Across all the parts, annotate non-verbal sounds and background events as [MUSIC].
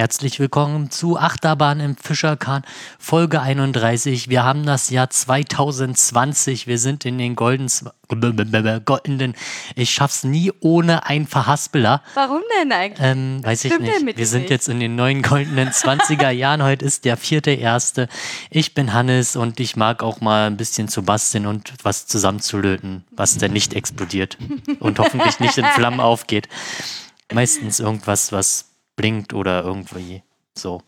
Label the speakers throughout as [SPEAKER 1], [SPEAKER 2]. [SPEAKER 1] Herzlich willkommen zu Achterbahn im Fischerkahn, Folge 31. Wir haben das Jahr 2020. Wir sind in den golden, goldenen. Ich schaff's nie ohne einen Verhaspeler.
[SPEAKER 2] Warum denn eigentlich?
[SPEAKER 1] Ähm, weiß ich
[SPEAKER 2] Stimmt denn
[SPEAKER 1] nicht.
[SPEAKER 2] mit
[SPEAKER 1] Wir
[SPEAKER 2] ihm
[SPEAKER 1] sind
[SPEAKER 2] nicht?
[SPEAKER 1] jetzt in den neuen goldenen 20er Jahren. Heute ist der vierte erste. Ich bin Hannes und ich mag auch mal ein bisschen zu basteln und was zusammenzulöten, was denn nicht explodiert und hoffentlich nicht in Flammen aufgeht. Meistens irgendwas, was blinkt oder irgendwie so.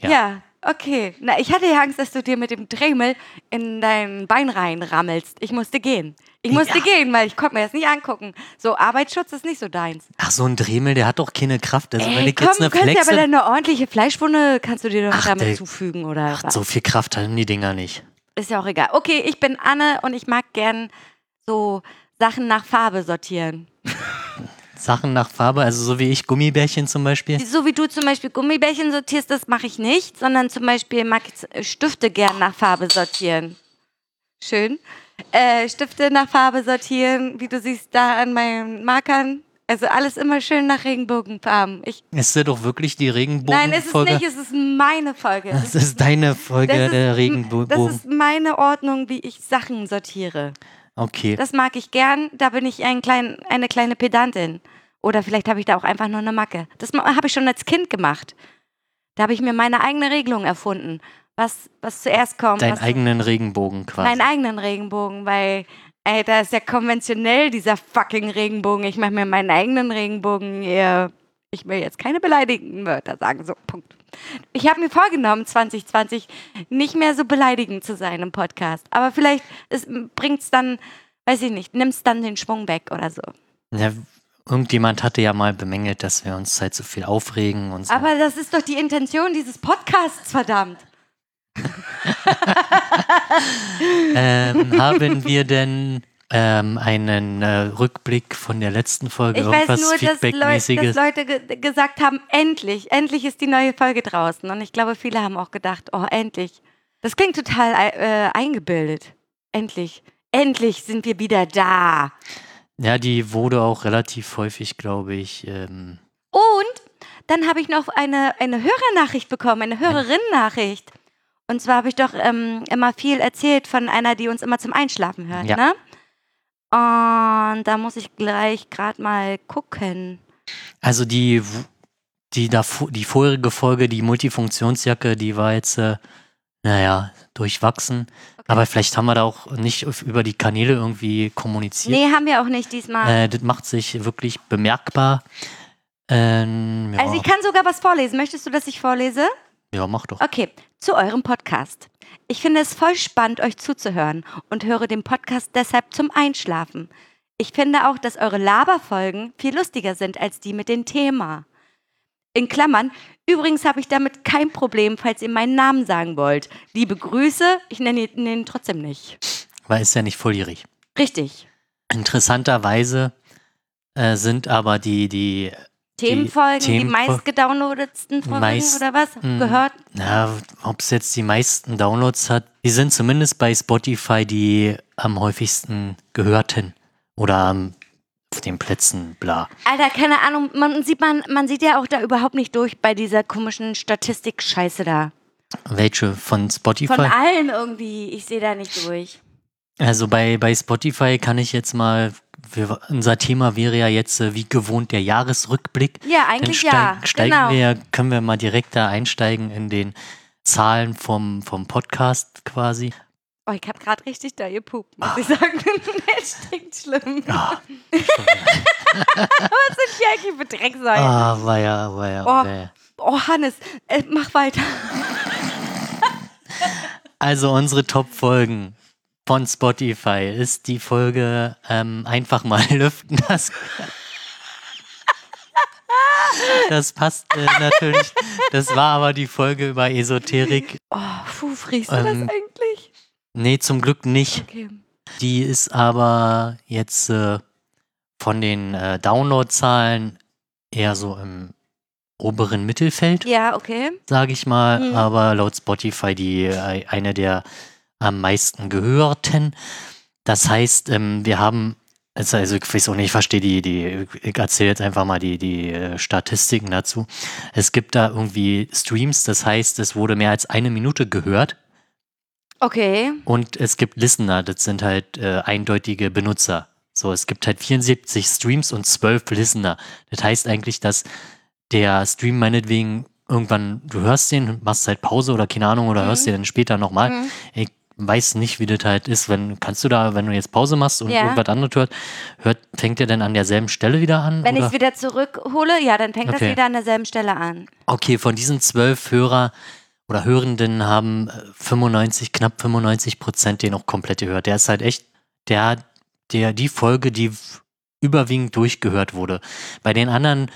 [SPEAKER 1] Äh,
[SPEAKER 2] ja. okay. Na, ich hatte ja Angst, dass du dir mit dem Dremel in dein Bein reinrammelst. Ich musste gehen. Ich musste
[SPEAKER 1] Ja.
[SPEAKER 2] gehen, weil ich konnte mir das nicht angucken. So, Arbeitsschutz ist nicht so deins.
[SPEAKER 1] Ach, so ein Dremel, der hat doch keine Kraft. Also wenn
[SPEAKER 2] Ey,
[SPEAKER 1] ich
[SPEAKER 2] komm,
[SPEAKER 1] jetzt eine
[SPEAKER 2] du kannst ja aber
[SPEAKER 1] Flexe...
[SPEAKER 2] dann eine ordentliche Fleischwunde kannst du dir doch
[SPEAKER 1] Ach,
[SPEAKER 2] damit
[SPEAKER 1] der-
[SPEAKER 2] zufügen oder
[SPEAKER 1] Ach,
[SPEAKER 2] was.
[SPEAKER 1] so viel Kraft haben die Dinger nicht.
[SPEAKER 2] Ist ja auch egal. Okay, ich bin Anne und ich mag gern so Sachen nach Farbe sortieren.
[SPEAKER 1] Sachen nach Farbe, also so wie ich, Gummibärchen zum Beispiel.
[SPEAKER 2] So wie du zum Beispiel Gummibärchen sortierst, das mache ich nicht, sondern zum Beispiel mag ich äh, Stifte gern nach Farbe sortieren. Schön. Äh, Stifte nach Farbe sortieren, wie du siehst, da an meinen Markern. Also alles immer schön nach Regenbogenfarben. Ich,
[SPEAKER 1] Ist das doch wirklich die Regenbogenfolge?
[SPEAKER 2] nein, ist es nicht, es ist meine Folge. Es
[SPEAKER 1] Das ist deine Folge
[SPEAKER 2] das ist-
[SPEAKER 1] der
[SPEAKER 2] Das
[SPEAKER 1] Regenbogen.
[SPEAKER 2] ist meine Ordnung, wie ich Sachen sortiere.
[SPEAKER 1] Okay.
[SPEAKER 2] Das mag ich gern, da bin ich ein klein, eine kleine Pedantin. Oder vielleicht habe ich da auch einfach nur eine Macke. Das ma- habe ich schon als Kind gemacht. Da habe ich mir meine eigene Regelung erfunden. Was, was zuerst kommt.
[SPEAKER 1] Deinen
[SPEAKER 2] was
[SPEAKER 1] eigenen Regenbogen quasi.
[SPEAKER 2] Meinen eigenen Regenbogen, weil, ey, da ist ja konventionell dieser fucking Regenbogen. Ich mache mir meinen eigenen Regenbogen. Ihr, ich will jetzt keine beleidigenden Wörter sagen. So, Punkt. Ich habe mir vorgenommen, 2020 nicht mehr so beleidigend zu sein im Podcast. Aber vielleicht bringt es dann, weiß ich nicht, nimmst dann den Schwung weg oder so.
[SPEAKER 1] ja, irgendjemand hatte ja mal bemängelt, dass wir uns halt so viel aufregen und so.
[SPEAKER 2] Aber das ist doch die Intention dieses Podcasts, verdammt. [LAUGHS]
[SPEAKER 1] ähm, haben wir denn ähm, einen äh, Rückblick von der letzten Folge?
[SPEAKER 2] Ich weiß
[SPEAKER 1] Irgendwas
[SPEAKER 2] nur, dass, Leut, dass
[SPEAKER 1] Feedbackmäßiges?
[SPEAKER 2] Leute ge gesagt haben, endlich, endlich ist die neue Folge draußen. Und ich glaube, viele haben auch gedacht, oh, endlich. Das klingt total äh, eingebildet. Endlich. Endlich sind wir wieder da.
[SPEAKER 1] ja, die wurde auch relativ häufig, glaube ich. Ähm,
[SPEAKER 2] Und dann habe ich noch eine, eine Hörernachricht bekommen, eine Hörerinnennachricht. Und zwar habe ich doch ähm, immer viel erzählt von einer, die uns immer zum Einschlafen hört,
[SPEAKER 1] Ja.
[SPEAKER 2] ne? Und da muss ich gleich gerade mal gucken.
[SPEAKER 1] also die, w- die, davor, die vorherige Folge, die Multifunktionsjacke, die war jetzt, äh, naja, durchwachsen. Aber vielleicht haben wir da auch nicht auf- über die Kanäle irgendwie kommuniziert.
[SPEAKER 2] Nee, haben wir auch nicht diesmal.
[SPEAKER 1] Äh, das macht sich wirklich bemerkbar. Ähm, ja,
[SPEAKER 2] Also ich kann sogar was vorlesen. Möchtest du, dass ich vorlese?
[SPEAKER 1] ja, mach doch.
[SPEAKER 2] Okay, zu eurem Podcast. Ich finde es voll spannend, euch zuzuhören und höre den Podcast deshalb zum Einschlafen. Ich finde auch, dass eure Laberfolgen viel lustiger sind als die mit dem Thema. In Klammern, übrigens habe ich damit kein Problem, falls ihr meinen Namen sagen wollt. Liebe Grüße, ich nenne ihn ihn trotzdem nicht.
[SPEAKER 1] Weil ist ja nicht volljährig.
[SPEAKER 2] Richtig.
[SPEAKER 1] Interessanterweise äh, sind aber die, die,
[SPEAKER 2] Themenfolgen, die,
[SPEAKER 1] Themenfol-
[SPEAKER 2] meistgedownloadetsten Folgen
[SPEAKER 1] Meist-
[SPEAKER 2] oder was?
[SPEAKER 1] Mm.
[SPEAKER 2] Gehört?
[SPEAKER 1] na, ob es jetzt die meisten Downloads hat, die sind zumindest bei Spotify die am häufigsten gehörten oder am, auf den Plätzen, bla.
[SPEAKER 2] Alter, keine Ahnung, man sieht, man, man sieht ja auch da überhaupt nicht durch bei dieser komischen Statistik-Scheiße da.
[SPEAKER 1] Welche von Spotify?
[SPEAKER 2] Von allen irgendwie, ich sehe da nicht durch.
[SPEAKER 1] Also bei, bei Spotify kann ich jetzt mal, wir, unser Thema wäre ja jetzt äh, wie gewohnt der Jahresrückblick.
[SPEAKER 2] Ja, eigentlich
[SPEAKER 1] Dann steig-
[SPEAKER 2] ja,
[SPEAKER 1] Steigen
[SPEAKER 2] genau.
[SPEAKER 1] wir, ja- können wir mal direkt da einsteigen in den Zahlen vom, vom Podcast quasi.
[SPEAKER 2] Oh, ich habe gerade richtig da gepupt, muss ich sagen. [LAUGHS] das stinkt [LAUGHS] schlimm.
[SPEAKER 1] Ah,
[SPEAKER 2] Was sind hier eigentlich für Drecksäulen?
[SPEAKER 1] ah war ja, war ja,
[SPEAKER 2] Oh.
[SPEAKER 1] war ja.
[SPEAKER 2] Oh, Hannes, äh, mach weiter.
[SPEAKER 1] Also unsere Top-Folgen von Spotify ist die Folge ähm, einfach mal [LAUGHS] lüften. Das, das passt äh, natürlich. Das war aber die Folge über Esoterik.
[SPEAKER 2] Oh, puh, riechst du
[SPEAKER 1] Ähm.
[SPEAKER 2] das eigentlich?
[SPEAKER 1] Nee, zum Glück nicht.
[SPEAKER 2] Okay.
[SPEAKER 1] Die ist aber jetzt äh, von den äh, Downloadzahlen eher so im oberen Mittelfeld,
[SPEAKER 2] Ja, okay.
[SPEAKER 1] sage ich mal.
[SPEAKER 2] Mhm.
[SPEAKER 1] Aber laut Spotify die äh, eine der am meisten gehörten. Das heißt, ähm, wir haben Also, also ich weiß auch nicht, ich verstehe die, die, ich erzähle jetzt einfach mal die, die äh, Statistiken dazu. Es gibt da irgendwie Streams, das heißt, es wurde mehr als eine Minute gehört
[SPEAKER 2] Okay.
[SPEAKER 1] und es gibt Listener, das sind halt äh, eindeutige Benutzer. So, es gibt halt 74 Streams und 12 Listener. Das heißt eigentlich, dass der Stream meinetwegen irgendwann, du hörst den, machst halt Pause oder keine Ahnung, oder hörst den dann später nochmal.
[SPEAKER 2] Mhm.
[SPEAKER 1] Ich weiß nicht, wie das halt ist. Wenn, kannst du da, wenn du jetzt Pause machst und
[SPEAKER 2] Ja.
[SPEAKER 1] irgendwas anderes hört, hört, fängt der dann an derselben Stelle wieder an?
[SPEAKER 2] Wenn ich
[SPEAKER 1] oder?
[SPEAKER 2] es wieder zurückhole, ja, dann fängt das
[SPEAKER 1] Okay.
[SPEAKER 2] wieder an derselben Stelle an.
[SPEAKER 1] Okay, von diesen zwölf Hörer oder Hörenden haben äh, 95, knapp 95 Prozent den auch komplett gehört. Der ist halt echt, der, der, die Folge, die f- überwiegend durchgehört wurde. Bei den anderen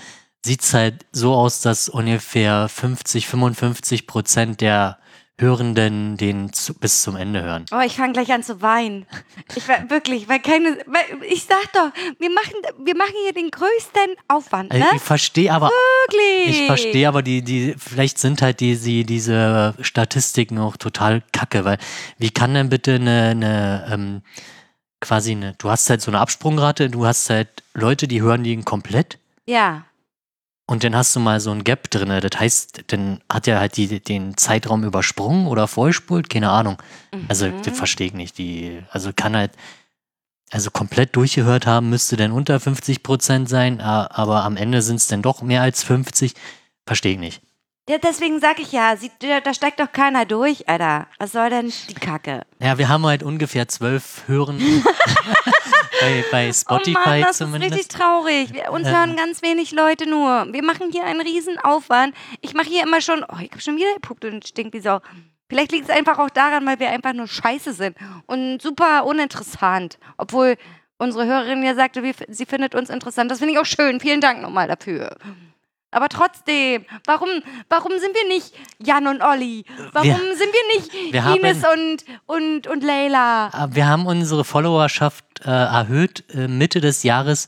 [SPEAKER 1] sieht es halt so aus, dass ungefähr 50, 55 Prozent der Hörenden den zu, bis zum Ende hören.
[SPEAKER 2] Oh, ich fange gleich an zu weinen. Ich war wirklich, weil keine, weil ich sag doch, wir machen, wir machen hier den größten Aufwand,
[SPEAKER 1] Also
[SPEAKER 2] ne?
[SPEAKER 1] Ich verstehe aber,
[SPEAKER 2] Wirklich.
[SPEAKER 1] ich verstehe aber die, die, vielleicht sind halt die, die, diese Statistiken auch total kacke, weil wie kann denn bitte eine, eine ähm, quasi eine, du hast halt so eine Absprungrate, du hast halt Leute, die hören den komplett
[SPEAKER 2] Ja.
[SPEAKER 1] und dann hast du mal so ein Gap drin. Das heißt, dann hat er halt die, den Zeitraum übersprungen oder vorspult, keine Ahnung. Also
[SPEAKER 2] Mhm.
[SPEAKER 1] das verstehe ich nicht. Die, also kann halt, also komplett durchgehört haben, müsste dann unter 50 Prozent sein, a- aber am Ende sind es dann doch mehr als 50. Verstehe ich nicht.
[SPEAKER 2] Ja, deswegen sag ich ja, sie, da, da steigt doch keiner durch, Alter. Was soll denn die Kacke?
[SPEAKER 1] Ja, wir haben halt ungefähr zwölf
[SPEAKER 2] [LAUGHS]
[SPEAKER 1] Hören bei, bei Spotify
[SPEAKER 2] oh Mann, das
[SPEAKER 1] zumindest. Ähm.
[SPEAKER 2] ist richtig traurig. Wir, uns hören ganz wenig Leute nur. Wir machen hier einen riesen Aufwand. Ich mache hier immer schon, oh, ich habe schon wieder gepuckt und stinkt die Sau. Vielleicht liegt es einfach auch daran, weil wir einfach nur scheiße sind und super uninteressant. Obwohl unsere Hörerin ja sagte, wir, f- sie findet uns interessant. Das finde ich auch schön. Vielen Dank nochmal dafür. Aber trotzdem, warum, warum sind wir nicht Jan und Olli? Warum sind wir nicht
[SPEAKER 1] wir haben-
[SPEAKER 2] Ines und, und, und Leila?
[SPEAKER 1] Aber Ah, Wir haben unsere Followerschaft äh, erhöht äh, Mitte des Jahres.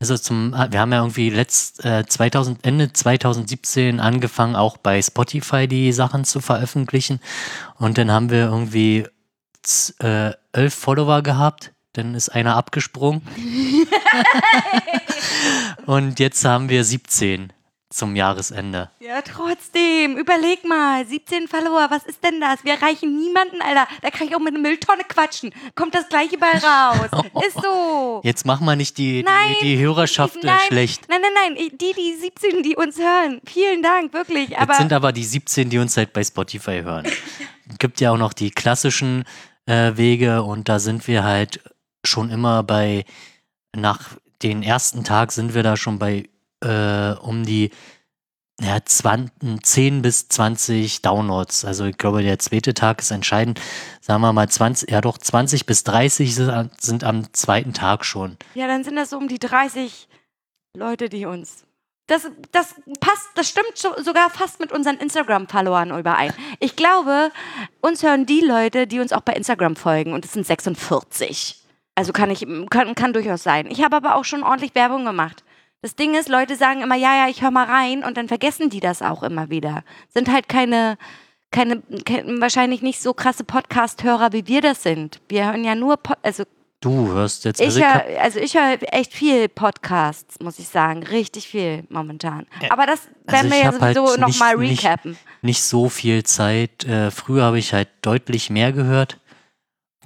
[SPEAKER 1] Also zum, äh, wir haben ja irgendwie letzt, äh, 2000, Ende 2017 angefangen, auch bei Spotify die Sachen zu veröffentlichen. Und dann haben wir irgendwie z- äh, elf Follower gehabt. Dann ist einer
[SPEAKER 2] [LAUGHS]
[SPEAKER 1] abgesprungen. Und jetzt haben wir 17 zum Jahresende.
[SPEAKER 2] Ja, trotzdem. Überleg mal. 17 Follower, was ist denn das? Wir erreichen niemanden, Alter. Da kann ich auch mit einer Mülltonne quatschen. Kommt das gleiche bei
[SPEAKER 1] [LAUGHS]
[SPEAKER 2] raus. Ist so.
[SPEAKER 1] Jetzt machen wir nicht die,
[SPEAKER 2] Nein,
[SPEAKER 1] die, die Hörerschaft äh,
[SPEAKER 2] nein,
[SPEAKER 1] schlecht.
[SPEAKER 2] Nein, nein, nein. Ich- Die, die 17, die uns hören. Vielen Dank, wirklich. Aber
[SPEAKER 1] Jetzt sind aber die 17, die uns halt bei Spotify hören.
[SPEAKER 2] [LAUGHS]
[SPEAKER 1] Gibt ja auch noch die klassischen äh, Wege und da sind wir halt schon immer bei, nach den ersten Tag sind wir da schon bei äh, um die ja, 20, 10 bis 20 Downloads. Also ich glaube, der zweite Tag ist entscheidend. Sagen wir mal 20, ja doch 20 bis 30 sind am- sind am zweiten Tag schon.
[SPEAKER 2] ja, dann sind das so um die 30 Leute, die uns. Das, das passt, das stimmt so, sogar fast mit unseren Instagram-Followern überein. Ich glaube, uns hören die Leute, die uns auch bei Instagram folgen und es sind 46. Also kann ich, kann, kann durchaus sein. Ich habe aber auch schon ordentlich Werbung gemacht. Das Ding ist, Leute sagen immer, ja, ja, ich höre mal rein und dann vergessen die das auch immer wieder. Sind halt keine, keine, ke- wahrscheinlich nicht so krasse Podcast-Hörer, wie wir das sind. Wir hören ja nur, Pod also
[SPEAKER 1] Du hörst jetzt,
[SPEAKER 2] ich
[SPEAKER 1] also ich hab-
[SPEAKER 2] höre also ich höre echt viel Podcasts, muss ich sagen, richtig viel momentan. Aber das werden
[SPEAKER 1] ich
[SPEAKER 2] wir ja
[SPEAKER 1] hab halt
[SPEAKER 2] sowieso noch
[SPEAKER 1] nicht-
[SPEAKER 2] nochmal
[SPEAKER 1] nicht-
[SPEAKER 2] recappen.
[SPEAKER 1] nicht so viel Zeit. Äh, früher habe ich halt deutlich mehr gehört.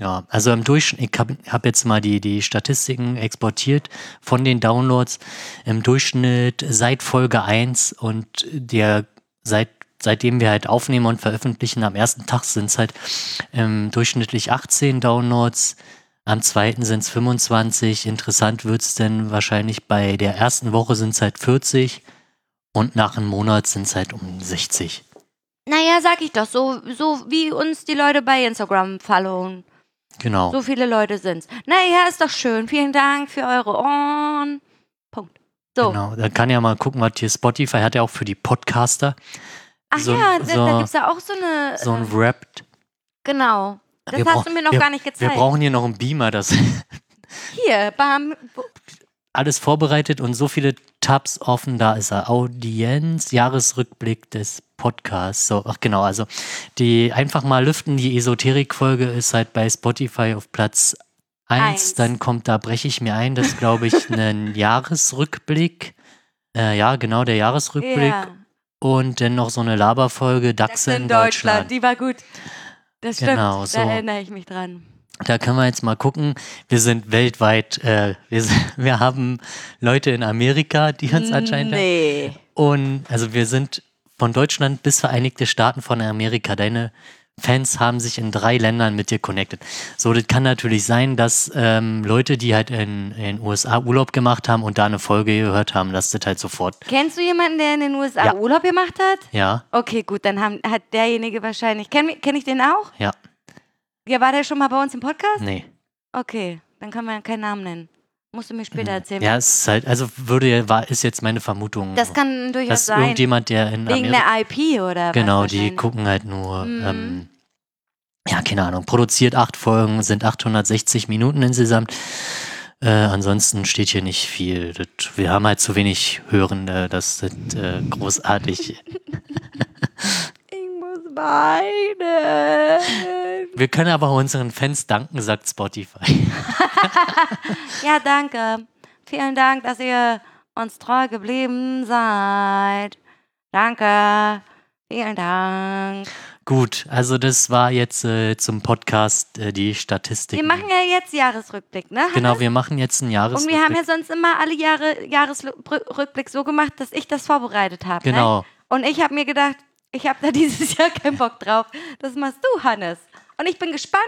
[SPEAKER 1] Ja, also im Durchschnitt, ich habe hab jetzt mal die, die Statistiken exportiert von den Downloads. Im Durchschnitt seit Folge 1 und der, seit, seitdem wir halt aufnehmen und veröffentlichen, am ersten Tag sind es halt ähm, durchschnittlich 18 Downloads. Am zweiten sind es 25. Interessant wird es denn wahrscheinlich bei der ersten Woche sind es halt 40 und nach einem Monat sind es halt um 60.
[SPEAKER 2] Naja, sag ich doch, so, so wie uns die Leute bei Instagram followen.
[SPEAKER 1] Genau.
[SPEAKER 2] So viele Leute sind's. Naja, ist doch schön. Vielen Dank für eure Ohren. Punkt. So.
[SPEAKER 1] Genau. Da kann ja mal gucken, was hier Spotify hat ja auch für die Podcaster
[SPEAKER 2] Ach
[SPEAKER 1] So-
[SPEAKER 2] ja, da,
[SPEAKER 1] so-
[SPEAKER 2] da gibt's ja auch so eine.
[SPEAKER 1] so ein
[SPEAKER 2] äh,
[SPEAKER 1] Wrapped.
[SPEAKER 2] genau. Das
[SPEAKER 1] Wir
[SPEAKER 2] hast
[SPEAKER 1] brauch-
[SPEAKER 2] du mir noch
[SPEAKER 1] wir-
[SPEAKER 2] gar nicht
[SPEAKER 1] Wir
[SPEAKER 2] gezeigt.
[SPEAKER 1] brauchen hier noch einen Beamer, das [LAUGHS]
[SPEAKER 2] Hier, bam.
[SPEAKER 1] alles vorbereitet und so viele Tabs offen, da ist er. Audienz, Jahresrückblick des Podcasts. So, ach genau, also die einfach mal lüften, die Esoterik-Folge ist halt bei Spotify auf Platz Eins,
[SPEAKER 2] Eins.
[SPEAKER 1] dann kommt, da breche ich mir ein, das ist, glaube
[SPEAKER 2] [LAUGHS]
[SPEAKER 1] ich, ein Jahresrückblick. Äh, ja, genau, der Jahresrückblick.
[SPEAKER 2] Ja.
[SPEAKER 1] Und dann noch so eine Laberfolge DAX in Deutschland.
[SPEAKER 2] Die war gut. Das stimmt.
[SPEAKER 1] Genau, so.
[SPEAKER 2] Da erinnere ich mich dran.
[SPEAKER 1] Da können wir jetzt mal gucken. Wir sind weltweit, äh, wir, s- [LAUGHS] wir haben Leute in Amerika, die uns anscheinend.
[SPEAKER 2] Nee.
[SPEAKER 1] Und also wir sind von Deutschland bis Vereinigte Staaten von Amerika. Deine Fans haben sich in drei Ländern mit dir connected. So, das kann natürlich sein, dass ähm, Leute, die halt in in den USA Urlaub gemacht haben und da eine Folge gehört haben, dass das halt sofort,
[SPEAKER 2] Kennst du jemanden, der in den USA
[SPEAKER 1] Ja.
[SPEAKER 2] Urlaub gemacht hat?
[SPEAKER 1] ja,
[SPEAKER 2] Okay, gut, dann haben, hat derjenige wahrscheinlich. Kenne kenn ich den auch?
[SPEAKER 1] ja,
[SPEAKER 2] Ja, war der schon mal bei uns im Podcast?
[SPEAKER 1] nee.
[SPEAKER 2] Okay, dann kann man keinen Namen nennen. Musst du mir später erzählen.
[SPEAKER 1] Ja, es ist halt, also würde, ja- war, ist jetzt meine Vermutung.
[SPEAKER 2] Das kann durchaus
[SPEAKER 1] dass
[SPEAKER 2] sein.
[SPEAKER 1] irgendjemand, der in
[SPEAKER 2] Wegen
[SPEAKER 1] Amerika.
[SPEAKER 2] der IP oder
[SPEAKER 1] Genau,
[SPEAKER 2] was
[SPEAKER 1] die
[SPEAKER 2] wahrscheinlich.
[SPEAKER 1] gucken halt nur,
[SPEAKER 2] Mhm.
[SPEAKER 1] ähm, ja, keine Ahnung, produziert acht Folgen, sind 860 Minuten insgesamt. Äh, ansonsten steht hier nicht viel. Das, wir haben halt zu wenig Hörende, das das, äh,
[SPEAKER 2] [LAUGHS]
[SPEAKER 1] großartig.
[SPEAKER 2] Ich muss weinen.
[SPEAKER 1] [LAUGHS] wir können aber unseren Fans danken, sagt Spotify. [LAUGHS]
[SPEAKER 2] Ja, danke. Vielen Dank, dass ihr uns treu geblieben seid. Danke. Vielen Dank.
[SPEAKER 1] Gut, also das war jetzt äh, zum Podcast äh, die Statistik.
[SPEAKER 2] Wir machen ja jetzt Jahresrückblick, ne?
[SPEAKER 1] genau, wir machen jetzt einen
[SPEAKER 2] Und
[SPEAKER 1] Jahresrückblick.
[SPEAKER 2] wir haben ja sonst immer alle Jahre Jahresrückblick so gemacht, dass ich das vorbereitet habe. Ne?
[SPEAKER 1] Genau.
[SPEAKER 2] Und ich habe mir gedacht, ich habe da [LAUGHS] dieses Jahr keinen Bock drauf. Das machst du, Hannes. Und ich bin gespannt,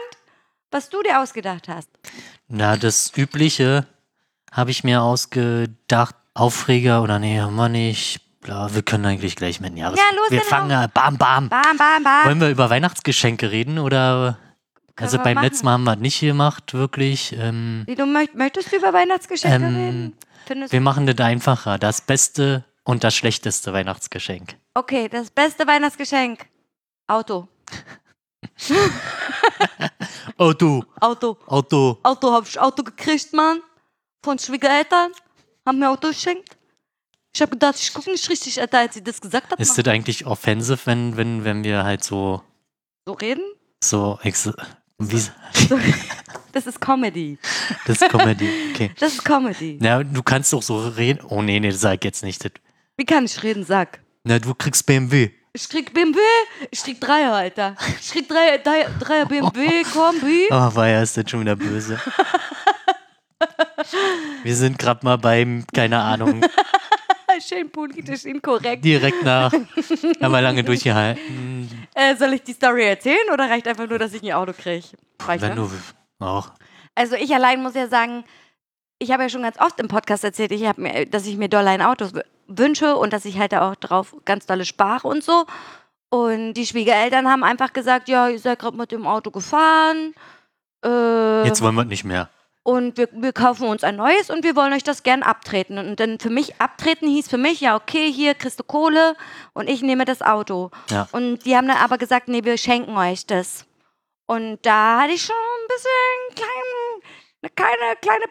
[SPEAKER 2] was du dir ausgedacht hast.
[SPEAKER 1] Na, das Übliche habe ich mir ausgedacht. Aufreger oder nee, haben wir nicht. Bla, wir können eigentlich gleich mit dem Jahres.
[SPEAKER 2] Ja, los,
[SPEAKER 1] wir
[SPEAKER 2] dann
[SPEAKER 1] fangen an. Bam, bam.
[SPEAKER 2] Bam, bam, bam.
[SPEAKER 1] Wollen wir über Weihnachtsgeschenke reden oder?
[SPEAKER 2] Können
[SPEAKER 1] also
[SPEAKER 2] wir
[SPEAKER 1] beim
[SPEAKER 2] machen.
[SPEAKER 1] letzten Mal haben wir es nicht gemacht, wirklich. Ähm,
[SPEAKER 2] Wie, du möcht, möchtest du über Weihnachtsgeschenke
[SPEAKER 1] Ähm,
[SPEAKER 2] reden? Findest
[SPEAKER 1] wir machen das einfacher. Das beste und das schlechteste Weihnachtsgeschenk.
[SPEAKER 2] Okay, das beste Weihnachtsgeschenk. Auto.
[SPEAKER 1] Auto,
[SPEAKER 2] Auto.
[SPEAKER 1] Auto.
[SPEAKER 2] Auto hab ich Auto gekriegt, Mann. Von Schwiegereltern. Haben mir Auto geschenkt. Ich hab gedacht, ich gucke nicht richtig, Alter, als sie das gesagt hat.
[SPEAKER 1] Ist
[SPEAKER 2] Mann.
[SPEAKER 1] das eigentlich offensiv, wenn, wenn, wenn wir halt so,
[SPEAKER 2] so reden?
[SPEAKER 1] so, ex wie,
[SPEAKER 2] So, das ist Comedy.
[SPEAKER 1] das ist Comedy. Okay.
[SPEAKER 2] Das ist Comedy.
[SPEAKER 1] Na, du kannst doch so reden. Oh nee, nee, sag jetzt nicht. Das
[SPEAKER 2] Wie kann ich reden, sag?
[SPEAKER 1] Na, du kriegst BMW.
[SPEAKER 2] Ich krieg BMW, ich krieg Dreier, Alter. Ich krieg Dreier, Dreier, Dreier BMW, Kombi.
[SPEAKER 1] Oh, weia, ist das schon wieder
[SPEAKER 2] [LAUGHS]
[SPEAKER 1] böse. Wir sind gerade mal beim, keine Ahnung,
[SPEAKER 2] Schön politisch inkorrekt.
[SPEAKER 1] direkt nach. Haben wir lange durchgehalten.
[SPEAKER 2] Äh, soll ich die Story erzählen oder reicht einfach nur, dass ich ein Auto krieg? Reicht,
[SPEAKER 1] Wenn
[SPEAKER 2] ne?
[SPEAKER 1] du auch.
[SPEAKER 2] Also ich allein muss ja sagen, ich habe ja schon ganz oft im Podcast erzählt, ich hab mir, dass ich mir doll ein Auto w- wünsche und dass ich halt auch drauf ganz dolle spare und so. Und die Schwiegereltern haben einfach gesagt, ja, ihr seid gerade mit dem Auto gefahren. Äh,
[SPEAKER 1] Jetzt wollen wir nicht mehr.
[SPEAKER 2] und wir, wir kaufen uns ein neues und wir wollen euch das gern abtreten. Und dann für mich, abtreten hieß für mich, ja, okay, hier kriegst du Kohle und ich nehme das Auto.
[SPEAKER 1] Ja.
[SPEAKER 2] Und die haben dann aber gesagt, nee, wir schenken euch das. Und da hatte ich schon ein bisschen kleinen, eine kleine, kleine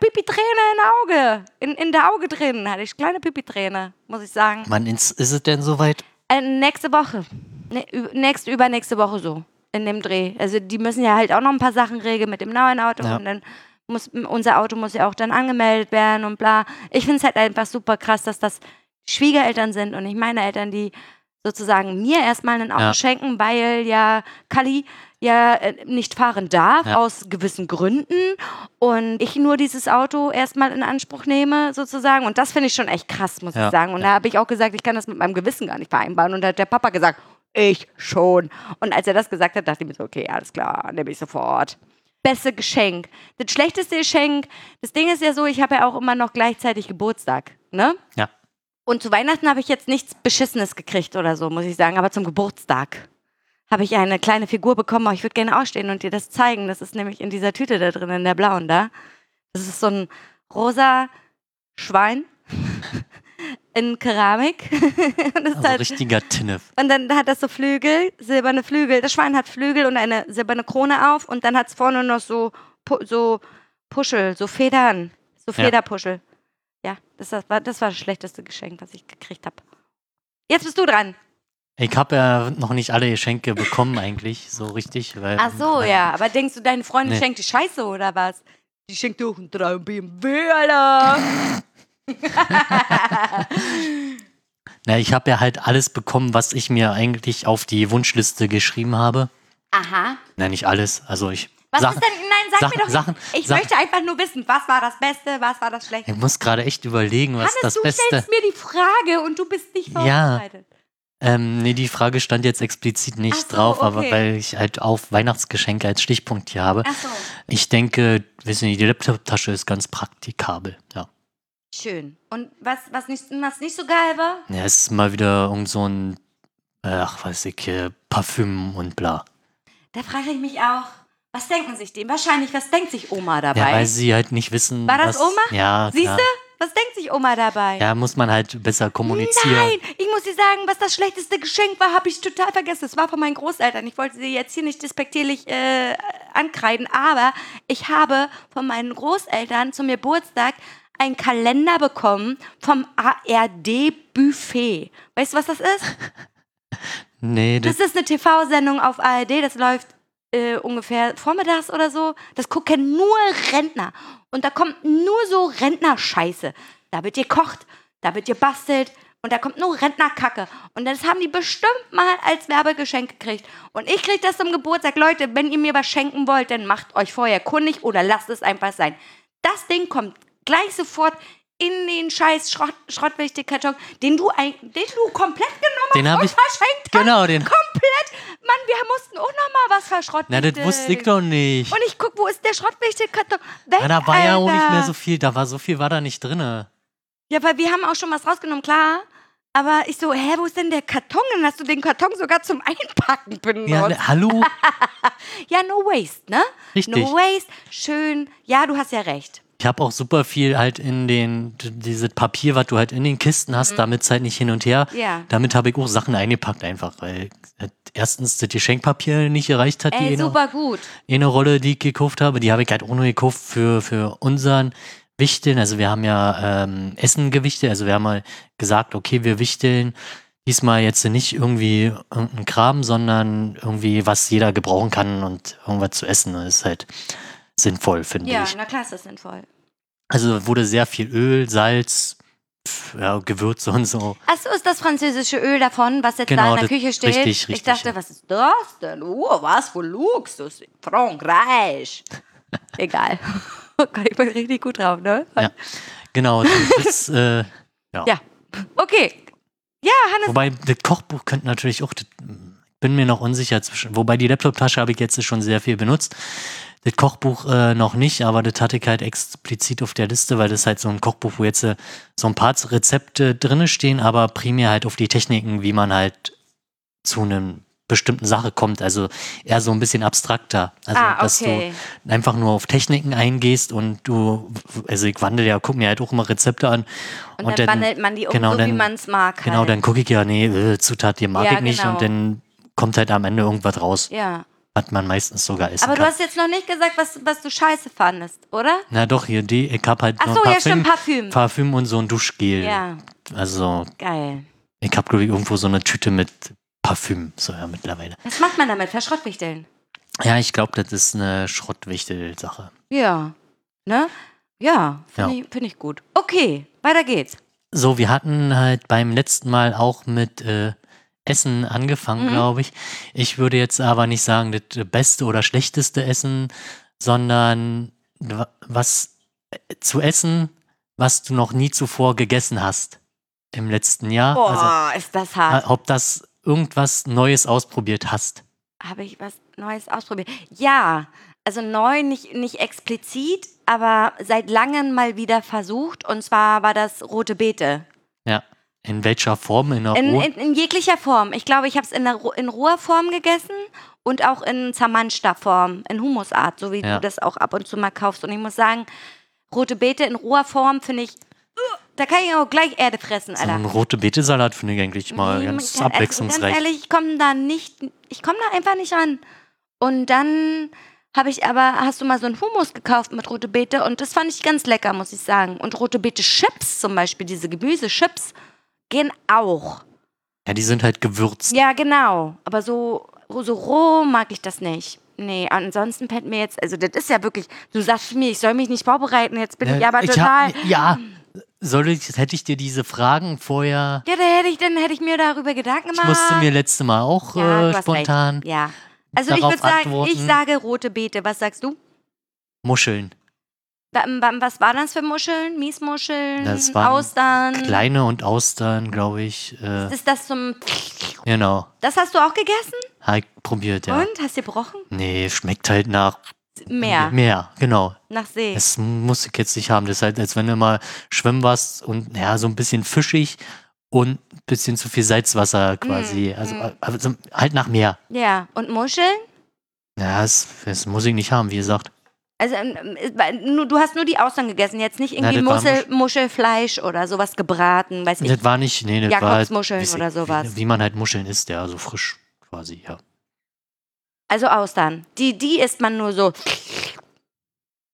[SPEAKER 2] Pipi-Träne im Auge. In, in der Auge drin hatte ich kleine Pipi-Träne, muss ich sagen.
[SPEAKER 1] Mann, ins- ist es denn soweit?
[SPEAKER 2] Äh, nächste Woche. Ne, ü- nächst, übernächste Woche so. In dem Dreh. Also die müssen ja halt auch noch ein paar Sachen regeln mit dem neuen Auto
[SPEAKER 1] Ja.
[SPEAKER 2] und dann muss m- unser Auto muss ja auch dann angemeldet werden und bla. Ich finde es halt einfach super krass, dass das Schwiegereltern sind und nicht meine Eltern, die sozusagen mir erstmal ein Auto
[SPEAKER 1] Ja.
[SPEAKER 2] schenken, weil ja Kali ja äh, nicht fahren darf
[SPEAKER 1] Ja.
[SPEAKER 2] aus gewissen Gründen und ich nur dieses Auto erstmal in Anspruch nehme sozusagen und das finde ich schon echt krass, muss
[SPEAKER 1] Ja.
[SPEAKER 2] ich sagen. Und da habe ich auch gesagt, ich kann das mit meinem Gewissen gar nicht vereinbaren und da hat der Papa gesagt, ich schon. Und als er das gesagt hat, dachte ich mir so, okay, alles klar, nehme ich sofort beste Geschenk. Das schlechteste Geschenk, das Ding ist ja so, ich habe ja auch immer noch gleichzeitig Geburtstag, ne?
[SPEAKER 1] Ja.
[SPEAKER 2] Und zu Weihnachten habe ich jetzt nichts Beschissenes gekriegt oder so, muss ich sagen, aber zum Geburtstag habe ich eine kleine Figur bekommen, aber ich würde gerne ausstehen und dir das zeigen. Das ist nämlich in dieser Tüte da drin, in der blauen da. Das ist so ein rosa Schwein [LAUGHS] in Keramik. [LAUGHS] und, das ist
[SPEAKER 1] Also
[SPEAKER 2] halt,
[SPEAKER 1] richtiger Tinnef.
[SPEAKER 2] und dann hat das so Flügel, silberne Flügel. Das Schwein hat Flügel und eine silberne Krone auf und dann hat es vorne noch so, pu so Puschel, so Federn, so
[SPEAKER 1] Ja.
[SPEAKER 2] Federpuschel. Ja, das, das, war, das war das schlechteste Geschenk, was ich gekriegt habe. Jetzt bist du dran.
[SPEAKER 1] Ich habe ja noch nicht alle Geschenke bekommen eigentlich, so richtig. Weil,
[SPEAKER 2] Ach so,
[SPEAKER 1] weil-
[SPEAKER 2] ja. Aber denkst du, deine Freundin
[SPEAKER 1] Nee.
[SPEAKER 2] schenkt die Scheiße oder was? Die schenkt auch einen 3 BMW, Alter.
[SPEAKER 1] Na, ich habe ja halt alles bekommen, was ich mir eigentlich auf die Wunschliste geschrieben habe.
[SPEAKER 2] Aha.
[SPEAKER 1] Nein, nicht alles. Also ich.
[SPEAKER 2] Was
[SPEAKER 1] Sachen-
[SPEAKER 2] ist denn? Nein, sag
[SPEAKER 1] Sachen-
[SPEAKER 2] mir doch
[SPEAKER 1] Sachen-
[SPEAKER 2] nicht. Ich
[SPEAKER 1] Sachen-
[SPEAKER 2] möchte einfach nur wissen, was war das Beste, was war das Schlechte.
[SPEAKER 1] Ich muss gerade echt überlegen, was
[SPEAKER 2] Hannes,
[SPEAKER 1] das
[SPEAKER 2] du
[SPEAKER 1] Beste.
[SPEAKER 2] stellst mir die Frage und du bist nicht
[SPEAKER 1] Ja.
[SPEAKER 2] vorbereitet.
[SPEAKER 1] Ähm, nee, die Frage stand jetzt explizit nicht
[SPEAKER 2] Ach so,
[SPEAKER 1] drauf, aber
[SPEAKER 2] okay.
[SPEAKER 1] weil ich halt auf Weihnachtsgeschenke als Stichpunkt hier habe.
[SPEAKER 2] Ach so.
[SPEAKER 1] Ich denke, wissen Sie, die Laptop-Tasche ist ganz praktikabel. Ja.
[SPEAKER 2] Schön. Und was, was, nicht, was nicht so geil war?
[SPEAKER 1] Ja, es ist mal wieder irgend so ein, äh, ach weiß ich, äh, Parfüm und bla.
[SPEAKER 2] Da frage ich mich auch, was denken sich die? Wahrscheinlich, was denkt sich Oma
[SPEAKER 1] Ja,
[SPEAKER 2] dabei?
[SPEAKER 1] weil sie halt nicht wissen,
[SPEAKER 2] War das
[SPEAKER 1] was,
[SPEAKER 2] Oma?
[SPEAKER 1] Ja,
[SPEAKER 2] Siehst
[SPEAKER 1] klar.
[SPEAKER 2] du? Was denkt sich Oma dabei?
[SPEAKER 1] Ja, muss man halt besser kommunizieren.
[SPEAKER 2] Nein, ich muss dir sagen, was das schlechteste Geschenk war, habe ich total vergessen. Es war von meinen Großeltern. Ich wollte sie jetzt hier nicht despektierlich äh, ankreiden, aber ich habe von meinen Großeltern zum Geburtstag einen Kalender bekommen vom ARD-Buffet. Weißt du, was das ist?
[SPEAKER 1] Nee, das,
[SPEAKER 2] Das ist eine TV-Sendung auf ARD, das läuft äh, ungefähr vormittags oder so. Das gucken nur Rentner. Und da kommt nur so Rentnerscheiße. Da wird gekocht, da wird gebastelt und da kommt nur Rentnerkacke. Und das haben die bestimmt mal als Werbegeschenk gekriegt. Und ich krieg das zum Geburtstag. Leute, wenn ihr mir was schenken wollt, dann macht euch vorher kundig oder lasst es einfach sein. Das Ding kommt gleich sofort in den scheiß Schrott, Schrottwichtelkarton, den du, ein, den du komplett genommen hast
[SPEAKER 1] Den hab
[SPEAKER 2] und
[SPEAKER 1] ich-
[SPEAKER 2] verschenkt hast.
[SPEAKER 1] genau, den.
[SPEAKER 2] Komplett! Mann, wir mussten auch nochmal was verschrotten.
[SPEAKER 1] Na, das wusste ich doch nicht.
[SPEAKER 2] Und ich guck, wo ist der Schrottwichtelkarton? Weg,
[SPEAKER 1] Ja, da war
[SPEAKER 2] Alter.
[SPEAKER 1] ja auch nicht mehr so viel. Da war so viel, war da nicht drinne.
[SPEAKER 2] Ja, weil wir haben auch schon was rausgenommen, klar. Aber ich so, hä, wo ist denn der Karton? Dann hast du den Karton sogar zum Einpacken benutzt.
[SPEAKER 1] Ja,
[SPEAKER 2] Ja,
[SPEAKER 1] ne, hallo?
[SPEAKER 2] no waste, ne?
[SPEAKER 1] Richtig.
[SPEAKER 2] No waste, schön. Ja, du hast ja recht.
[SPEAKER 1] Ich habe auch super viel halt in den, d- dieses Papier, was du halt in den Kisten hast, damit es halt nicht hin und her.
[SPEAKER 2] Mhm. Ja.
[SPEAKER 1] Damit habe ich auch Sachen eingepackt einfach, weil äh, erstens das Geschenkpapier nicht erreicht hat, die
[SPEAKER 2] Ey,
[SPEAKER 1] eine,
[SPEAKER 2] super gut.
[SPEAKER 1] eine Rolle, die ich gekauft habe. Die habe ich halt auch nur gekauft für, für unseren Wichteln. Also wir haben ja ähm, Essen gewichtelt. Also wir haben mal gesagt, okay, wir wichteln diesmal jetzt nicht irgendwie irgendeinen Kram, sondern irgendwie, was jeder gebrauchen kann und irgendwas zu essen. Das ist halt sinnvoll, finde
[SPEAKER 2] Ja, ne?
[SPEAKER 1] ich.
[SPEAKER 2] na klar ist das sinnvoll.
[SPEAKER 1] Also wurde sehr viel Öl, Salz, pf, ja, Gewürze und so.
[SPEAKER 2] Ach so, ist das französische Öl davon, was jetzt
[SPEAKER 1] Genau,
[SPEAKER 2] da in der
[SPEAKER 1] das-
[SPEAKER 2] Küche steht?
[SPEAKER 1] richtig,
[SPEAKER 2] ich
[SPEAKER 1] richtig,
[SPEAKER 2] dachte,
[SPEAKER 1] ja.
[SPEAKER 2] was ist das denn? Oh, was für Luxus.
[SPEAKER 1] [LAUGHS]
[SPEAKER 2] Frankreich. Egal. [LAUGHS] Oh Gott, ich bin richtig gut drauf, ne?
[SPEAKER 1] Ja. Genau, das ist, äh,
[SPEAKER 2] Ja. Okay. Ja, Hannes,
[SPEAKER 1] wobei das Kochbuch könnte natürlich auch, das, mm, bin mir noch unsicher zwischen, wobei die Laptop-Tasche habe ich jetzt schon sehr viel benutzt. Das Kochbuch äh, noch nicht, aber das hatte ich halt explizit auf der Liste, weil das halt so ein Kochbuch, wo jetzt äh, so ein paar Rezepte drinne stehen, aber primär halt auf die Techniken, wie man halt zu einem bestimmten Sache kommt. Also eher so ein bisschen abstrakter. Also
[SPEAKER 2] Ah,
[SPEAKER 1] dass du
[SPEAKER 2] okay.
[SPEAKER 1] einfach nur auf Techniken eingehst und du, also ich wandle ja, guck mir halt auch immer Rezepte an.
[SPEAKER 2] und, dann, wandelt man die um,
[SPEAKER 1] genau,
[SPEAKER 2] so wie
[SPEAKER 1] dann-
[SPEAKER 2] man es mag.
[SPEAKER 1] Genau,
[SPEAKER 2] halt.
[SPEAKER 1] dann gucke ich ja, nee, äh, Zutat, die mag
[SPEAKER 2] Ja,
[SPEAKER 1] ich nicht
[SPEAKER 2] genau.
[SPEAKER 1] und dann kommt halt am Ende irgendwas raus,
[SPEAKER 2] Ja.
[SPEAKER 1] was man meistens sogar essen
[SPEAKER 2] Aber du
[SPEAKER 1] kann.
[SPEAKER 2] hast jetzt noch nicht gesagt, was, was du scheiße fandest, oder?
[SPEAKER 1] Na doch, hier, die, ich hab halt
[SPEAKER 2] Ach
[SPEAKER 1] noch
[SPEAKER 2] so,
[SPEAKER 1] ein
[SPEAKER 2] ja, stimmt, Parfüm.
[SPEAKER 1] Parfüm und so ein Duschgel.
[SPEAKER 2] Ja,
[SPEAKER 1] Also,
[SPEAKER 2] geil.
[SPEAKER 1] ich hab, glaube ich, irgendwo so eine Tüte mit Parfüm, so ja mittlerweile.
[SPEAKER 2] Was macht man damit? Verschrottwichteln.
[SPEAKER 1] Ja, ich glaube, das ist eine Schrottwichtel-Sache.
[SPEAKER 2] Ja. Ne? Ja, finde
[SPEAKER 1] Ja.
[SPEAKER 2] ich, find ich gut. Okay, weiter geht's.
[SPEAKER 1] So, wir hatten halt beim letzten Mal auch mit äh, Essen
[SPEAKER 2] Mhm.
[SPEAKER 1] angefangen, glaube ich. Ich würde jetzt aber nicht sagen, das beste oder schlechteste Essen, sondern wa- was äh, zu essen, was du noch nie zuvor gegessen hast im letzten Jahr. Also,
[SPEAKER 2] Boah, ist das hart.
[SPEAKER 1] äh, ob das irgendwas Neues ausprobiert hast.
[SPEAKER 2] Habe ich was Neues ausprobiert? Ja, also neu, nicht, nicht explizit, aber seit langem mal wieder versucht. Und zwar war das rote Beete.
[SPEAKER 1] Ja. In welcher Form? In der
[SPEAKER 2] In,
[SPEAKER 1] Ruhe?
[SPEAKER 2] in, in jeglicher Form. Ich glaube, ich habe es in, der Ru- in roher Form gegessen und auch in zermanschter Form, in Humusart, so wie
[SPEAKER 1] Ja.
[SPEAKER 2] du das auch ab und zu mal kaufst. Und ich muss sagen, rote Beete in roher Form finde ich, uh, da kann ich auch gleich Erde fressen,
[SPEAKER 1] So
[SPEAKER 2] Alter.
[SPEAKER 1] ein rote Beete-Salat finde ich eigentlich mal
[SPEAKER 2] Nee,
[SPEAKER 1] ganz
[SPEAKER 2] man kann- also
[SPEAKER 1] abwechslungsreich.
[SPEAKER 2] Ganz ehrlich, ich komme da nicht, ich komme da einfach nicht ran. Und dann habe ich aber, hast du mal so einen Hummus gekauft mit rote Beete und das fand ich ganz lecker, muss ich sagen. Und rote Beete Chips zum Beispiel, diese Gemüsechips, gehen auch.
[SPEAKER 1] ja, die sind halt gewürzt.
[SPEAKER 2] Ja, genau. Aber so, so roh mag ich das nicht. Nee, ansonsten fällt mir jetzt, also das ist ja wirklich, du sagst mir, ich soll mich nicht vorbereiten, jetzt bin
[SPEAKER 1] Äh,
[SPEAKER 2] ich aber
[SPEAKER 1] ich
[SPEAKER 2] total.
[SPEAKER 1] hab- ja, soll ich, hätte ich dir diese Fragen vorher.
[SPEAKER 2] ja, da hätte ich, dann hätte ich mir darüber Gedanken
[SPEAKER 1] Ich
[SPEAKER 2] gemacht.
[SPEAKER 1] musste mir letzte Mal auch
[SPEAKER 2] Ja, du
[SPEAKER 1] äh,
[SPEAKER 2] hast
[SPEAKER 1] spontan
[SPEAKER 2] Recht. Ja. Also ich
[SPEAKER 1] darauf
[SPEAKER 2] würde sagen, ich
[SPEAKER 1] antworten.
[SPEAKER 2] sage rote Beete. Was sagst du?
[SPEAKER 1] Muscheln.
[SPEAKER 2] Wa- ähm, wa- Was waren das für Muscheln? Miesmuscheln?
[SPEAKER 1] Das waren
[SPEAKER 2] Austern?
[SPEAKER 1] Kleine und Austern, glaube ich. Äh,
[SPEAKER 2] Ist Mhm. das zum.
[SPEAKER 1] genau.
[SPEAKER 2] Das hast du auch gegessen?
[SPEAKER 1] Hab ich probiert, ja.
[SPEAKER 2] Und? Hast du gebrochen?
[SPEAKER 1] Nee, schmeckt halt nach
[SPEAKER 2] Meer.
[SPEAKER 1] Meer, genau.
[SPEAKER 2] Nach See.
[SPEAKER 1] Das musste ich jetzt nicht haben. Das ist halt, als wenn du mal schwimmen warst und ja, so ein bisschen fischig und ein bisschen zu viel Salzwasser quasi. also,
[SPEAKER 2] mm.
[SPEAKER 1] also halt nach Meer.
[SPEAKER 2] Ja. Und Muscheln?
[SPEAKER 1] Ja, das, das muss ich nicht haben, wie gesagt.
[SPEAKER 2] Also ähm, ist- weil nur- du hast nur die Austern gegessen, jetzt nicht irgendwie
[SPEAKER 1] das war
[SPEAKER 2] Muschel, Muschelfleisch oder sowas gebraten, weiß ich.
[SPEAKER 1] das war nicht, nee, das war halt,
[SPEAKER 2] Jakobsmuscheln
[SPEAKER 1] weiß ich,
[SPEAKER 2] oder sowas.
[SPEAKER 1] Wie, wie man halt Muscheln isst, ja, so frisch quasi, ja.
[SPEAKER 2] Also Austern. Die, die isst man nur so.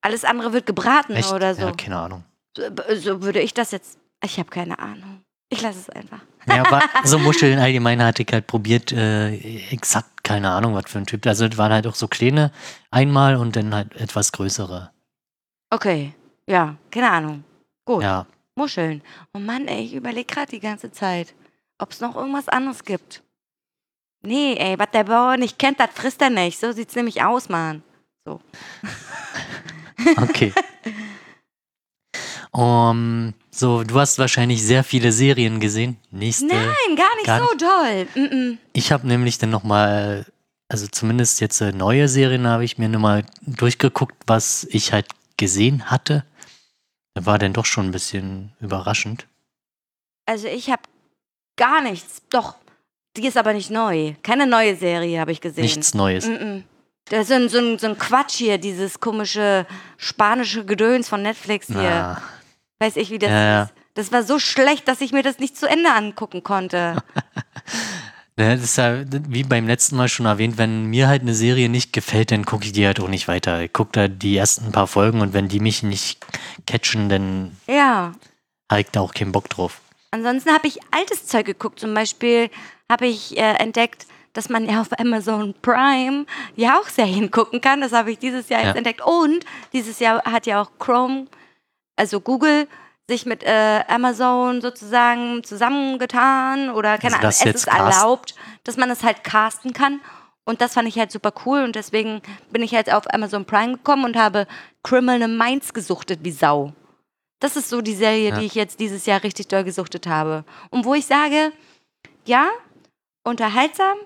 [SPEAKER 2] Alles andere wird gebraten
[SPEAKER 1] Echt?
[SPEAKER 2] Genau oder so.
[SPEAKER 1] Ja, keine Ahnung.
[SPEAKER 2] So- b- So würde ich das jetzt. Ich habe keine Ahnung. Ich lasse es einfach.
[SPEAKER 1] Ja,
[SPEAKER 2] [LAUGHS]
[SPEAKER 1] aber so Muscheln allgemein hatte ich halt probiert, äh, exakt keine Ahnung, was für ein Typ. Also, das waren halt auch so kleine einmal und dann halt etwas größere.
[SPEAKER 2] Okay. Ja, keine Ahnung. Gut.
[SPEAKER 1] Ja,
[SPEAKER 2] Muscheln. Oh Mann, ey, ich überlege gerade die ganze Zeit, ob es noch irgendwas anderes gibt. Nee, ey, was der Bauer nicht kennt, das frisst er nicht. So sieht's nämlich aus, Mann. [LAUGHS]
[SPEAKER 1] okay. Um, so, du hast wahrscheinlich sehr viele Serien gesehen. Nächste.
[SPEAKER 2] Nein, gar
[SPEAKER 1] Äh,
[SPEAKER 2] nicht
[SPEAKER 1] gar
[SPEAKER 2] so doll. Mm -mm.
[SPEAKER 1] Ich habe nämlich dann nochmal, also zumindest jetzt äh, neue Serien habe ich mir nochmal durchgeguckt, was ich halt gesehen hatte. War dann doch schon ein bisschen überraschend.
[SPEAKER 2] Also ich habe gar nichts. Doch, die ist aber nicht neu. Keine neue Serie habe ich gesehen.
[SPEAKER 1] Nichts Neues.
[SPEAKER 2] Mm -mm. Das ist so ein, so, ein, so ein Quatsch hier, dieses komische spanische Gedöns von Netflix hier.
[SPEAKER 1] Na,
[SPEAKER 2] Weiß ich, wie das
[SPEAKER 1] Ja, ja.
[SPEAKER 2] ist. Das war so schlecht, dass ich mir das nicht zu Ende
[SPEAKER 1] [LAUGHS]
[SPEAKER 2] angucken konnte.
[SPEAKER 1] ne, das ist ja wie beim letzten Mal schon erwähnt, wenn mir halt eine Serie nicht gefällt, dann gucke ich die halt auch nicht weiter. Ich gucke da die ersten paar Folgen und wenn die mich nicht catchen, dann
[SPEAKER 2] ja.
[SPEAKER 1] habe ich da auch keinen Bock drauf.
[SPEAKER 2] Ansonsten habe ich altes Zeug geguckt. Zum Beispiel habe ich äh, entdeckt, dass man ja auf Amazon Prime ja auch Serien gucken kann. Das habe ich dieses Jahr
[SPEAKER 1] Ja.
[SPEAKER 2] jetzt entdeckt. Und dieses Jahr hat ja auch Chrome, also Google, sich mit äh, Amazon sozusagen zusammengetan oder
[SPEAKER 1] Also
[SPEAKER 2] keine Ahnung,
[SPEAKER 1] das
[SPEAKER 2] es
[SPEAKER 1] jetzt
[SPEAKER 2] ist
[SPEAKER 1] casten.
[SPEAKER 2] erlaubt, dass man es halt casten kann. Und das fand ich halt super cool und deswegen bin ich halt auf Amazon Prime gekommen und habe Criminal Minds gesuchtet wie Sau. Das ist so die Serie,
[SPEAKER 1] Ja.
[SPEAKER 2] die ich jetzt dieses Jahr richtig doll gesuchtet habe. Und wo ich sage, ja, unterhaltsam,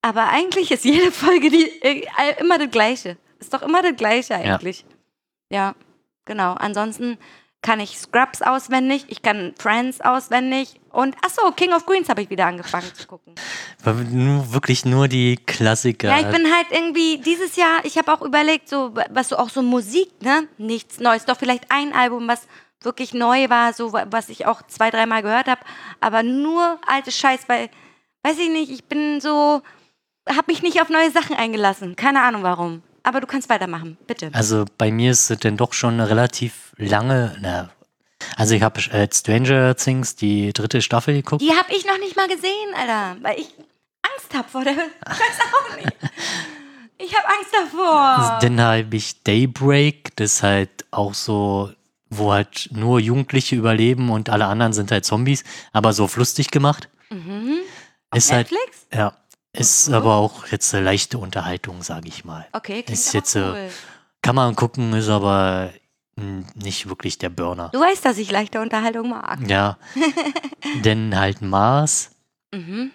[SPEAKER 2] aber eigentlich ist jede Folge die, äh, immer das Gleiche. Ist doch immer das Gleiche eigentlich. Ja, genau. Ansonsten kann ich Scrubs auswendig, ich kann Friends auswendig und achso, King of Queens habe ich wieder angefangen zu gucken.
[SPEAKER 1] Weil wir nur, wirklich nur die Klassiker.
[SPEAKER 2] Ja, ich bin halt irgendwie dieses Jahr, ich habe auch überlegt, so was so auch so Musik, ne? Nichts Neues, doch vielleicht ein Album, was wirklich neu war, so wa- was ich auch zwei, dreimal gehört habe, aber nur alte Scheiß, weil weiß ich nicht, ich bin so habe mich nicht auf neue Sachen eingelassen, keine Ahnung warum, aber du kannst weitermachen, bitte.
[SPEAKER 1] Also bei mir ist es dann doch schon eine relativ lange. Na, also ich habe äh, Stranger Things die dritte Staffel geguckt.
[SPEAKER 2] Die habe ich noch nicht mal gesehen, Alter, weil ich Angst habe vor der Ich weiß auch nicht. Ich habe Angst davor.
[SPEAKER 1] Dann habe ich Daybreak, das ist halt auch so, wo halt nur Jugendliche überleben und alle anderen sind halt Zombies, aber so lustig gemacht.
[SPEAKER 2] Mhm.
[SPEAKER 1] Ist halt,
[SPEAKER 2] Netflix? Mhm.
[SPEAKER 1] ja, ist aber auch jetzt eine leichte Unterhaltung, sage ich mal.
[SPEAKER 2] Okay, klingt
[SPEAKER 1] Ist
[SPEAKER 2] aber
[SPEAKER 1] jetzt, äh,
[SPEAKER 2] cool.
[SPEAKER 1] Kann man gucken, ist aber mh, nicht wirklich der Burner.
[SPEAKER 2] Du weißt, dass ich leichte Unterhaltung mag.
[SPEAKER 1] Ja.
[SPEAKER 2] [LAUGHS]
[SPEAKER 1] Denn halt Mars,
[SPEAKER 2] Mhm.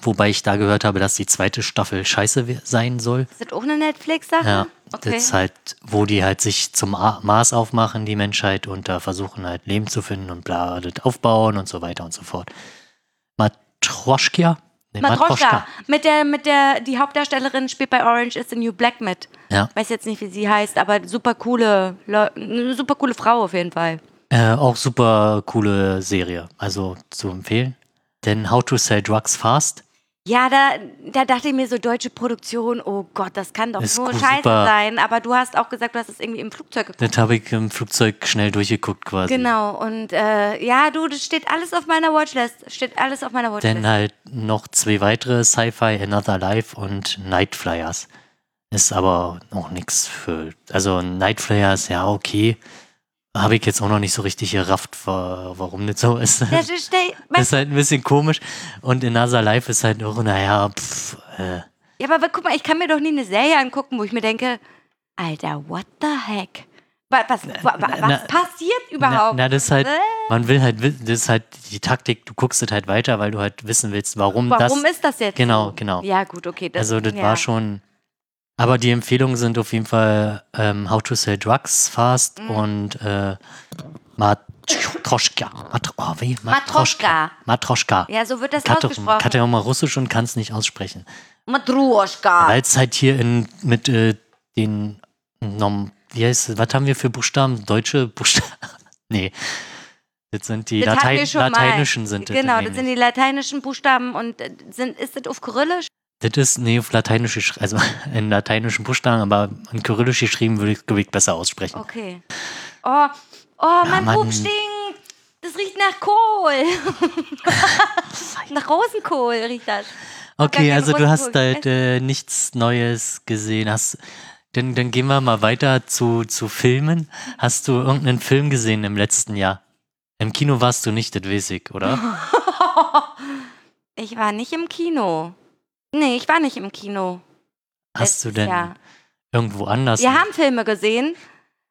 [SPEAKER 1] wobei ich da gehört habe, dass die zweite Staffel scheiße we- sein soll.
[SPEAKER 2] Ist das auch eine Netflix-Sache?
[SPEAKER 1] Ja,
[SPEAKER 2] Mhm, Okay.
[SPEAKER 1] das ist halt, wo die halt sich zum A- Mars aufmachen, die Menschheit, und da versuchen halt Leben zu finden und bla, das aufbauen und so weiter und so fort. Matroschka? Nee,
[SPEAKER 2] Matroschka. Mit der, mit der, die Hauptdarstellerin spielt bei Orange is the New Black mit.
[SPEAKER 1] Ja.
[SPEAKER 2] Weiß jetzt nicht, wie sie heißt, aber super coole, Leu- eine super coole Frau auf jeden Fall.
[SPEAKER 1] Äh, auch super coole Serie, also zu empfehlen. Denn How to Sell Drugs Fast
[SPEAKER 2] Ja, da, da dachte ich mir so, deutsche Produktion, oh Gott, das kann doch
[SPEAKER 1] Ist
[SPEAKER 2] nur
[SPEAKER 1] gut,
[SPEAKER 2] scheiße
[SPEAKER 1] super.
[SPEAKER 2] sein. Aber du hast auch gesagt, du hast es irgendwie im Flugzeug geguckt.
[SPEAKER 1] Das habe ich im Flugzeug schnell durchgeguckt quasi.
[SPEAKER 2] Genau, und äh, ja, du, das steht alles auf meiner Watchlist. Steht alles auf meiner Watchlist.
[SPEAKER 1] Dann halt noch zwei weitere Sci-Fi, Another Life und Night Flyers. Ist aber auch nichts für. Also Night Flyer ist ja okay. Habe ich jetzt auch noch nicht so richtig gerafft, wa- warum nicht so ist. [LAUGHS]
[SPEAKER 2] Das ist, der-
[SPEAKER 1] ist halt ein bisschen komisch. Und in NASA Live ist halt auch, naja, pff, äh,
[SPEAKER 2] Ja, aber guck mal, ich kann mir doch nie eine Serie angucken, wo ich mir denke, Alter, what the heck? Wa- Was, wa- wa-
[SPEAKER 1] na-
[SPEAKER 2] was passiert überhaupt?
[SPEAKER 1] Na, na, das ist halt,
[SPEAKER 2] Äh?
[SPEAKER 1] man will halt, wi- das ist halt die Taktik, du guckst es halt weiter, weil du halt wissen willst, warum, das.
[SPEAKER 2] Warum ist das jetzt?
[SPEAKER 1] Genau,
[SPEAKER 2] so?
[SPEAKER 1] genau.
[SPEAKER 2] Ja, gut, okay. Das,
[SPEAKER 1] also, das
[SPEAKER 2] ja.
[SPEAKER 1] war schon. Aber die Empfehlungen sind auf jeden Fall ähm, How to Sell Drugs Fast
[SPEAKER 2] Mhm.
[SPEAKER 1] und äh, Matroschka. Matro oh, wie?
[SPEAKER 2] Matroschka.
[SPEAKER 1] Matroschka.
[SPEAKER 2] Ja, so wird das
[SPEAKER 1] Katja-
[SPEAKER 2] ausgesprochen.
[SPEAKER 1] Katja auch mal Russisch und kann es nicht aussprechen.
[SPEAKER 2] Matruoschka.
[SPEAKER 1] Weil es halt hier in, mit äh, den Norm, wie heißt was haben wir für Buchstaben? Deutsche Buchstaben? [LAUGHS] nee. Das sind die
[SPEAKER 2] Das hatten
[SPEAKER 1] Latein
[SPEAKER 2] wir schon mal.
[SPEAKER 1] Lateinischen sind das.
[SPEAKER 2] Genau, das
[SPEAKER 1] nämlich.
[SPEAKER 2] sind die lateinischen Buchstaben und äh, sind, ist das auf Kyrillisch?
[SPEAKER 1] das ist, nee, auf Lateinisch, gesch- also [LAUGHS] in lateinischen Buchstaben, aber in Kyrillisch geschrieben würde ich es ich besser aussprechen.
[SPEAKER 2] Okay. Oh, oh mein
[SPEAKER 1] Mann.
[SPEAKER 2] Bub stinkt. Das riecht
[SPEAKER 1] [LAUGHS]
[SPEAKER 2] nach Kohl. [LAUGHS] nach Rosenkohl riecht das.
[SPEAKER 1] Okay,
[SPEAKER 2] gar
[SPEAKER 1] also
[SPEAKER 2] keine
[SPEAKER 1] du hast
[SPEAKER 2] Rosenburg.
[SPEAKER 1] halt äh, nichts Neues gesehen. Hast, dann, dann gehen wir mal weiter zu, zu Filmen. Hast du irgendeinen Film gesehen im letzten Jahr? Im Kino warst du nicht, das weiß ich,
[SPEAKER 2] [LAUGHS]
[SPEAKER 1] oder?
[SPEAKER 2] Ich war nicht im Kino. Nee, ich war nicht im Kino.
[SPEAKER 1] Hast du
[SPEAKER 2] letztes
[SPEAKER 1] denn
[SPEAKER 2] Jahr.
[SPEAKER 1] irgendwo anders?
[SPEAKER 2] Wir haben Filme gesehen.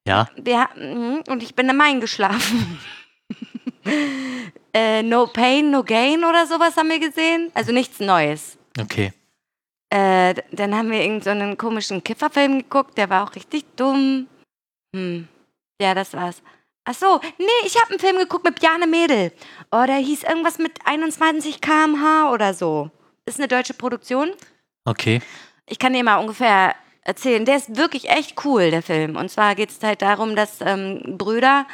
[SPEAKER 1] ja,
[SPEAKER 2] Wir, ha- mhm, und ich bin immer eingeschlafen. [LAUGHS] äh, no Pain, No Gain oder sowas haben wir gesehen. Also nichts Neues.
[SPEAKER 1] okay.
[SPEAKER 2] Äh, d- dann haben wir irgendeinen so einen komischen Kifferfilm geguckt, der war auch richtig dumm. Hm. Ja, das war's. Ach so, nee, ich habe einen Film geguckt mit Bjane Mädel. Oh, der hieß irgendwas mit 21 km/h oder so. Ist eine deutsche Produktion.
[SPEAKER 1] Okay.
[SPEAKER 2] Ich kann dir mal ungefähr erzählen. Der ist wirklich echt cool, der Film. Und zwar geht es halt darum, dass ähm, Brüder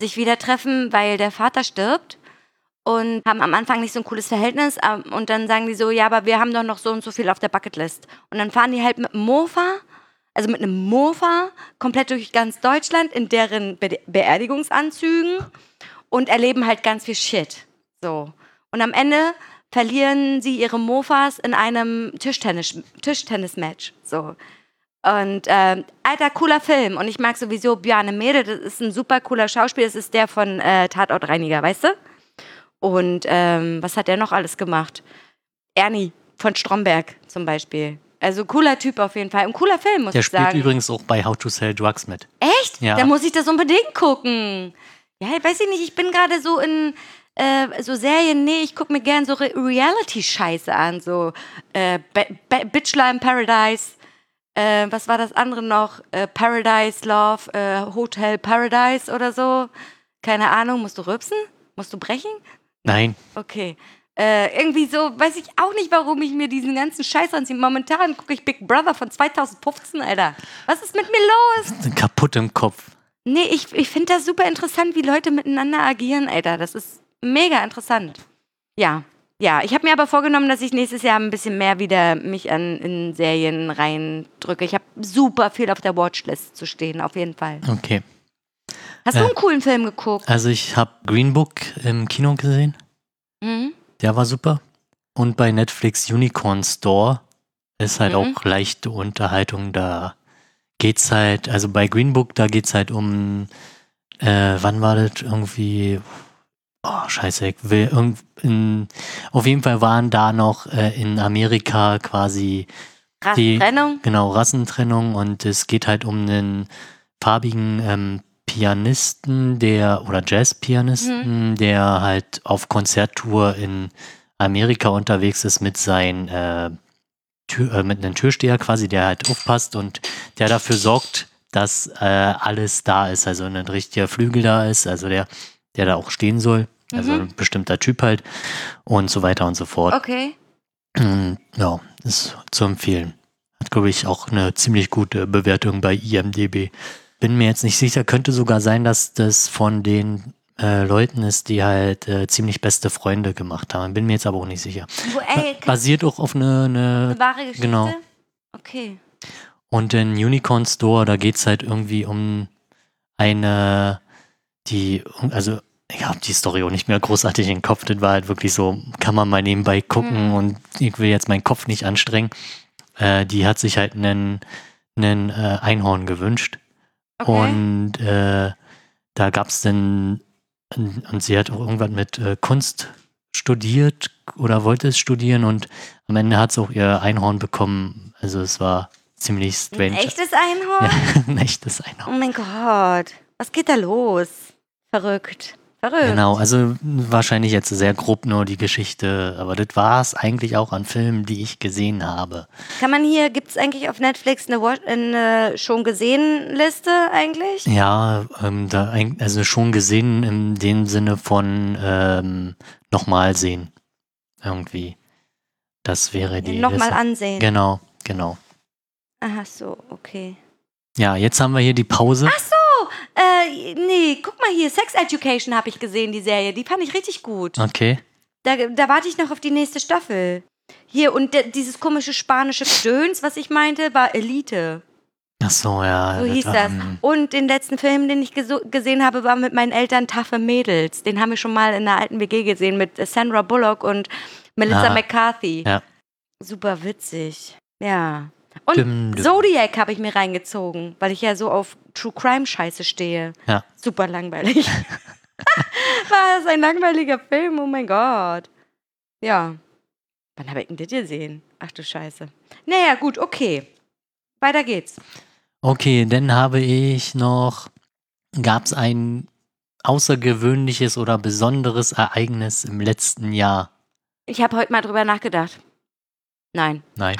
[SPEAKER 2] sich wieder treffen, weil der Vater stirbt und haben am Anfang nicht so ein cooles Verhältnis. ähm, Und dann sagen die so, ja, aber wir haben doch noch so und so viel auf der Bucketlist. Und dann fahren die halt mit einem Mofa, also mit einem Mofa, komplett durch ganz Deutschland in deren Be Beerdigungsanzügen und erleben halt ganz viel Shit. So. Und am Ende verlieren sie ihre Mofas in einem Tischtennis, Tischtennis-Match. So. Und ähm, alter, cooler Film. Und ich mag sowieso Björn Mädel, das ist ein super cooler Schauspieler. Das ist der von äh, Tatortreiniger, weißt du? Und ähm, was hat er noch alles gemacht? Ernie von Stromberg zum Beispiel. Also cooler Typ auf jeden Fall. Ein cooler Film, muss
[SPEAKER 1] Der
[SPEAKER 2] ich
[SPEAKER 1] spielt
[SPEAKER 2] sagen.
[SPEAKER 1] übrigens auch bei How to Sell Drugs mit.
[SPEAKER 2] Echt?
[SPEAKER 1] Ja.
[SPEAKER 2] Ja. Dann muss ich das unbedingt gucken. Ja, ich weiß ich nicht, ich bin gerade so in äh, so Serien, nee, ich gucke mir gern so Re Reality-Scheiße an, so äh, Ba- Ba- Bachelor in Paradise, äh, was war das andere noch? Äh, Paradise Love, äh, Hotel Paradise oder so. Keine Ahnung, musst du rübsen? Musst du brechen?
[SPEAKER 1] Nein.
[SPEAKER 2] Okay. Äh, irgendwie so, weiß ich auch nicht, warum ich mir diesen ganzen Scheiß anziehe. Momentan gucke ich Big Brother von 2015, Alter. Was ist mit mir los?
[SPEAKER 1] Kaputt im Kopf.
[SPEAKER 2] Nee, ich, ich finde das super interessant, wie Leute miteinander agieren, Alter. Das ist mega interessant. Ja, ja. Ich habe mir aber vorgenommen, dass ich nächstes Jahr ein bisschen mehr wieder mich an, in Serien reindrücke. Ich habe super viel auf der Watchlist zu stehen, auf jeden Fall.
[SPEAKER 1] Okay.
[SPEAKER 2] Hast du einen coolen Film geguckt?
[SPEAKER 1] Also ich habe Green Book im Kino gesehen.
[SPEAKER 2] Mhm.
[SPEAKER 1] Der war super. Und bei Netflix Unicorn Store ist halt
[SPEAKER 2] Mhm.
[SPEAKER 1] auch leichte Unterhaltung. Da geht's halt, also bei Green Book, da geht's halt um, äh, wann war das irgendwie? Oh, scheiße, ich will irgend, in, auf jeden Fall waren da noch äh, in Amerika quasi Die-
[SPEAKER 2] Krasse Trennung?
[SPEAKER 1] Genau, Rassentrennung und es geht halt um einen farbigen ähm, Pianisten, der oder
[SPEAKER 2] Mhm.
[SPEAKER 1] Jazzpianisten, der halt auf Konzerttour in Amerika unterwegs ist mit seinen äh, Tür, äh, mit einem Türsteher quasi, der halt aufpasst und der dafür sorgt, dass äh, alles da ist, also ein richtiger Flügel da ist, also der, der da auch stehen soll, also
[SPEAKER 2] Mhm.
[SPEAKER 1] ein bestimmter Typ halt und so weiter und so fort.
[SPEAKER 2] Okay.
[SPEAKER 1] Mm, Ja, ist zu empfehlen. Hat, glaube ich, auch eine ziemlich gute Bewertung bei IMDB. Bin mir jetzt nicht sicher, könnte sogar sein, dass das von den äh, Leuten ist, die halt äh, ziemlich beste Freunde gemacht haben. Bin mir jetzt aber auch nicht sicher.
[SPEAKER 2] Wo, ey,
[SPEAKER 1] Basiert auch auf eine, eine
[SPEAKER 2] eine wahre
[SPEAKER 1] Äh,
[SPEAKER 2] Geschichte?
[SPEAKER 1] genau.
[SPEAKER 2] Okay.
[SPEAKER 1] und in Unicorn Store, da geht's halt irgendwie um eine, die, also ich habe die Story auch nicht mehr großartig im Kopf. Das war halt wirklich so, kann man mal nebenbei gucken und ich will jetzt meinen Kopf nicht anstrengen. äh, die hat sich halt einen, einen äh, Einhorn gewünscht.
[SPEAKER 2] Okay.
[SPEAKER 1] Und äh, da gab es dann, und sie hat auch irgendwann mit äh, Kunst studiert oder wollte es studieren und am Ende hat sie auch ihr Einhorn bekommen. Also es war ziemlich
[SPEAKER 2] ein
[SPEAKER 1] strange.
[SPEAKER 2] echtes Einhorn?
[SPEAKER 1] Ja, [LAUGHS] ein echtes Einhorn.
[SPEAKER 2] Oh mein Gott. Was geht da los? Verrückt. Verrückt.
[SPEAKER 1] Genau, also wahrscheinlich jetzt sehr grob nur die Geschichte, aber das war es eigentlich auch an Filmen, die ich gesehen habe.
[SPEAKER 2] Kann man hier, gibt es eigentlich auf Netflix eine, Wa- eine schon gesehen Liste eigentlich?
[SPEAKER 1] Ja, ähm, da, eig- also schon gesehen in dem Sinne von ähm, nochmal sehen. Irgendwie. Das wäre die.
[SPEAKER 2] Nochmal
[SPEAKER 1] Liste.
[SPEAKER 2] Äh, ansehen.
[SPEAKER 1] Genau, genau.
[SPEAKER 2] Ach so, okay.
[SPEAKER 1] Ja, jetzt haben wir hier die Pause.
[SPEAKER 2] Ach so, äh, nee, guck mal hier, Sex Education habe ich gesehen, die Serie. Die fand ich richtig gut.
[SPEAKER 1] Okay.
[SPEAKER 2] Da, da warte ich noch auf die nächste Staffel. Hier, und de- dieses komische spanische Gedöns, was ich meinte, war Elite.
[SPEAKER 1] Ach so, ja.
[SPEAKER 2] So hieß
[SPEAKER 1] war,
[SPEAKER 2] das.
[SPEAKER 1] ähm,
[SPEAKER 2] Und den letzten Film, den ich geso- gesehen habe, war mit meinen Eltern Taffe Mädels. Den haben wir schon mal in der alten WG gesehen mit äh, Sandra Bullock und Melissa
[SPEAKER 1] Ah,
[SPEAKER 2] McCarthy.
[SPEAKER 1] ja.
[SPEAKER 2] Super witzig. Ja. Und
[SPEAKER 1] Düm, düm.
[SPEAKER 2] Zodiac habe ich mir reingezogen, weil ich ja so auf True Crime Scheiße stehe.
[SPEAKER 1] Ja.
[SPEAKER 2] Super langweilig.
[SPEAKER 1] [LAUGHS]
[SPEAKER 2] war das ein langweiliger Film? Oh mein Gott. Ja. Wann habe ich denn das gesehen? Ach du Scheiße. Naja, gut, okay. Weiter geht's.
[SPEAKER 1] Okay, dann habe ich noch. Gab es ein außergewöhnliches oder besonderes Ereignis im letzten Jahr?
[SPEAKER 2] Ich habe heute mal drüber nachgedacht. Nein. [LAUGHS]
[SPEAKER 1] Nein.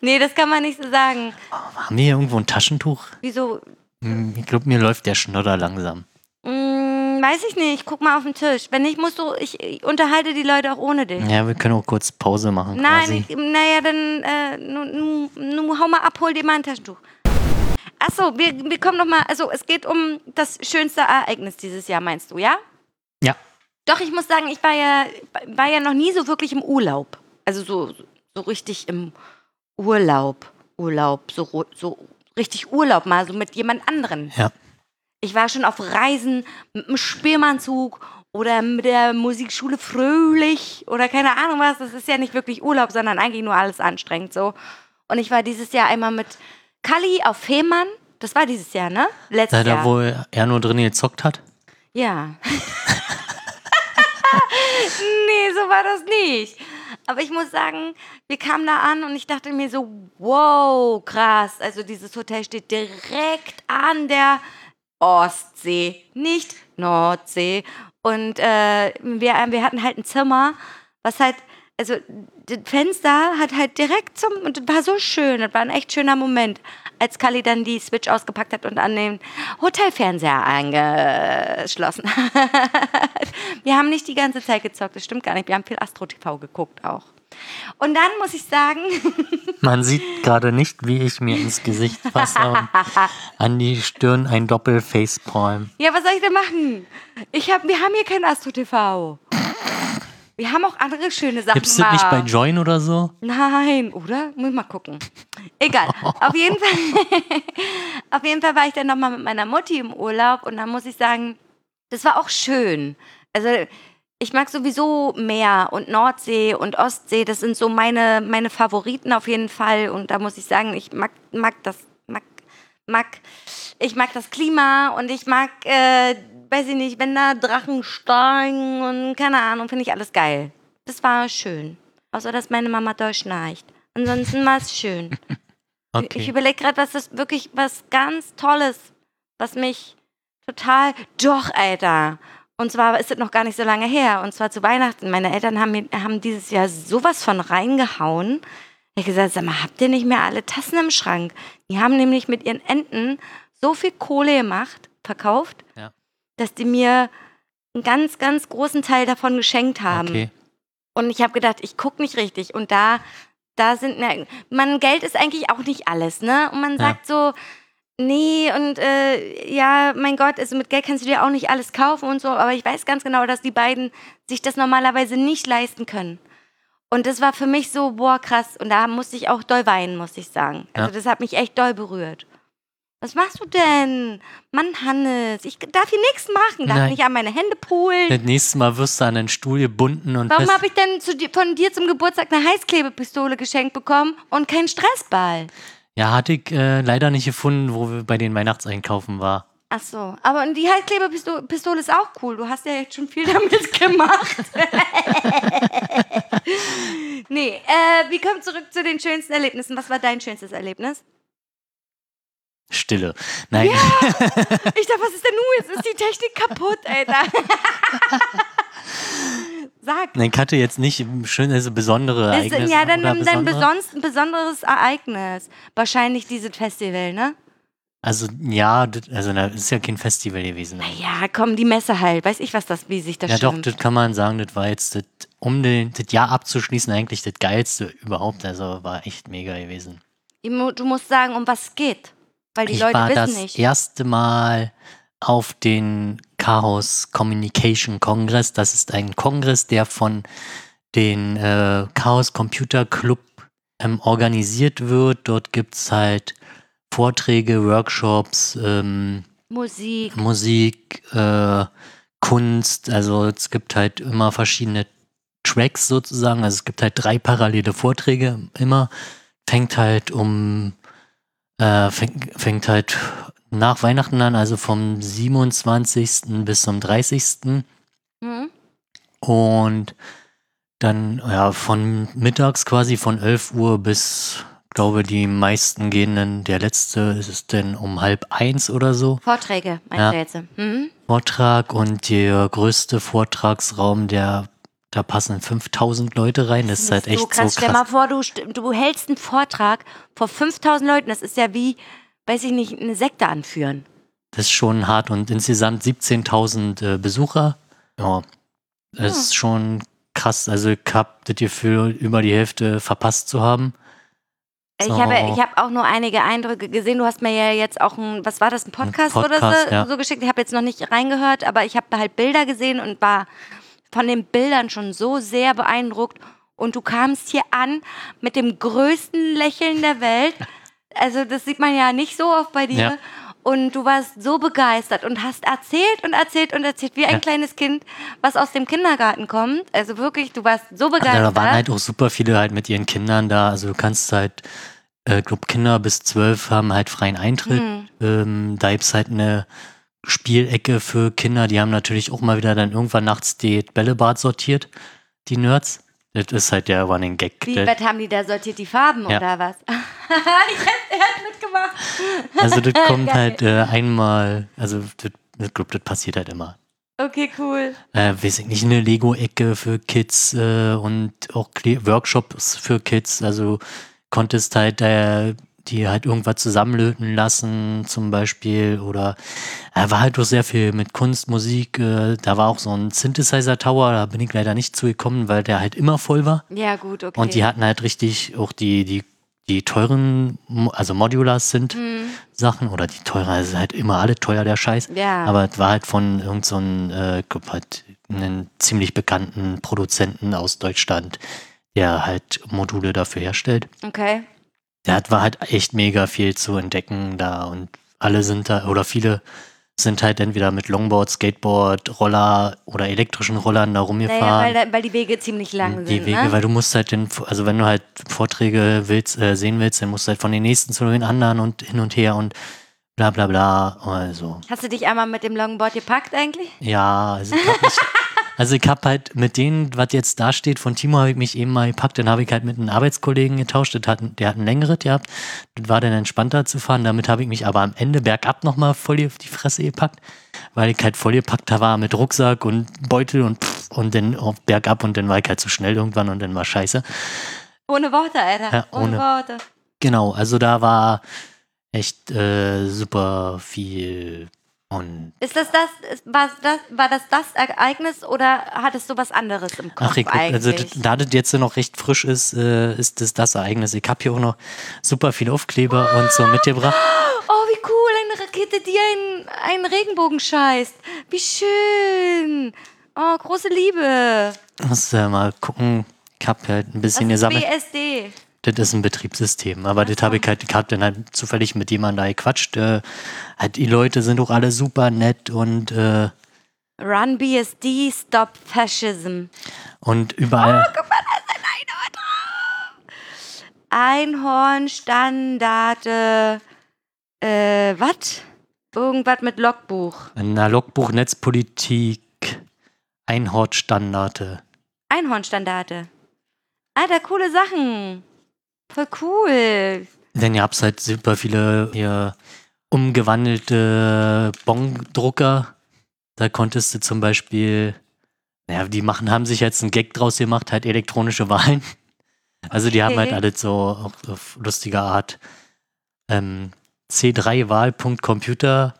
[SPEAKER 2] Nee, das kann man nicht so sagen.
[SPEAKER 1] haben wir hier irgendwo ein Taschentuch?
[SPEAKER 2] Wieso?
[SPEAKER 1] Hm, Ich glaube, mir läuft der Schnodder langsam.
[SPEAKER 2] Hm, weiß ich nicht. Guck mal auf den Tisch. Wenn nicht, musst du. Ich, ich unterhalte die Leute auch ohne dich.
[SPEAKER 1] Ja, wir können auch kurz Pause machen.
[SPEAKER 2] Nein,
[SPEAKER 1] quasi.
[SPEAKER 2] ich, naja, dann. Äh, nu, nu, nu, hau mal ab, hol dir mal ein Taschentuch. Achso, wir, wir kommen nochmal. Also, es geht um das schönste Ereignis dieses Jahr, meinst du, ja?
[SPEAKER 1] Ja.
[SPEAKER 2] Doch, ich muss sagen, ich war ja, war ja noch nie so wirklich im Urlaub. Also so, so richtig im Urlaub. Urlaub, so, ru- so richtig Urlaub mal, so mit jemand anderen.
[SPEAKER 1] Ja.
[SPEAKER 2] Ich war schon auf Reisen mit dem Spielmannzug oder mit der Musikschule Fröhlich oder keine Ahnung was. Das ist ja nicht wirklich Urlaub, sondern eigentlich nur alles anstrengend so. Und ich war dieses Jahr einmal mit Kali auf Fehmarn. Das war dieses Jahr, ne?
[SPEAKER 1] Da,
[SPEAKER 2] Letztes
[SPEAKER 1] da
[SPEAKER 2] Jahr.
[SPEAKER 1] wo er nur drin gezockt hat?
[SPEAKER 2] Ja. [LAUGHS] nee, so war das nicht. Aber ich muss sagen, wir kamen da an und ich dachte mir so, wow, krass. Also dieses Hotel steht direkt an der Ostsee, nicht Nordsee. Und äh, wir, wir hatten halt ein Zimmer, was halt, also das Fenster hat halt direkt zum, und das war so schön, das war ein echt schöner Moment, als Kali dann die Switch ausgepackt hat und an den Hotelfernseher angeschlossen hat. [LAUGHS] Wir haben nicht die ganze Zeit gezockt, das stimmt gar nicht, wir haben viel Astro-TV geguckt auch. Und dann muss ich sagen, [LAUGHS]
[SPEAKER 1] Man sieht gerade nicht, wie ich mir ins Gesicht fasse
[SPEAKER 2] [LAUGHS]
[SPEAKER 1] und an die Stirn ein Doppel-Facepalm.
[SPEAKER 2] Ja, was soll ich denn machen? Ich hab, wir haben hier kein Astro-TV. Wir haben auch andere schöne Sachen.
[SPEAKER 1] Gibt's das nicht
[SPEAKER 2] mal.
[SPEAKER 1] bei Join oder so?
[SPEAKER 2] Nein, oder? Muss mal gucken. Egal. Auf jeden Fall, [LAUGHS] auf jeden Fall war ich dann nochmal mit meiner Mutti im Urlaub und da muss ich sagen, das war auch schön. Also ich mag sowieso Meer und Nordsee und Ostsee. Das sind so meine, meine Favoriten auf jeden Fall. Und da muss ich sagen, ich mag, mag das, mag, mag, ich mag das Klima und ich mag, äh, weiß ich nicht, wenn da Drachen steigen und keine Ahnung, finde ich alles geil. Das war schön. Außer, dass meine Mama doll schnarcht. Ansonsten war es schön. Ich
[SPEAKER 1] Okay.
[SPEAKER 2] überlege gerade, was ist wirklich was ganz Tolles, was mich total. Doch, Alter. Und zwar ist es noch gar nicht so lange her. Und zwar zu Weihnachten. Meine Eltern haben, mir- haben dieses Jahr sowas von reingehauen. Ich gesagt, sag mal, habt ihr nicht mehr alle Tassen im Schrank? Die haben nämlich mit ihren Enten so viel Kohle gemacht, verkauft,
[SPEAKER 1] Ja.
[SPEAKER 2] dass die mir einen ganz, ganz großen Teil davon geschenkt haben.
[SPEAKER 1] Okay.
[SPEAKER 2] Und ich habe gedacht, ich gucke nicht richtig. Und da, da sind, ne, man, Geld ist eigentlich auch nicht alles, ne? Und man
[SPEAKER 1] Ja.
[SPEAKER 2] sagt so, nee, und äh, ja, mein Gott, also mit Geld kannst du dir auch nicht alles kaufen und so. Aber ich weiß ganz genau, dass die beiden sich das normalerweise nicht leisten können. Und das war für mich so, boah, krass. Und da musste ich auch doll weinen, muss ich sagen. Also
[SPEAKER 1] Ja.
[SPEAKER 2] das hat mich echt doll berührt. Was machst du denn? Mann, Hannes, ich darf hier nichts machen. Darf
[SPEAKER 1] Nein.
[SPEAKER 2] nicht an meine Hände poolen.
[SPEAKER 1] Das nächste Mal wirst du an den Stuhl gebunden und
[SPEAKER 2] Warum
[SPEAKER 1] fest-
[SPEAKER 2] habe ich denn zu dir, von dir zum Geburtstag eine Heißklebepistole geschenkt bekommen und keinen Stressball?
[SPEAKER 1] Ja, hatte ich äh, leider nicht gefunden, wo wir bei den Weihnachtseinkaufen war.
[SPEAKER 2] Ach so, aber und die Heißklebepistole Pistole ist auch cool. Du hast ja jetzt schon viel [LAUGHS] damit gemacht. [LAUGHS] nee, äh, wir kommen zurück zu den schönsten Erlebnissen. Was war dein schönstes Erlebnis?
[SPEAKER 1] Stille. Nein,
[SPEAKER 2] Ich dachte, was ist denn nun? Jetzt ist die Technik kaputt, Alter. [LAUGHS]
[SPEAKER 1] [LAUGHS]
[SPEAKER 2] Sag.
[SPEAKER 1] nein, ich hatte jetzt nicht schön, also besondere
[SPEAKER 2] Das,
[SPEAKER 1] Ereignisse.
[SPEAKER 2] ja, dann
[SPEAKER 1] oder
[SPEAKER 2] nimm dein
[SPEAKER 1] besondere-
[SPEAKER 2] besonst, besonderes Ereignis. Wahrscheinlich dieses Festival, ne?
[SPEAKER 1] Also ja, das- also na, das ist ja kein Festival gewesen.
[SPEAKER 2] Ja, komm, die Messe halt. Weiß ich, was das, wie sich das
[SPEAKER 1] Ja doch,
[SPEAKER 2] stimmt.
[SPEAKER 1] das kann man sagen, das war jetzt, das, um den, das Jahr abzuschließen, eigentlich das Geilste überhaupt. Also war echt mega gewesen.
[SPEAKER 2] Ich mu- Du musst sagen, um was es geht. Weil die
[SPEAKER 1] ich
[SPEAKER 2] Leute
[SPEAKER 1] war
[SPEAKER 2] wissen
[SPEAKER 1] das
[SPEAKER 2] nicht.
[SPEAKER 1] erste Mal auf den Chaos Communication Kongress. Das ist ein Kongress, der von den äh, Chaos Computer Club ähm, organisiert wird. Dort gibt es halt Vorträge, Workshops, ähm,
[SPEAKER 2] Musik.
[SPEAKER 1] Musik, äh, Kunst. Also es gibt halt immer verschiedene Tracks sozusagen. Also es gibt halt drei parallele Vorträge immer. Fängt halt um, äh, fängt, fängt halt nach Weihnachten an, also vom 27. bis zum 30.
[SPEAKER 2] Hm?
[SPEAKER 1] Und dann ja, von mittags quasi von 11 Uhr bis, glaube die meisten gehen dann, der letzte ist es denn um halb eins oder so.
[SPEAKER 2] Vorträge, meinst
[SPEAKER 1] Ja.
[SPEAKER 2] du jetzt? Hm?
[SPEAKER 1] Vortrag und der größte Vortragsraum, der da passen 5000 Leute rein. Das ist halt echt
[SPEAKER 2] so krass.
[SPEAKER 1] so
[SPEAKER 2] Stell mal
[SPEAKER 1] krass.
[SPEAKER 2] vor, du, st- du hältst einen Vortrag vor 5000 Leuten. Das ist ja wie, weiß ich nicht, eine Sekte anführen.
[SPEAKER 1] Das ist schon hart und insgesamt 17.000 äh, Besucher. Ja, das ist schon krass. Also ich habe das Gefühl, über die Hälfte verpasst zu haben.
[SPEAKER 2] Ich
[SPEAKER 1] So.
[SPEAKER 2] habe, ich habe auch nur einige Eindrücke gesehen. Du hast mir ja jetzt auch ein, was war das, ein Podcast, oder
[SPEAKER 1] Podcast,
[SPEAKER 2] so,
[SPEAKER 1] ja.
[SPEAKER 2] so geschickt. Ich habe jetzt noch nicht reingehört, aber ich habe halt Bilder gesehen und war von den Bildern schon so sehr beeindruckt. Und du kamst hier an mit dem größten Lächeln
[SPEAKER 1] [LAUGHS]
[SPEAKER 2] der Welt. Also das sieht man ja nicht so oft bei dir.
[SPEAKER 1] Ja.
[SPEAKER 2] Und du warst so begeistert und hast erzählt und erzählt und erzählt, wie ein
[SPEAKER 1] Ja.
[SPEAKER 2] kleines Kind, was aus dem Kindergarten kommt. Also wirklich, du warst so
[SPEAKER 1] Ja, da
[SPEAKER 2] begeistert.
[SPEAKER 1] waren halt auch super viele halt mit ihren Kindern da. Also du kannst halt, äh, ich glaub, Kinder bis zwölf haben halt freien Eintritt.
[SPEAKER 2] Hm.
[SPEAKER 1] Ähm, da gibt's halt eine Spielecke für Kinder. Die haben natürlich auch mal wieder dann irgendwann nachts die Bällebad sortiert, die Nerds. Das ist halt der Running Gag.
[SPEAKER 2] Wie,
[SPEAKER 1] Das-
[SPEAKER 2] was haben die da sortiert? Die Farben
[SPEAKER 1] Ja.
[SPEAKER 2] oder was? ich hab, er hat mitgemacht.
[SPEAKER 1] Also
[SPEAKER 2] [LAUGHS]
[SPEAKER 1] das kommt
[SPEAKER 2] Geil.
[SPEAKER 1] halt äh, einmal, also das, das, glaub, das passiert halt immer.
[SPEAKER 2] Okay, cool.
[SPEAKER 1] äh, weiß ich nicht, eine Lego-Ecke für Kids äh, und auch Kle Workshops für Kids. Also konntest halt äh, die halt irgendwas zusammenlöten lassen, zum Beispiel. Oder äh, war halt auch sehr viel mit Kunst, Musik. Äh, da war auch so ein Synthesizer-Tower, da bin ich leider nicht zugekommen, weil der halt immer voll war.
[SPEAKER 2] Ja, gut, okay.
[SPEAKER 1] Und die hatten halt richtig auch die, die, die teuren, Mo- also Modulars sind
[SPEAKER 2] Mhm.
[SPEAKER 1] Sachen oder die teuren, also halt immer alle teuer, der Scheiß.
[SPEAKER 2] Ja.
[SPEAKER 1] Aber es war halt von irgendeinem, so einem, äh, glaub halt einen ziemlich bekannten Produzenten aus Deutschland, der halt Module dafür herstellt.
[SPEAKER 2] okay.
[SPEAKER 1] Der hat, war halt echt mega viel zu entdecken da und alle sind da, oder viele sind halt entweder mit Longboard, Skateboard, Roller oder elektrischen Rollern da rumgefahren.
[SPEAKER 2] Naja, weil, da- weil die Wege ziemlich lang
[SPEAKER 1] Die
[SPEAKER 2] sind.
[SPEAKER 1] Wege,
[SPEAKER 2] ne?
[SPEAKER 1] weil du musst halt den, also wenn du halt Vorträge willst, äh, sehen willst, dann musst du halt von den nächsten zu den anderen und hin und her und bla bla bla. Also,
[SPEAKER 2] Hast du dich einmal mit dem Longboard gepackt eigentlich?
[SPEAKER 1] ja, also ich hab,
[SPEAKER 2] [LAUGHS]
[SPEAKER 1] mich, also ich hab halt mit denen, was jetzt da steht, von Timo habe ich mich eben mal gepackt, dann habe ich halt mit einem Arbeitskollegen getauscht, das hat, der hat ein längeres gehabt, das war dann entspannter zu fahren, damit habe ich mich aber am Ende bergab nochmal voll auf die Fresse gepackt, weil ich halt voll gepackt war mit Rucksack und Beutel und pff, und dann auf bergab und dann war ich halt zu schnell irgendwann und dann war scheiße.
[SPEAKER 2] Ohne Worte, Alter.
[SPEAKER 1] Ja,
[SPEAKER 2] ohne.
[SPEAKER 1] ohne.
[SPEAKER 2] Worte.
[SPEAKER 1] Genau, also da war echt äh, super viel und
[SPEAKER 2] Ist das das, ist- war das, war das das Ereignis oder hattest du was anderes im Kopf
[SPEAKER 1] Ach, ich,
[SPEAKER 2] eigentlich?
[SPEAKER 1] also d- da das jetzt noch recht frisch ist, äh, ist das das Ereignis. Ich habe hier auch noch super viele Aufkleber und so mitgebracht.
[SPEAKER 2] oh, wie cool, eine Rakete, die einen, einen Regenbogen scheißt. Wie schön. Oh, große Liebe.
[SPEAKER 1] Muss äh, mal gucken. Ich habe halt ein bisschen
[SPEAKER 2] Das ist
[SPEAKER 1] gesammelt.
[SPEAKER 2] BSD.
[SPEAKER 1] das ist ein Betriebssystem. Aber das habe ich halt gehabt, dann halt zufällig mit jemandem da gequatscht. Äh, halt die Leute sind doch alle super nett und, äh,
[SPEAKER 2] Run BSD, Stop Fascism.
[SPEAKER 1] und überall.
[SPEAKER 2] Oh, guck mal, da ist ein Einhorn drauf. Einhorn, Standarte, äh, was? Irgendwas mit Logbuch.
[SPEAKER 1] In der Logbuch Netzpolitik Einhortstandarte.
[SPEAKER 2] Einhornstandarte. Alter, coole Sachen. Voll cool.
[SPEAKER 1] Dann gab es halt super viele hier umgewandelte Bon-Drucker. Da konntest du zum Beispiel, naja, die machen, haben sich jetzt einen Gag draus gemacht, halt elektronische Wahlen. [LAUGHS] Also die haben halt
[SPEAKER 2] Okay.
[SPEAKER 1] alle so auch auf lustige Art ähm, c3wahl.computer,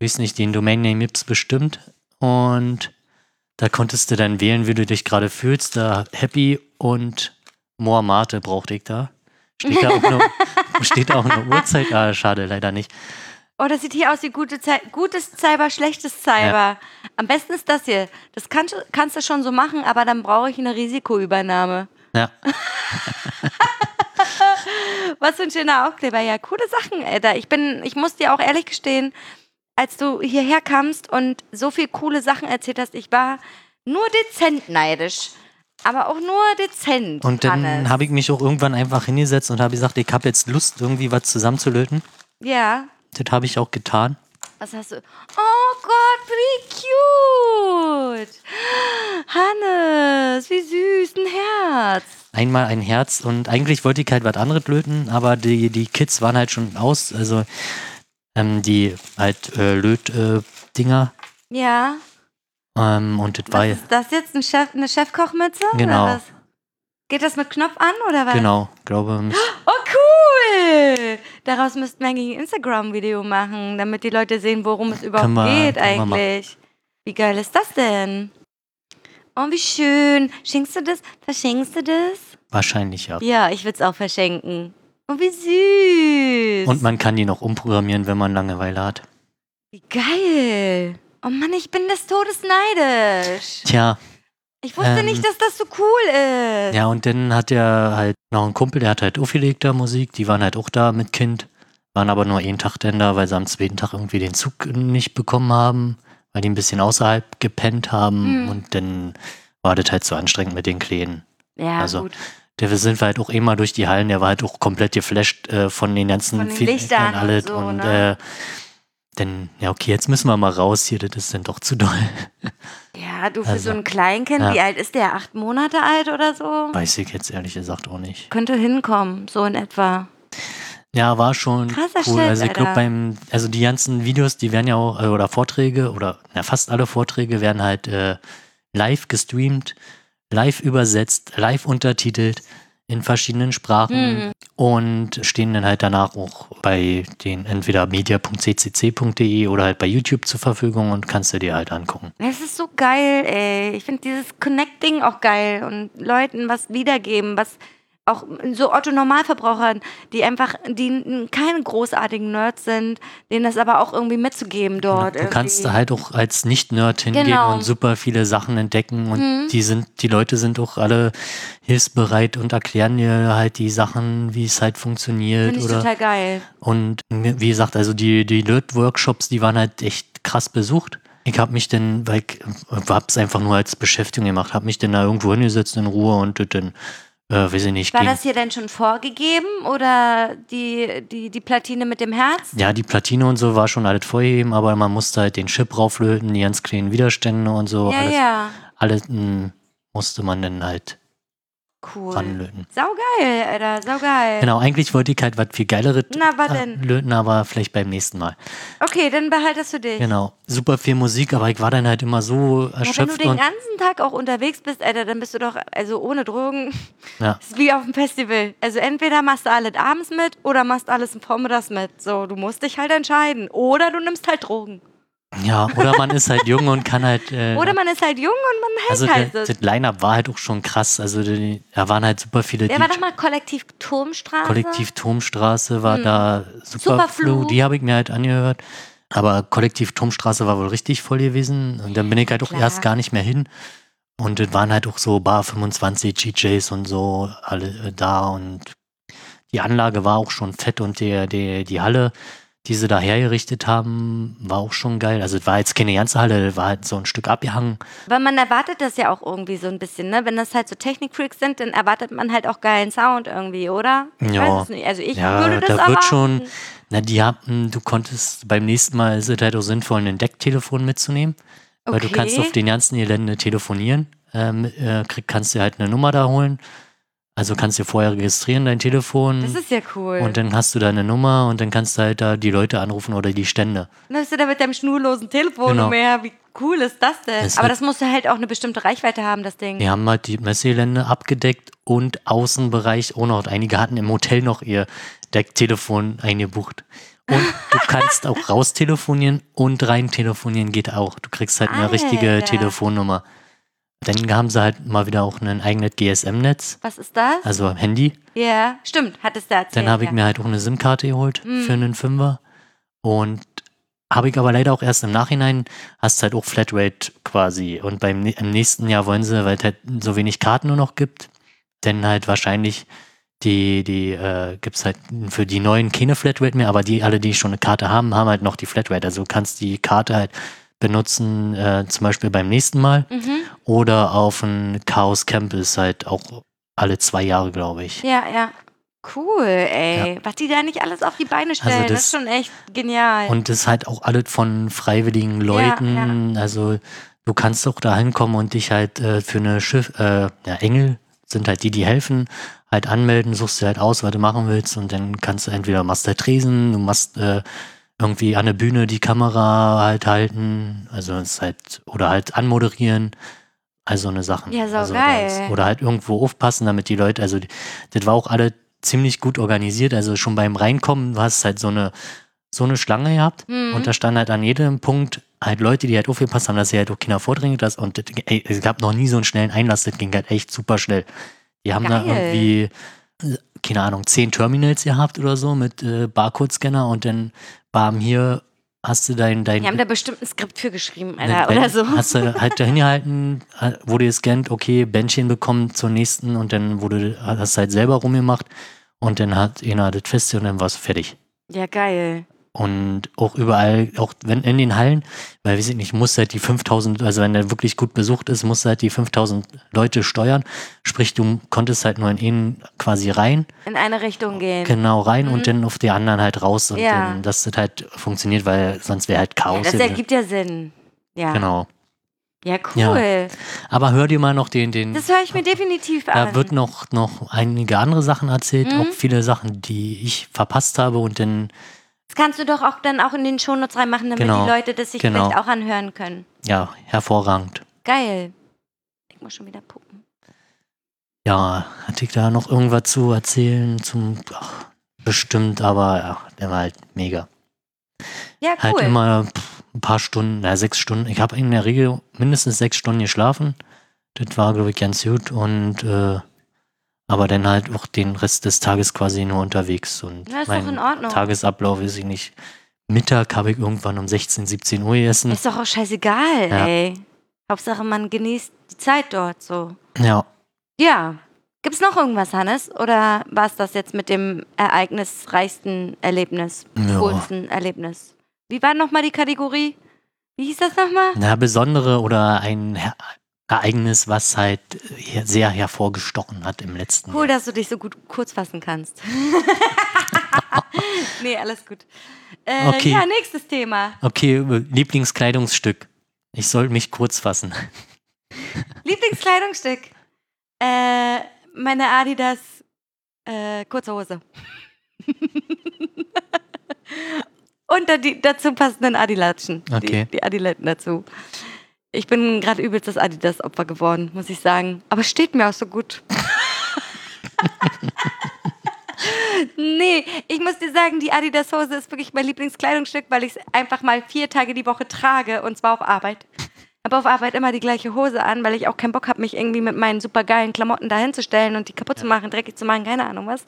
[SPEAKER 1] weiß nicht, den Domain-Name gibt's bestimmt. Und da konntest du dann wählen, wie du dich gerade fühlst. Da Happy und Moor Mate brauchte ich da. Steht
[SPEAKER 2] [LAUGHS]
[SPEAKER 1] da auch eine, steht auch eine Uhrzeit? Ah, schade, leider nicht.
[SPEAKER 2] Oh, das sieht hier aus wie gute Zei gutes Cyber, schlechtes Cyber. Am besten ist das hier. Das kannst, du- kannst du schon so machen, aber dann brauche ich eine Risikoübernahme.
[SPEAKER 1] Ja,
[SPEAKER 2] [LAUGHS] Was für ein schöner Aufkleber. Ja, coole Sachen, Alter. Ich bin, ich muss dir auch ehrlich gestehen, als du hierher kamst und so viel coole Sachen erzählt hast, ich war nur dezent neidisch. Aber auch nur dezent.
[SPEAKER 1] und dann
[SPEAKER 2] Hannes.
[SPEAKER 1] habe ich mich auch irgendwann einfach hingesetzt und habe gesagt, ich habe jetzt Lust, irgendwie was zusammenzulöten.
[SPEAKER 2] Ja.
[SPEAKER 1] Das habe ich auch getan.
[SPEAKER 2] Was hast du? Oh Gott, wie cute! Hannes, wie süß, ein Herz.
[SPEAKER 1] Einmal ein Herz und eigentlich wollte ich halt was anderes löten, aber die, die Kids waren halt schon aus, also ähm, die halt äh, Lötdinger. Äh, Dinger.
[SPEAKER 2] Ja.
[SPEAKER 1] ähm, und das war
[SPEAKER 2] Was ist das jetzt ein Chef, eine Chefkochmütze?
[SPEAKER 1] Genau.
[SPEAKER 2] Oder was? Geht das mit Knopf an oder was?
[SPEAKER 1] genau, glaube mich.
[SPEAKER 2] Oh cool! Daraus müssten wir eigentlich ein Instagram-Video machen, damit die Leute sehen, worum es überhaupt
[SPEAKER 1] Können wir-
[SPEAKER 2] geht
[SPEAKER 1] können wir machen.
[SPEAKER 2] eigentlich. Wie geil ist das denn? Oh, wie schön. Schenkst du das? Verschenkst du das?
[SPEAKER 1] Wahrscheinlich ja.
[SPEAKER 2] Ja, ich würde es auch verschenken. Oh, wie süß.
[SPEAKER 1] Und man kann die noch umprogrammieren, wenn man Langeweile hat.
[SPEAKER 2] wie geil. Oh Mann, ich bin des Todes neidisch.
[SPEAKER 1] Tja,
[SPEAKER 2] Ich wusste
[SPEAKER 1] Ähm.
[SPEAKER 2] nicht, dass das so cool ist.
[SPEAKER 1] ja, und dann hat er halt noch einen Kumpel, der hat halt aufgelegt da Musik, die waren halt auch da mit Kind, waren aber nur einen Tag denn da, weil sie am zweiten Tag irgendwie den Zug nicht bekommen haben, weil die ein bisschen außerhalb gepennt haben
[SPEAKER 2] Hm.
[SPEAKER 1] und dann war das halt so anstrengend mit den Kleinen.
[SPEAKER 2] Ja,
[SPEAKER 1] also,
[SPEAKER 2] gut.
[SPEAKER 1] Der wir sind wir halt auch immer durch die Hallen, der war halt auch komplett geflasht äh, von den ganzen
[SPEAKER 2] Von den
[SPEAKER 1] vielen
[SPEAKER 2] Lichtern
[SPEAKER 1] Ecken und alles
[SPEAKER 2] und so,
[SPEAKER 1] und
[SPEAKER 2] ne?
[SPEAKER 1] äh, dann, ja okay, jetzt müssen wir mal raus hier, das ist dann doch zu doll. [LAUGHS]
[SPEAKER 2] Ja, du für
[SPEAKER 1] also,
[SPEAKER 2] so ein Kleinkind,
[SPEAKER 1] ja.
[SPEAKER 2] wie alt ist der? Acht Monate alt oder so?
[SPEAKER 1] Weiß ich jetzt ehrlich gesagt auch nicht.
[SPEAKER 2] Könnte hinkommen, so in etwa.
[SPEAKER 1] Ja, war schon
[SPEAKER 2] Krasser
[SPEAKER 1] cool.
[SPEAKER 2] Shit,
[SPEAKER 1] also ich glaube
[SPEAKER 2] Alter.
[SPEAKER 1] beim, also die ganzen Videos, die werden ja auch, äh, oder Vorträge, oder na, fast alle Vorträge werden halt äh, live gestreamt, live übersetzt, live untertitelt in verschiedenen
[SPEAKER 2] Mhm.
[SPEAKER 1] Sprachen und stehen dann halt danach auch bei den entweder media.ccc.de oder halt bei YouTube zur Verfügung und kannst du dir halt angucken.
[SPEAKER 2] Es ist so geil, ey. Ich finde dieses Connecting auch geil und Leuten was wiedergeben, was auch so Otto Normalverbrauchern, die einfach, die n- keine großartigen Nerds sind, denen das aber auch irgendwie mitzugeben dort.
[SPEAKER 1] Genau, Du kannst da
[SPEAKER 2] irgendwie.
[SPEAKER 1] halt auch als Nicht-Nerd hingehen
[SPEAKER 2] Genau. Mhm.
[SPEAKER 1] und super viele Sachen entdecken und die sind, die Leute sind auch alle hilfsbereit und erklären dir halt die Sachen, wie es halt funktioniert
[SPEAKER 2] Finde ich
[SPEAKER 1] oder
[SPEAKER 2] total geil.
[SPEAKER 1] und mir- wie gesagt, also die, die Nerd-Workshops, die waren halt echt krass besucht. Ich habe mich dann, weil ich äh, hab's einfach nur als Beschäftigung gemacht, habe mich dann da irgendwo hingesetzt in Ruhe und das dann, äh, weiß ich nicht,
[SPEAKER 2] War
[SPEAKER 1] ging-
[SPEAKER 2] das hier denn schon vorgegeben oder die, die, die Platine mit dem Herz?
[SPEAKER 1] Ja, die Platine und so war schon alles vorheben, aber man musste halt den Chip rauflöten, die ganz kleinen Widerstände und so.
[SPEAKER 2] ja,
[SPEAKER 1] alles
[SPEAKER 2] ja.
[SPEAKER 1] alles mh, musste man dann halt
[SPEAKER 2] Cool.
[SPEAKER 1] ranlöten.
[SPEAKER 2] Saugeil, Alter, saugeil.
[SPEAKER 1] Genau, eigentlich wollte ich halt was viel geileres
[SPEAKER 2] Na, was
[SPEAKER 1] äh,
[SPEAKER 2] denn?
[SPEAKER 1] löten, aber vielleicht beim nächsten Mal.
[SPEAKER 2] Okay, dann behaltest du dich.
[SPEAKER 1] Genau, super viel Musik, aber ich war dann halt immer so
[SPEAKER 2] Ja, wenn du
[SPEAKER 1] erschöpft
[SPEAKER 2] den
[SPEAKER 1] und
[SPEAKER 2] ganzen Tag auch unterwegs bist, Alter, dann bist du doch, also ohne Drogen, [LAUGHS]
[SPEAKER 1] ja,
[SPEAKER 2] ist wie auf dem Festival. Also entweder machst du alles abends mit oder machst alles vormittags mit. So, du musst dich halt entscheiden. Oder du nimmst halt Drogen.
[SPEAKER 1] ja, oder man ist halt jung und kann halt äh,
[SPEAKER 2] Oder man ist halt jung und man hält
[SPEAKER 1] also
[SPEAKER 2] halt
[SPEAKER 1] das,
[SPEAKER 2] das.
[SPEAKER 1] das Line-Up war halt auch schon krass, also die, da waren halt super viele
[SPEAKER 2] Der war
[SPEAKER 1] DJ
[SPEAKER 2] doch mal Kollektiv Turmstraße.
[SPEAKER 1] Kollektiv Turmstraße war da
[SPEAKER 2] Superflu.
[SPEAKER 1] Superflu, die habe ich mir halt angehört. Aber Kollektiv Turmstraße war wohl richtig voll gewesen. Und dann bin ich halt auch
[SPEAKER 2] Klar.
[SPEAKER 1] erst gar nicht mehr hin. Und es waren halt auch so Bar 25 DJs und so alle äh, da und Die Anlage war auch schon fett und der, der, die Halle, die sie da hergerichtet haben, war auch schon geil. Also es war jetzt keine ganze Halle, war halt so ein Stück abgehangen.
[SPEAKER 2] Weil man erwartet das ja auch irgendwie so ein bisschen, ne? Wenn das halt so Technik-Freaks sind, dann erwartet man halt auch geilen Sound irgendwie, oder? Ich
[SPEAKER 1] Ja.
[SPEAKER 2] weiß es nicht. Also ich
[SPEAKER 1] Ja,
[SPEAKER 2] würde das
[SPEAKER 1] da wird
[SPEAKER 2] erwarten.
[SPEAKER 1] schon, na, die haben, du konntest beim nächsten Mal ist es halt auch sinnvoll, ein Decktelefon mitzunehmen. Weil du kannst
[SPEAKER 2] Okay.
[SPEAKER 1] auf den ganzen Gelände telefonieren. Ähm, äh, krieg, kannst dir halt eine Nummer da holen. Also kannst dir vorher registrieren, dein Telefon.
[SPEAKER 2] Das ist ja cool.
[SPEAKER 1] und dann hast du deine Nummer und dann kannst du halt da die Leute anrufen oder die Stände.
[SPEAKER 2] Läufst du da mit deinem schnurlosen Telefon
[SPEAKER 1] Genau.
[SPEAKER 2] umher? Wie cool ist das denn?
[SPEAKER 1] Es
[SPEAKER 2] Aber
[SPEAKER 1] wird-
[SPEAKER 2] das muss ja halt auch eine bestimmte Reichweite haben, das Ding.
[SPEAKER 1] Die haben halt die Messegelände abgedeckt und Außenbereich auch noch. Und Einige hatten im Hotel noch ihr Decktelefon eingebucht. Und du kannst auch raus telefonieren und rein telefonieren geht auch. Du kriegst halt eine richtige
[SPEAKER 2] Alter.
[SPEAKER 1] Telefonnummer. Dann haben sie halt mal wieder auch ein eigenes GSM-Netz,
[SPEAKER 2] Was ist das?
[SPEAKER 1] also am Handy.
[SPEAKER 2] Ja, stimmt, hattest du erzählt.
[SPEAKER 1] Dann habe ich
[SPEAKER 2] ja. Mhm.
[SPEAKER 1] mir halt auch eine SIM-Karte geholt für einen Fünfer. Und habe ich aber leider auch erst im Nachhinein, hast halt auch Flatrate quasi. Und beim nä- im nächsten Jahr wollen sie, weil es halt so wenig Karten nur noch gibt, dann halt wahrscheinlich die, die äh, gibt es halt für die neuen keine Flatrate mehr, aber die alle, die schon eine Karte haben, haben halt noch die Flatrate. Also du kannst die Karte halt benutzen, äh, zum Beispiel beim nächsten Mal.
[SPEAKER 2] Mhm.
[SPEAKER 1] Oder auf ein Chaos Camp ist halt auch alle zwei Jahre, glaube ich.
[SPEAKER 2] Ja, ja. Cool, ey. Was die da nicht alles auf die Beine stellen, das,
[SPEAKER 1] Also das-
[SPEAKER 2] ist schon echt genial.
[SPEAKER 1] Und das halt auch alles von freiwilligen Leuten. Also du kannst auch da hinkommen und dich halt äh, für eine Schiff, äh, ja, Engel sind halt die, die helfen, halt anmelden, suchst dir halt aus, was du machen willst und dann kannst du entweder machst halt Tresen, du machst äh, irgendwie an der Bühne die Kamera halt halten, also es ist halt, oder halt anmoderieren, also eine Sachen.
[SPEAKER 2] Ja, sau
[SPEAKER 1] also,
[SPEAKER 2] geil.
[SPEAKER 1] das- Oder halt irgendwo aufpassen, damit die Leute, also die- das war auch alle ziemlich gut organisiert, also schon beim Reinkommen, du hast halt so eine so eine Schlange gehabt
[SPEAKER 2] Mhm.
[SPEAKER 1] und da stand halt an jedem Punkt halt Leute, die halt aufgepasst haben, dass sie halt auch Kinder vordringen. Das, und das, ey, es gab noch nie so einen schnellen Einlass, das ging halt echt super schnell. Die haben da
[SPEAKER 2] Geil.
[SPEAKER 1] irgendwie, äh, keine Ahnung, zehn Terminals gehabt oder so mit äh, Barcode-Scanner und dann bam, hier hast du dein, dein
[SPEAKER 2] die haben da bestimmt ein Skript für geschrieben,
[SPEAKER 1] Ne,
[SPEAKER 2] Alter,
[SPEAKER 1] Ben-
[SPEAKER 2] oder so.
[SPEAKER 1] Hast du
[SPEAKER 2] [LAUGHS]
[SPEAKER 1] halt dahin gehalten, äh, wurde gescannt, okay, Bändchen bekommen zur nächsten und dann wurde, hast du halt selber rumgemacht und dann hat einer das fest und dann war es fertig.
[SPEAKER 2] Ja, geil.
[SPEAKER 1] Und auch überall, auch wenn in den Hallen, weil weiß ich nicht, muss halt die 5000, also wenn der wirklich gut besucht ist, muss halt die 5000 Leute steuern. Sprich, du konntest halt nur in einen quasi rein,
[SPEAKER 2] In eine Richtung gehen.
[SPEAKER 1] genau rein und dann auf die anderen halt raus und
[SPEAKER 2] Ja.
[SPEAKER 1] dann, dass das halt funktioniert, weil sonst wäre halt
[SPEAKER 2] Ja,
[SPEAKER 1] Chaos.
[SPEAKER 2] das
[SPEAKER 1] gewesen.
[SPEAKER 2] ergibt ja Sinn. Ja,
[SPEAKER 1] Genau.
[SPEAKER 2] ja cool.
[SPEAKER 1] Aber hör dir mal noch den, den,
[SPEAKER 2] Das höre ich mir definitiv an. Mhm.
[SPEAKER 1] da wird noch, noch einige andere Sachen erzählt, auch viele Sachen, die ich verpasst habe und dann
[SPEAKER 2] das kannst du doch auch dann auch in den Shownotes reinmachen, damit
[SPEAKER 1] Genau.
[SPEAKER 2] die Leute das sich
[SPEAKER 1] Genau.
[SPEAKER 2] vielleicht auch anhören können.
[SPEAKER 1] ja, hervorragend.
[SPEAKER 2] Geil. Ich muss schon wieder puppen.
[SPEAKER 1] Ja, hatte ich da noch irgendwas zu erzählen? Zum, ach, bestimmt, aber ja, der war halt mega.
[SPEAKER 2] Ja, cool.
[SPEAKER 1] Halt immer pff, ein paar Stunden, na, sechs Stunden. Ich habe in der Regel mindestens sechs Stunden geschlafen. Das war, glaube ich, ganz gut. Und, äh, aber dann halt auch den Rest des Tages quasi nur unterwegs. Und
[SPEAKER 2] Ja, ist doch
[SPEAKER 1] mein
[SPEAKER 2] in Ordnung.
[SPEAKER 1] Tagesablauf weiß ich nicht. Mittag habe ich irgendwann um 16, 17 Uhr gegessen.
[SPEAKER 2] Ist doch auch scheißegal,
[SPEAKER 1] Ja.
[SPEAKER 2] ey. Hauptsache, man genießt die Zeit dort so.
[SPEAKER 1] Ja,
[SPEAKER 2] Ja. Gibt's noch irgendwas, Hannes? Oder war es das jetzt mit dem ereignisreichsten Erlebnis?
[SPEAKER 1] Ja.
[SPEAKER 2] Coolsten Erlebnis? Wie war nochmal die Kategorie? Wie hieß das nochmal?
[SPEAKER 1] Na, besondere oder ein Her- Ereignis, was halt her- sehr hervorgestochen hat im letzten
[SPEAKER 2] Cool,
[SPEAKER 1] Jahr.
[SPEAKER 2] dass du dich so gut kurz
[SPEAKER 1] [LAUGHS]
[SPEAKER 2] fassen kannst. nee, alles gut. Äh,
[SPEAKER 1] Okay.
[SPEAKER 2] Ja, nächstes Thema.
[SPEAKER 1] Okay, über Lieblingskleidungsstück. Ich soll mich kurz fassen. [LAUGHS]
[SPEAKER 2] Lieblingskleidungsstück. Äh, meine Adidas äh, kurze Hose. [LAUGHS] Und da die dazu passenden Adilatschen.
[SPEAKER 1] Okay.
[SPEAKER 2] Die, die Adiletten dazu. Ich bin gerade übelst das Adidas-Opfer geworden, muss ich sagen. Aber steht mir auch so gut. nee, ich muss dir sagen, die Adidas-Hose ist wirklich mein Lieblingskleidungsstück, weil ich es einfach mal vier Tage die Woche trage und zwar auf Arbeit. Aber auf Arbeit immer die gleiche Hose an, weil ich auch keinen Bock habe, mich irgendwie mit meinen supergeilen Klamotten dahinzustellen und die kaputt zu machen, dreckig zu machen, keine Ahnung was.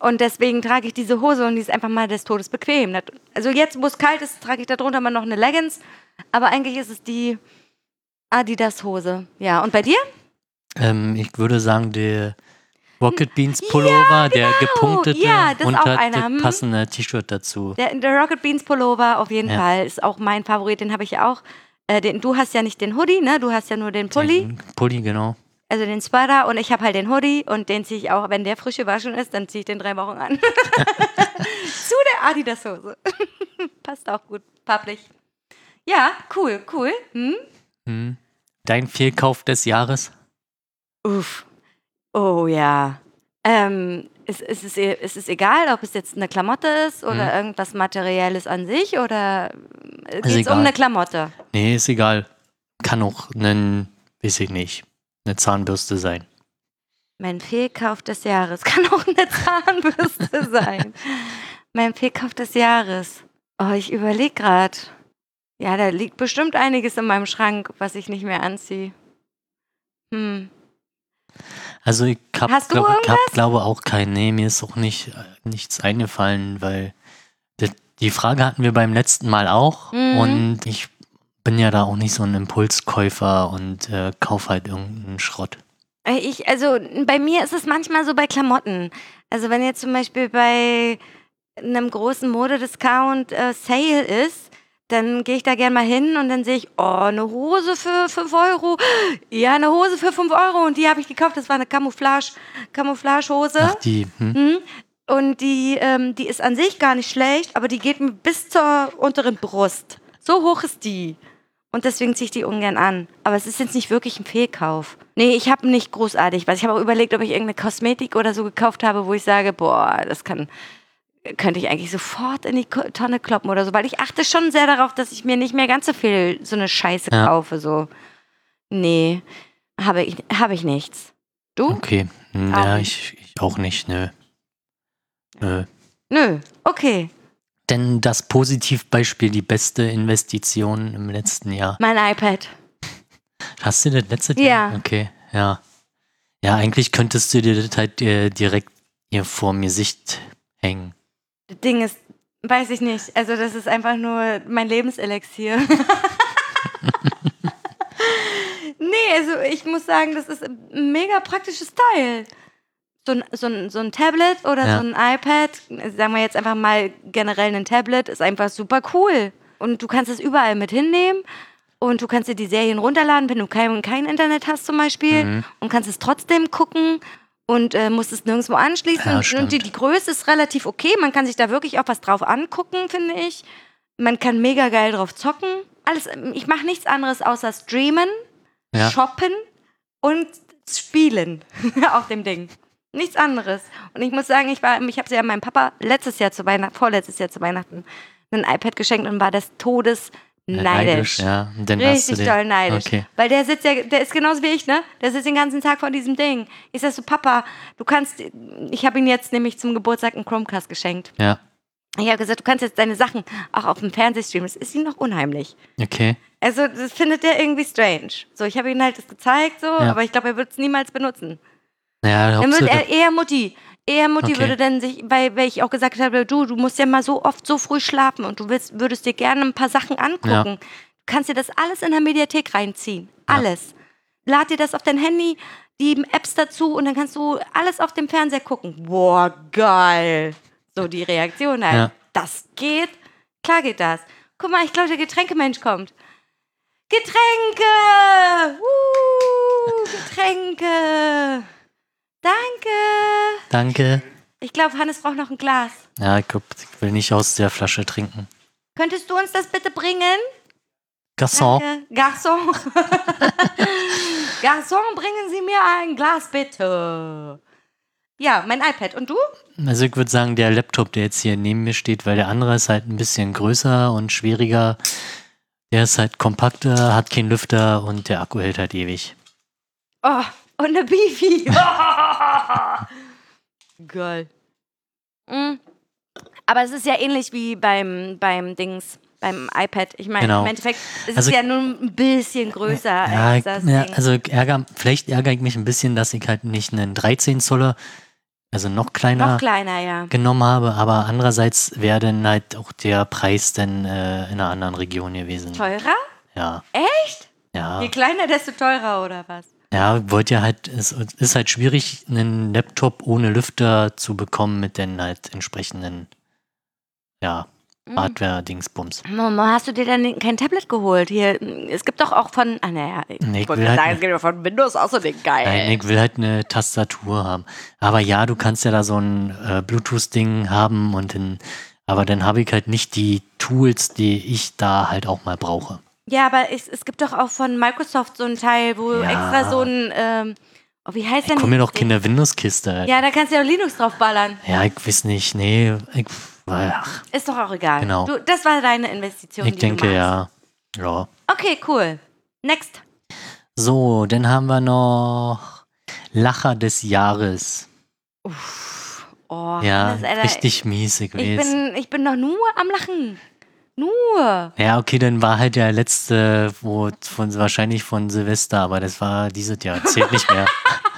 [SPEAKER 2] Und deswegen trage ich diese Hose und die ist einfach mal des Todes bequem. Das- Also jetzt, wo es kalt ist, trage ich darunter mal noch eine Leggings. Aber eigentlich ist es die Adidas-Hose. Ja, und bei dir?
[SPEAKER 1] Ähm, ich würde sagen, der Rocket Beans Pullover, der gepunktete
[SPEAKER 2] genau. Ja, das ist
[SPEAKER 1] und
[SPEAKER 2] auch
[SPEAKER 1] hat
[SPEAKER 2] einer,
[SPEAKER 1] das
[SPEAKER 2] hm.
[SPEAKER 1] passende T-Shirt dazu.
[SPEAKER 2] Der, der Rocket Beans Pullover auf jeden
[SPEAKER 1] Ja.
[SPEAKER 2] Fall ist auch mein Favorit, den habe ich ja auch. Äh, den, du hast ja nicht den Hoodie, ne? Du hast ja nur den Pulli,
[SPEAKER 1] Den Pulli, genau.
[SPEAKER 2] also den Sweater und ich habe halt den Hoodie und den ziehe ich auch, wenn der frisch gewaschen ist, dann ziehe ich den drei
[SPEAKER 1] [LAUGHS]
[SPEAKER 2] Wochen an. Zu der Adidas Hose. [LAUGHS] Passt auch gut, farblich. Ja, cool, cool. Hm?
[SPEAKER 1] Hm. Dein Fehlkauf des Jahres?
[SPEAKER 2] Uff. Oh ja. Ähm, ist, ist, es, e- ist es egal, ob es jetzt eine Klamotte ist oder
[SPEAKER 1] Mhm.
[SPEAKER 2] irgendwas Materielles an sich oder geht es um
[SPEAKER 1] egal.
[SPEAKER 2] eine Klamotte?
[SPEAKER 1] Nee, ist egal. Kann auch ein, weiß ich nicht, eine Zahnbürste sein.
[SPEAKER 2] Mein Fehlkauf des Jahres [LAUGHS] kann auch eine Zahnbürste sein. Mein Fehlkauf des Jahres. Oh, ich überlege gerade. Ja, da liegt bestimmt einiges in meinem Schrank, was ich nicht mehr anziehe. Hm.
[SPEAKER 1] Also ich hab,
[SPEAKER 2] Hast du
[SPEAKER 1] glaub, ich hab,
[SPEAKER 2] irgendwas?
[SPEAKER 1] glaube auch keinen. Nee, mir ist auch nicht, äh, nichts eingefallen, weil die, die Frage hatten wir beim letzten Mal auch.
[SPEAKER 2] Mhm.
[SPEAKER 1] Und ich bin ja da auch nicht so ein Impulskäufer und äh, kauf halt irgendeinen Schrott.
[SPEAKER 2] Äh, Ich, also n- bei mir ist es manchmal so bei Klamotten. Also wenn jetzt zum Beispiel bei einem großen Modediscount äh, Sale ist, dann gehe ich da gerne mal hin und dann sehe ich, oh, eine Hose für 5 Euro. Ja, eine Hose für 5 Euro. Und die habe ich gekauft. Das war eine Camouflage, Camouflage-Hose.
[SPEAKER 1] Ach, die, hm?
[SPEAKER 2] Hm? Und die, ähm, die ist an sich gar nicht schlecht, aber die geht mir bis zur unteren Brust. So hoch ist die. Und deswegen ziehe ich die ungern an. Aber es ist jetzt nicht wirklich ein Fehlkauf. Nee, ich habe nicht großartig was. Ich habe auch überlegt, ob ich irgendeine Kosmetik oder so gekauft habe, wo ich sage, boah, das kann, könnte ich eigentlich sofort in die Ko- Tonne kloppen oder so. Weil ich achte schon sehr darauf, dass ich mir nicht mehr ganz so viel so eine Scheiße
[SPEAKER 1] Ja.
[SPEAKER 2] kaufe. So. Nee, habe ich, habe ich nichts. Du?
[SPEAKER 1] Okay. Hm, Ja,
[SPEAKER 2] Auch
[SPEAKER 1] ich, ich auch nicht, nö. Nö.
[SPEAKER 2] Nö. Okay.
[SPEAKER 1] Denn das Positivbeispiel, die beste Investition im letzten Jahr.
[SPEAKER 2] Mein iPad.
[SPEAKER 1] Hast du das letzte
[SPEAKER 2] Ja.
[SPEAKER 1] Jahr? Okay, ja. Ja, eigentlich könntest du dir das halt äh, direkt hier vor mir Sicht hängen.
[SPEAKER 2] Das Ding ist, weiß ich nicht. Also, das ist einfach nur mein Lebenselixier. [LAUGHS] nee, also ich muss sagen, das ist ein mega praktisches Teil. So ein, so ein, so ein Tablet oder
[SPEAKER 1] Ja.
[SPEAKER 2] so ein iPad, sagen wir jetzt einfach mal generell ein Tablet, ist einfach super cool. Und du kannst es überall mit hinnehmen. Und du kannst dir die Serien runterladen, wenn du kein, kein Internet hast zum Beispiel.
[SPEAKER 1] Mhm.
[SPEAKER 2] Und kannst es trotzdem gucken und äh, musst es nirgendwo anschließen.
[SPEAKER 1] Ja,
[SPEAKER 2] und und die,
[SPEAKER 1] stimmt.
[SPEAKER 2] die Größe ist relativ okay. Man kann sich da wirklich auch was drauf angucken, finde ich. Man kann mega geil drauf zocken. Alles, ähm, ich mache nichts anderes außer streamen,
[SPEAKER 1] Ja.
[SPEAKER 2] shoppen und spielen [LAUGHS] auf dem Ding. Nichts anderes. Und ich muss sagen, ich, war- ich habe sie ja meinem Papa letztes Jahr zu Weihnachten, vorletztes Jahr zu Weihnachten, ein iPad geschenkt und war des Todes neidisch.
[SPEAKER 1] Äh, Ja, und dann hast du
[SPEAKER 2] Richtig
[SPEAKER 1] den.
[SPEAKER 2] doll neidisch.
[SPEAKER 1] Okay.
[SPEAKER 2] Weil der sitzt ja, der ist genauso wie ich, ne? Der sitzt den ganzen Tag vor diesem Ding. Ich sag so, Papa, du kannst, ich habe ihm jetzt nämlich zum Geburtstag einen Chromecast geschenkt.
[SPEAKER 1] Ja,
[SPEAKER 2] Ich habe gesagt, du kannst jetzt deine Sachen auch auf dem Fernseh streamen. Das ist ihm noch unheimlich.
[SPEAKER 1] okay.
[SPEAKER 2] Also, das findet er irgendwie strange. So, ich habe ihm halt das gezeigt, so,
[SPEAKER 1] Ja.
[SPEAKER 2] aber ich glaube, er wird es niemals benutzen.
[SPEAKER 1] Ja,
[SPEAKER 2] Dann
[SPEAKER 1] glaubst du,
[SPEAKER 2] würde
[SPEAKER 1] das-
[SPEAKER 2] er eher Mutti. Eher Mutti
[SPEAKER 1] Okay.
[SPEAKER 2] würde dann sich, weil, weil ich auch gesagt habe, du, du musst ja mal so oft so früh schlafen und du willst, würdest dir gerne ein paar Sachen angucken.
[SPEAKER 1] Ja.
[SPEAKER 2] Du kannst dir das alles in der Mediathek reinziehen. Alles. Lad dir das auf dein Handy, die Apps dazu und dann kannst du alles auf dem Fernseher gucken. Boah, geil. So die Reaktion halt.
[SPEAKER 1] Ja.
[SPEAKER 2] Das geht. Klar geht das. Guck mal, ich glaube, der Getränkemensch kommt. Getränke! Uh, Getränke! Danke!
[SPEAKER 1] danke.
[SPEAKER 2] Ich glaube, Hannes braucht noch ein Glas.
[SPEAKER 1] Ja, ich, glaub, ich will nicht aus der Flasche trinken.
[SPEAKER 2] Könntest du uns das bitte bringen?
[SPEAKER 1] Garçon,
[SPEAKER 2] Danke. Äh, Garçon. [LAUGHS] Garçon, bringen Sie mir ein Glas bitte. Ja, mein iPad. Und du?
[SPEAKER 1] also ich würde sagen, der Laptop, der jetzt hier neben mir steht, weil der andere ist halt ein bisschen größer und schwieriger. Der ist halt kompakter, hat keinen Lüfter und der Akku hält halt ewig.
[SPEAKER 2] Oh, und
[SPEAKER 1] [LAUGHS]
[SPEAKER 2] eine Beefy. Geil. Mm. Aber es ist ja ähnlich wie beim, beim Dings, beim iPad. Ich meine,
[SPEAKER 1] Genau.
[SPEAKER 2] im Endeffekt es ist
[SPEAKER 1] Also-
[SPEAKER 2] es ja nur ein bisschen größer
[SPEAKER 1] Ja,
[SPEAKER 2] als
[SPEAKER 1] ich,
[SPEAKER 2] das
[SPEAKER 1] ja,
[SPEAKER 2] Ding.
[SPEAKER 1] also ich ärger, vielleicht ärgere ich mich ein bisschen, dass ich halt nicht einen 13 Zoller, also noch kleiner,
[SPEAKER 2] Noch kleiner, ja.
[SPEAKER 1] genommen habe, aber andererseits wäre dann halt auch der Preis dann äh, in einer anderen Region gewesen.
[SPEAKER 2] Teurer?
[SPEAKER 1] Ja,
[SPEAKER 2] Echt?
[SPEAKER 1] ja.
[SPEAKER 2] Je kleiner, desto teurer, oder was?
[SPEAKER 1] Ja, wollt ihr halt, es ist halt schwierig, einen Laptop ohne Lüfter zu bekommen mit den halt entsprechenden, ja,
[SPEAKER 2] Mhm.
[SPEAKER 1] Hardware-Dingsbums.
[SPEAKER 2] Mama, hast du dir denn kein Tablet geholt? Hier, es gibt doch auch von. Ah, naja, ich
[SPEAKER 1] Nee, ich
[SPEAKER 2] wollte
[SPEAKER 1] will halt
[SPEAKER 2] gerade sagen,
[SPEAKER 1] ne-
[SPEAKER 2] es gibt ja von Windows auch so den geil.
[SPEAKER 1] Nein, ich will halt eine Tastatur haben. Aber ja, du kannst ja da so ein äh, Bluetooth-Ding haben und dann, aber dann habe ich halt nicht die Tools, die ich da halt auch mal brauche.
[SPEAKER 2] Ja, aber es, es gibt doch auch von Microsoft so ein Teil, wo
[SPEAKER 1] Ja.
[SPEAKER 2] extra so ein. Ähm, oh, wie heißt denn
[SPEAKER 1] Komm mir
[SPEAKER 2] dieses
[SPEAKER 1] doch keine Windows-Kiste.
[SPEAKER 2] Ding?
[SPEAKER 1] Alter.
[SPEAKER 2] Ja, da kannst du ja auch Linux draufballern.
[SPEAKER 1] Ja, ich weiß nicht. Nee, ich, ach,
[SPEAKER 2] Ist doch auch egal.
[SPEAKER 1] Genau.
[SPEAKER 2] Du, das war deine Investition.
[SPEAKER 1] ich
[SPEAKER 2] die
[SPEAKER 1] denke
[SPEAKER 2] du machst.
[SPEAKER 1] ja. Ja.
[SPEAKER 2] Okay, cool. Next.
[SPEAKER 1] So, dann haben wir noch Lacher des Jahres.
[SPEAKER 2] Oh,
[SPEAKER 1] ja,
[SPEAKER 2] Hannes, Alter,
[SPEAKER 1] richtig mies, ich
[SPEAKER 2] Ich
[SPEAKER 1] weiß.
[SPEAKER 2] bin, ich bin doch nur am Lachen. Nur.
[SPEAKER 1] Ja, okay, dann war halt der letzte, wo von, wahrscheinlich von Silvester, aber das war dieses Jahr, zählt nicht mehr.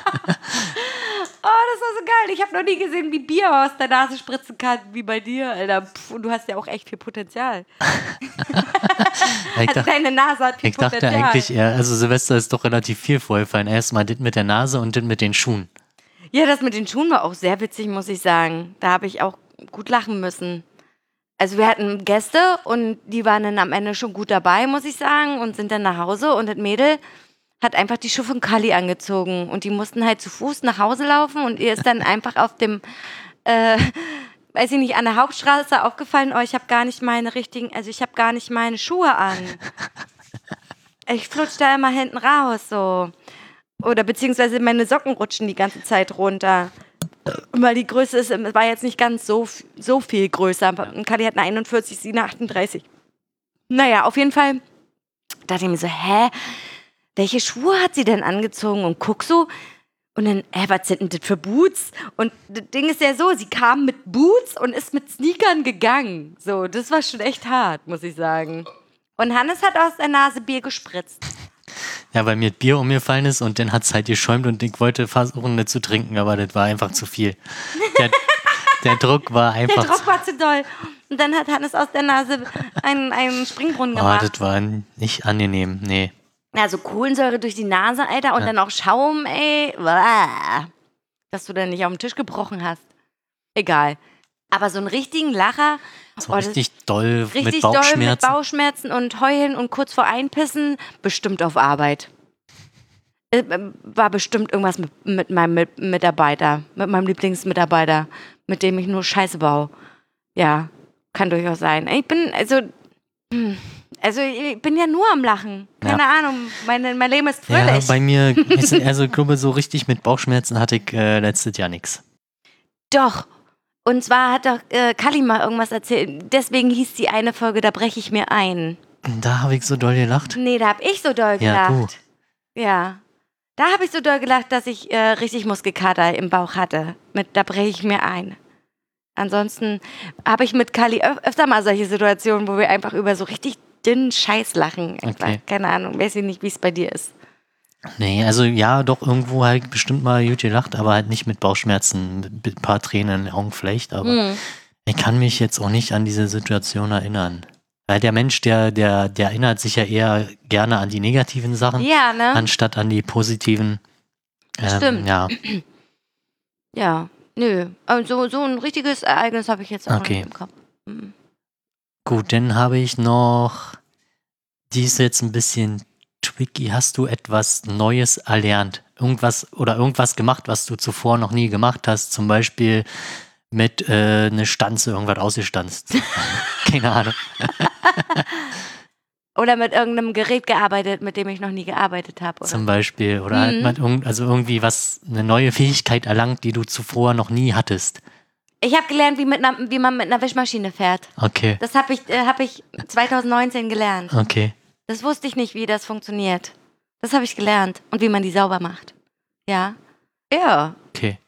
[SPEAKER 2] Oh, das war so geil. Ich habe noch nie gesehen, wie Bier aus der Nase spritzen kann, wie bei dir, Alter. Pff, und du hast ja auch echt viel Potenzial.
[SPEAKER 1] Ich
[SPEAKER 2] Also
[SPEAKER 1] dachte,
[SPEAKER 2] deine Nase hat viel
[SPEAKER 1] ich dachte
[SPEAKER 2] Potenzial.
[SPEAKER 1] eigentlich eher, also Silvester ist doch relativ viel vorgefallen. Erstmal das mit der Nase und das mit den Schuhen.
[SPEAKER 2] ja, das mit den Schuhen war auch sehr witzig, muss ich sagen. Da habe ich auch gut lachen müssen. Also wir hatten Gäste und die waren dann am Ende schon gut dabei, muss ich sagen, und sind dann nach Hause und das Mädel hat einfach die Schuhe von Kali angezogen und die mussten halt zu Fuß nach Hause laufen und ihr ist dann einfach auf dem äh, weiß ich nicht, an der Hauptstraße aufgefallen, oh, ich habe gar nicht meine richtigen, also ich habe gar nicht meine Schuhe an. Ich flutsch da immer hinten raus, so. Oder beziehungsweise meine Socken rutschen die ganze Zeit runter. Weil die Größe ist, war jetzt nicht ganz so, f- so viel größer. Kali hat eine 41, sie eine 38. Naja, auf jeden Fall dachte ich mir so, hä? Welche Schuhe hat sie denn angezogen? Und guck so, und dann, hä, was sind denn das für Boots? Und das Ding ist ja so, sie kam mit Boots und ist mit Sneakern gegangen. So, das war schon echt hart, muss ich sagen. Und Hannes hat aus der Nase Bier gespritzt.
[SPEAKER 1] Ja, weil mir das Bier umgefallen ist und dann hat es halt geschäumt und ich wollte versuchen, das zu trinken, aber das war einfach zu viel.
[SPEAKER 2] [LAUGHS]
[SPEAKER 1] Der, der Druck war
[SPEAKER 2] Der
[SPEAKER 1] einfach zu
[SPEAKER 2] Druck war zu doll. Und dann hat Hannes aus der Nase einen, einen Springbrunnen
[SPEAKER 1] Ah,
[SPEAKER 2] gemacht.
[SPEAKER 1] das war nicht angenehm, nee.
[SPEAKER 2] Also Kohlensäure durch die Nase, Alter, und dann auch Schaum, ey. Uah. Dass du dann nicht auf den Tisch gebrochen hast. Egal. Aber so einen richtigen Lacher.
[SPEAKER 1] So
[SPEAKER 2] oh, das-
[SPEAKER 1] richtig doll mit
[SPEAKER 2] Richtig doll mit
[SPEAKER 1] Bauchschmerzen.
[SPEAKER 2] Bauchschmerzen und Heulen und kurz vor Einpissen, bestimmt auf Arbeit. Äh, War bestimmt irgendwas mit, mit meinem mit Mitarbeiter, mit meinem Lieblingsmitarbeiter, mit dem ich nur Scheiße baue. Ja, kann durchaus sein. Ich bin, also, [CLEARS THROAT] hm, also ich bin ja nur am Lachen. Keine Ahnung, meine, mein Leben ist
[SPEAKER 1] ja,
[SPEAKER 2] fröhlich.
[SPEAKER 1] bei
[SPEAKER 2] [LAUGHS]
[SPEAKER 1] mir, ist, also ich glaube, so richtig mit Bauchschmerzen hatte ich äh, letztes Jahr nichts.
[SPEAKER 2] doch. Und zwar hat doch äh, Kali mal irgendwas erzählt. Deswegen hieß die eine Folge, da breche ich mir ein.
[SPEAKER 1] Da habe ich so doll gelacht.
[SPEAKER 2] Nee, da hab ich so doll
[SPEAKER 1] Ja, du.
[SPEAKER 2] gelacht. Ja. Da habe ich so doll gelacht, dass ich äh, richtig Muskelkater im Bauch hatte. Mit, da breche ich mir ein. Ansonsten habe ich mit Kali öf öfter mal solche Situationen, wo wir einfach über so richtig dünnen Scheiß lachen. einfach.
[SPEAKER 1] Okay.
[SPEAKER 2] Keine Ahnung, weiß ich nicht, wie es bei dir ist.
[SPEAKER 1] Nee, also ja, doch irgendwo halt bestimmt mal gut gelacht, aber halt nicht mit Bauchschmerzen, mit ein paar Tränen in den Augen vielleicht, aber
[SPEAKER 2] Hm.
[SPEAKER 1] ich kann mich jetzt auch nicht an diese Situation erinnern. Weil der Mensch, der, der, der erinnert sich ja eher gerne an die negativen Sachen,
[SPEAKER 2] Ja, ne?
[SPEAKER 1] anstatt an die positiven. Ähm,
[SPEAKER 2] Stimmt.
[SPEAKER 1] Ja,
[SPEAKER 2] ja. Nö. Und so, so ein richtiges Ereignis habe ich jetzt auch
[SPEAKER 1] Okay.
[SPEAKER 2] nicht im Kopf. Mhm.
[SPEAKER 1] Gut, dann habe ich noch. Die ist jetzt ein bisschen tricky. Hast du etwas Neues erlernt? Irgendwas oder irgendwas gemacht, was du zuvor noch nie gemacht hast? Zum Beispiel mit äh, eine Stanze irgendwas
[SPEAKER 2] [LAUGHS]
[SPEAKER 1] ausgestanzt. Keine Ahnung.
[SPEAKER 2] Oder mit irgendeinem Gerät gearbeitet, mit dem ich noch nie gearbeitet habe. oder?
[SPEAKER 1] Zum Beispiel. Oder halt
[SPEAKER 2] Mhm.
[SPEAKER 1] mal irgend, also irgendwie was, eine neue Fähigkeit erlangt, die du zuvor noch nie hattest.
[SPEAKER 2] Ich habe gelernt, wie, mit ner, wie man mit einer Wischmaschine fährt.
[SPEAKER 1] Okay.
[SPEAKER 2] Das habe ich, äh, hab ich 2019 gelernt.
[SPEAKER 1] Okay.
[SPEAKER 2] Das wusste ich nicht, wie das funktioniert. Das habe ich gelernt. Und wie man die sauber macht. Ja. Ja.
[SPEAKER 1] Okay.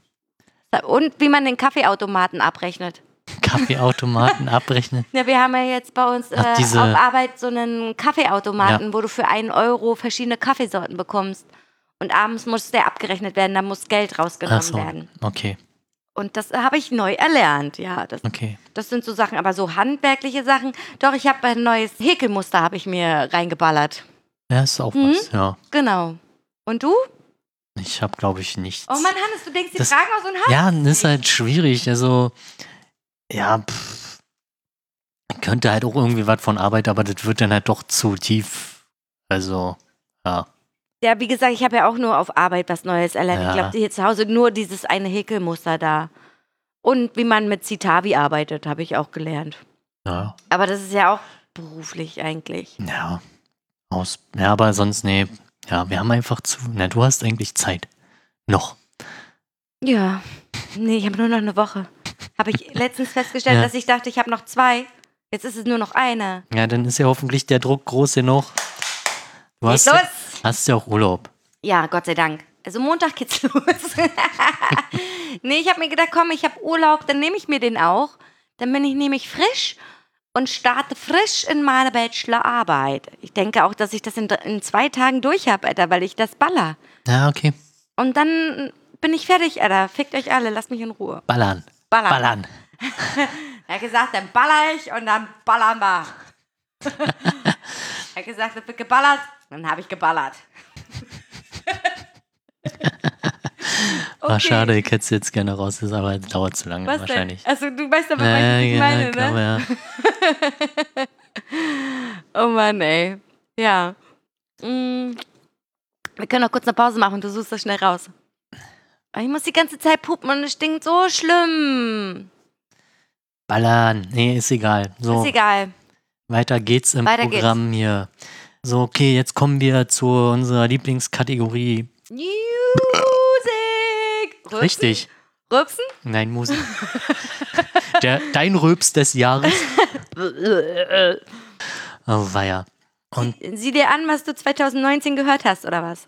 [SPEAKER 1] [LAUGHS]
[SPEAKER 2] Und wie man den Kaffeeautomaten abrechnet.
[SPEAKER 1] Kaffeeautomaten abrechnen.
[SPEAKER 2] Ja, wir haben ja jetzt bei uns äh,
[SPEAKER 1] Ach, diese-
[SPEAKER 2] auf Arbeit so einen Kaffeeautomaten, wo du für einen Euro verschiedene Kaffeesorten bekommst. Und abends muss der abgerechnet werden, da muss Geld rausgenommen
[SPEAKER 1] Achso.
[SPEAKER 2] werden.
[SPEAKER 1] Okay.
[SPEAKER 2] Und das habe ich neu erlernt, ja. Das,
[SPEAKER 1] Okay.
[SPEAKER 2] Das sind so Sachen, aber so handwerkliche Sachen. Doch, ich habe ein neues Häkelmuster, habe ich mir reingeballert.
[SPEAKER 1] Ja, ist auch was. Ja.
[SPEAKER 2] Genau. Und du?
[SPEAKER 1] Ich habe, glaube ich, nichts.
[SPEAKER 2] Oh Mann, Hannes, du denkst die
[SPEAKER 1] Das-
[SPEAKER 2] Fragen aus und hast.
[SPEAKER 1] Ja, das ist halt schwierig. Also, ja, pff, könnte halt auch irgendwie was von Arbeit, aber das wird dann halt doch zu tief. Also, ja.
[SPEAKER 2] Ja, wie gesagt, ich habe ja auch nur auf Arbeit was Neues erlernt. Ich
[SPEAKER 1] Ja.
[SPEAKER 2] glaube, hier zu Hause nur dieses eine Häkelmuster da. Und wie man mit Citavi arbeitet, habe ich auch gelernt.
[SPEAKER 1] Ja,
[SPEAKER 2] Aber das ist ja auch beruflich eigentlich.
[SPEAKER 1] ja. Aus, ja, aber sonst, nee. Ja, wir haben einfach zu. Na, du hast eigentlich Zeit. Noch.
[SPEAKER 2] Ja. Nee, ich habe nur noch eine Woche. Habe ich letztens festgestellt,
[SPEAKER 1] Ja.
[SPEAKER 2] dass ich dachte, ich habe noch zwei. Jetzt ist es nur noch eine.
[SPEAKER 1] Ja, dann ist ja hoffentlich der Druck groß genug. Du
[SPEAKER 2] Geht
[SPEAKER 1] hast,
[SPEAKER 2] los!
[SPEAKER 1] hast ja auch Urlaub.
[SPEAKER 2] Ja, Gott sei Dank. Also Montag geht's [LAUGHS] los. nee, ich habe mir gedacht, komm, ich habe Urlaub, dann nehme ich mir den auch. Dann bin ich nämlich frisch und starte frisch in meine Bachelorarbeit. Ich denke auch, dass ich das in, dr- in zwei Tagen durch habe, Alter, weil ich das baller.
[SPEAKER 1] Ja, okay.
[SPEAKER 2] Und dann bin ich fertig, Alter. Fickt euch alle, lasst mich in Ruhe.
[SPEAKER 1] Ballern.
[SPEAKER 2] Ballern.
[SPEAKER 1] Ballern.
[SPEAKER 2] Er hat gesagt, dann baller ich und dann
[SPEAKER 1] [LAUGHS]
[SPEAKER 2] ballern wir. er hat gesagt, es wird geballert, dann habe
[SPEAKER 1] [LAUGHS]
[SPEAKER 2] ich geballert.
[SPEAKER 1] War Ah, schade, ich hätte es jetzt gerne raus, ist, aber es dauert zu lange
[SPEAKER 2] Was
[SPEAKER 1] wahrscheinlich.
[SPEAKER 2] Denn? Also du weißt aber, was
[SPEAKER 1] Ja,
[SPEAKER 2] ich
[SPEAKER 1] ja,
[SPEAKER 2] meine, ne?
[SPEAKER 1] glaube, ja.
[SPEAKER 2] Oh Mann, ey. Ja. Mm. Wir können noch kurz eine Pause machen, du suchst das schnell raus. Aber Ich muss die ganze Zeit pupen und es stinkt so schlimm.
[SPEAKER 1] Ballern. Nee, ist egal. So,
[SPEAKER 2] Ist egal.
[SPEAKER 1] weiter geht's im
[SPEAKER 2] Weiter
[SPEAKER 1] Programm hier. So, okay, jetzt kommen wir zu unserer Lieblingskategorie.
[SPEAKER 2] Music! Rülpsen?
[SPEAKER 1] Richtig. [LAUGHS]
[SPEAKER 2] Rülpsen?
[SPEAKER 1] Nein,
[SPEAKER 2] [LAUGHS]
[SPEAKER 1] Musik. Der, dein Röps des Jahres. Oh, weia. Und
[SPEAKER 2] Sieh dir an, was du 2019 gehört hast, oder was?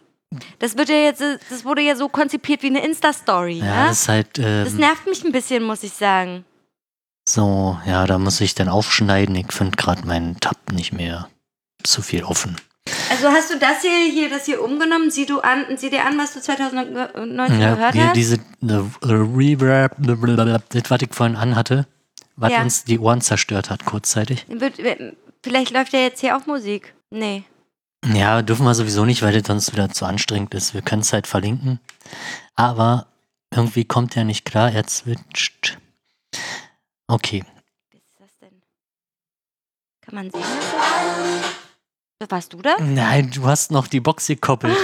[SPEAKER 2] Das wird ja jetzt, das wurde ja so konzipiert wie eine Insta-Story,
[SPEAKER 1] ja,
[SPEAKER 2] ne?
[SPEAKER 1] das ist halt ähm,
[SPEAKER 2] das nervt mich ein bisschen, muss ich sagen.
[SPEAKER 1] so, ja, da muss ich dann aufschneiden. Ich finde gerade meinen Tab nicht mehr zu viel offen.
[SPEAKER 2] Also hast du das hier, hier das hier umgenommen? Sieh, du an, sieh dir an, was du 2019
[SPEAKER 1] Ja,
[SPEAKER 2] gehört
[SPEAKER 1] hier
[SPEAKER 2] hast.
[SPEAKER 1] diese äh, Reverb, blablabla, das, was ich vorhin anhatte, was
[SPEAKER 2] Ja.
[SPEAKER 1] uns die Ohren zerstört hat kurzzeitig.
[SPEAKER 2] Wird- wird- Vielleicht läuft ja jetzt hier auch Musik. Nee.
[SPEAKER 1] Ja, dürfen wir sowieso nicht, weil das sonst wieder zu anstrengend ist. Wir können es halt verlinken. Aber irgendwie kommt er nicht klar, er zwitscht. Okay,
[SPEAKER 2] Was ist das denn? Kann man sehen? was das ist? Warst
[SPEAKER 1] [LAUGHS]
[SPEAKER 2] du da?
[SPEAKER 1] nein, du hast noch die Box
[SPEAKER 2] [LAUGHS]
[SPEAKER 1] gekoppelt.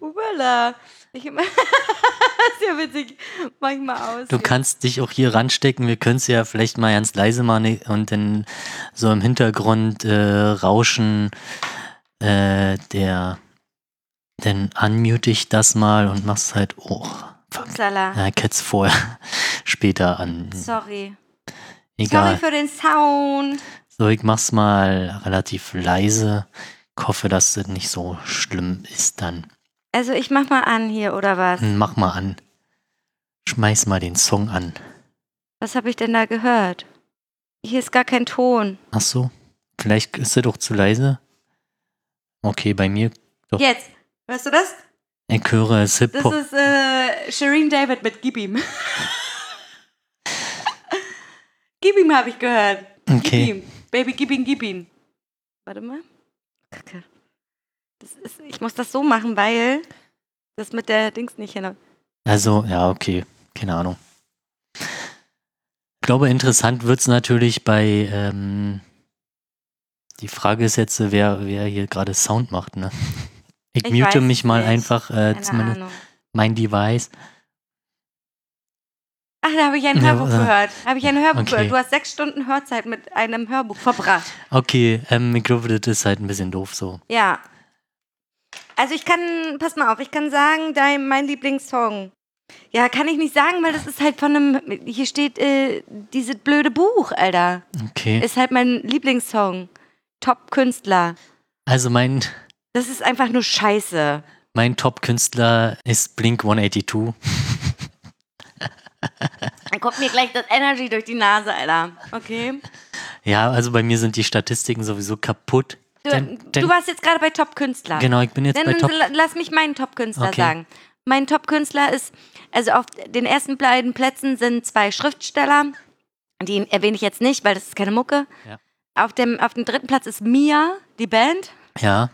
[SPEAKER 2] Ubala. Ich, [LAUGHS] das ist ja witzig. Manchmal aus.
[SPEAKER 1] Du kannst dich auch hier ranstecken. Wir können es ja vielleicht mal ganz leise machen und dann so im Hintergrund äh, rauschen. Äh, der. Dann unmute ich das mal und mach's halt auch.
[SPEAKER 2] Upsala.
[SPEAKER 1] Ja, Cats vorher, [LAUGHS] später an.
[SPEAKER 2] Sorry. Sorry
[SPEAKER 1] Egal.
[SPEAKER 2] für den Sound.
[SPEAKER 1] So, ich mach's mal relativ leise. Ich hoffe, dass das nicht so schlimm ist dann. Hm,
[SPEAKER 2] Also ich mach mal an hier, oder was?
[SPEAKER 1] Mach mal an. Schmeiß mal den Song an.
[SPEAKER 2] Was habe ich denn da gehört? Hier ist gar kein Ton.
[SPEAKER 1] Ach so. Vielleicht ist er doch zu leise. Okay, bei mir. Doch.
[SPEAKER 2] Jetzt. Hörst du das?
[SPEAKER 1] Ich höre es
[SPEAKER 2] Das
[SPEAKER 1] Hip-Hop.
[SPEAKER 2] ist äh, Shireen David mit Gib ihm. [LAUGHS] gib ihm, habe ich gehört. Gib
[SPEAKER 1] Okay.
[SPEAKER 2] ihm. Baby, gib ihm, gib ihm. Warte mal. Kacke. Das ist, ich muss das so machen, weil das mit der Dings nicht hin.
[SPEAKER 1] Also, ja, okay. Keine Ahnung. Ich glaube, interessant wird es natürlich bei. Ähm, die Frage ist jetzt, wer, wer hier gerade Sound macht, ne? Ich,
[SPEAKER 2] Ich
[SPEAKER 1] mute
[SPEAKER 2] weiß
[SPEAKER 1] mich mal
[SPEAKER 2] nicht.
[SPEAKER 1] einfach äh,
[SPEAKER 2] Keine
[SPEAKER 1] zu meine,
[SPEAKER 2] Ahnung.
[SPEAKER 1] mein Device.
[SPEAKER 2] Ach, da habe ich ein
[SPEAKER 1] Ja,
[SPEAKER 2] Hörbuch
[SPEAKER 1] äh,
[SPEAKER 2] gehört. Habe ich ein Hörbuch
[SPEAKER 1] okay.
[SPEAKER 2] gehört. Du hast sechs Stunden Hörzeit mit einem Hörbuch verbracht.
[SPEAKER 1] Okay, ähm, ich glaube, das ist halt ein bisschen doof so.
[SPEAKER 2] Ja. Also ich kann, pass mal auf, ich kann sagen, dein, mein Lieblingssong. Ja, kann ich nicht sagen, weil das ist halt von einem, hier steht äh, dieses blöde Buch, Alter.
[SPEAKER 1] Okay.
[SPEAKER 2] Ist halt mein Lieblingssong. Top-Künstler.
[SPEAKER 1] Also, mein,
[SPEAKER 2] Das ist einfach nur scheiße.
[SPEAKER 1] mein Top-Künstler ist Blink 182.
[SPEAKER 2] Dann kommt mir gleich das Energy durch die Nase, Alter. Okay.
[SPEAKER 1] Ja, also bei mir sind die Statistiken sowieso kaputt.
[SPEAKER 2] Du,
[SPEAKER 1] Denn- denn-
[SPEAKER 2] du warst jetzt gerade bei Top-Künstler.
[SPEAKER 1] Genau, ich bin jetzt
[SPEAKER 2] Dann
[SPEAKER 1] bei Top.
[SPEAKER 2] la- lass mich meinen Top-Künstler
[SPEAKER 1] Okay.
[SPEAKER 2] sagen. Mein Top-Künstler ist, also auf den ersten beiden Plätzen sind zwei Schriftsteller. Die erwähne ich jetzt nicht, weil das ist keine Mucke.
[SPEAKER 1] Ja.
[SPEAKER 2] Auf, dem, auf dem dritten Platz ist Mia, die Band.
[SPEAKER 1] Ja,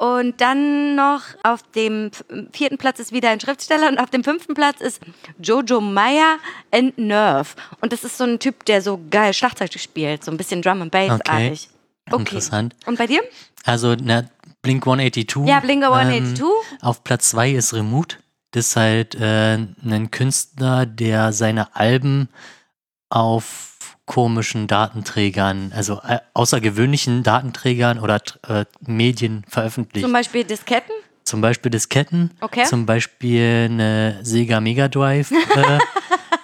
[SPEAKER 2] Und dann noch auf dem f- vierten Platz ist wieder ein Schriftsteller und auf dem fünften Platz ist Jojo Meyer and Nerve. Und das ist so ein Typ, der so geil Schlagzeug spielt, so ein bisschen Drum and Bass-artig.
[SPEAKER 1] Interessant.
[SPEAKER 2] Und bei dir?
[SPEAKER 1] Also ne, Blink 182.
[SPEAKER 2] Ja, Blink 182.
[SPEAKER 1] ähm, auf Platz 2 ist Remut. Das ist halt äh, ein Künstler, der seine Alben auf komischen Datenträgern, also äh, außergewöhnlichen Datenträgern oder äh, Medien veröffentlicht.
[SPEAKER 2] Zum Beispiel Disketten.
[SPEAKER 1] Zum Beispiel Disketten,
[SPEAKER 2] Okay.
[SPEAKER 1] zum Beispiel eine Sega Mega Drive.
[SPEAKER 2] [LAUGHS]
[SPEAKER 1] Äh,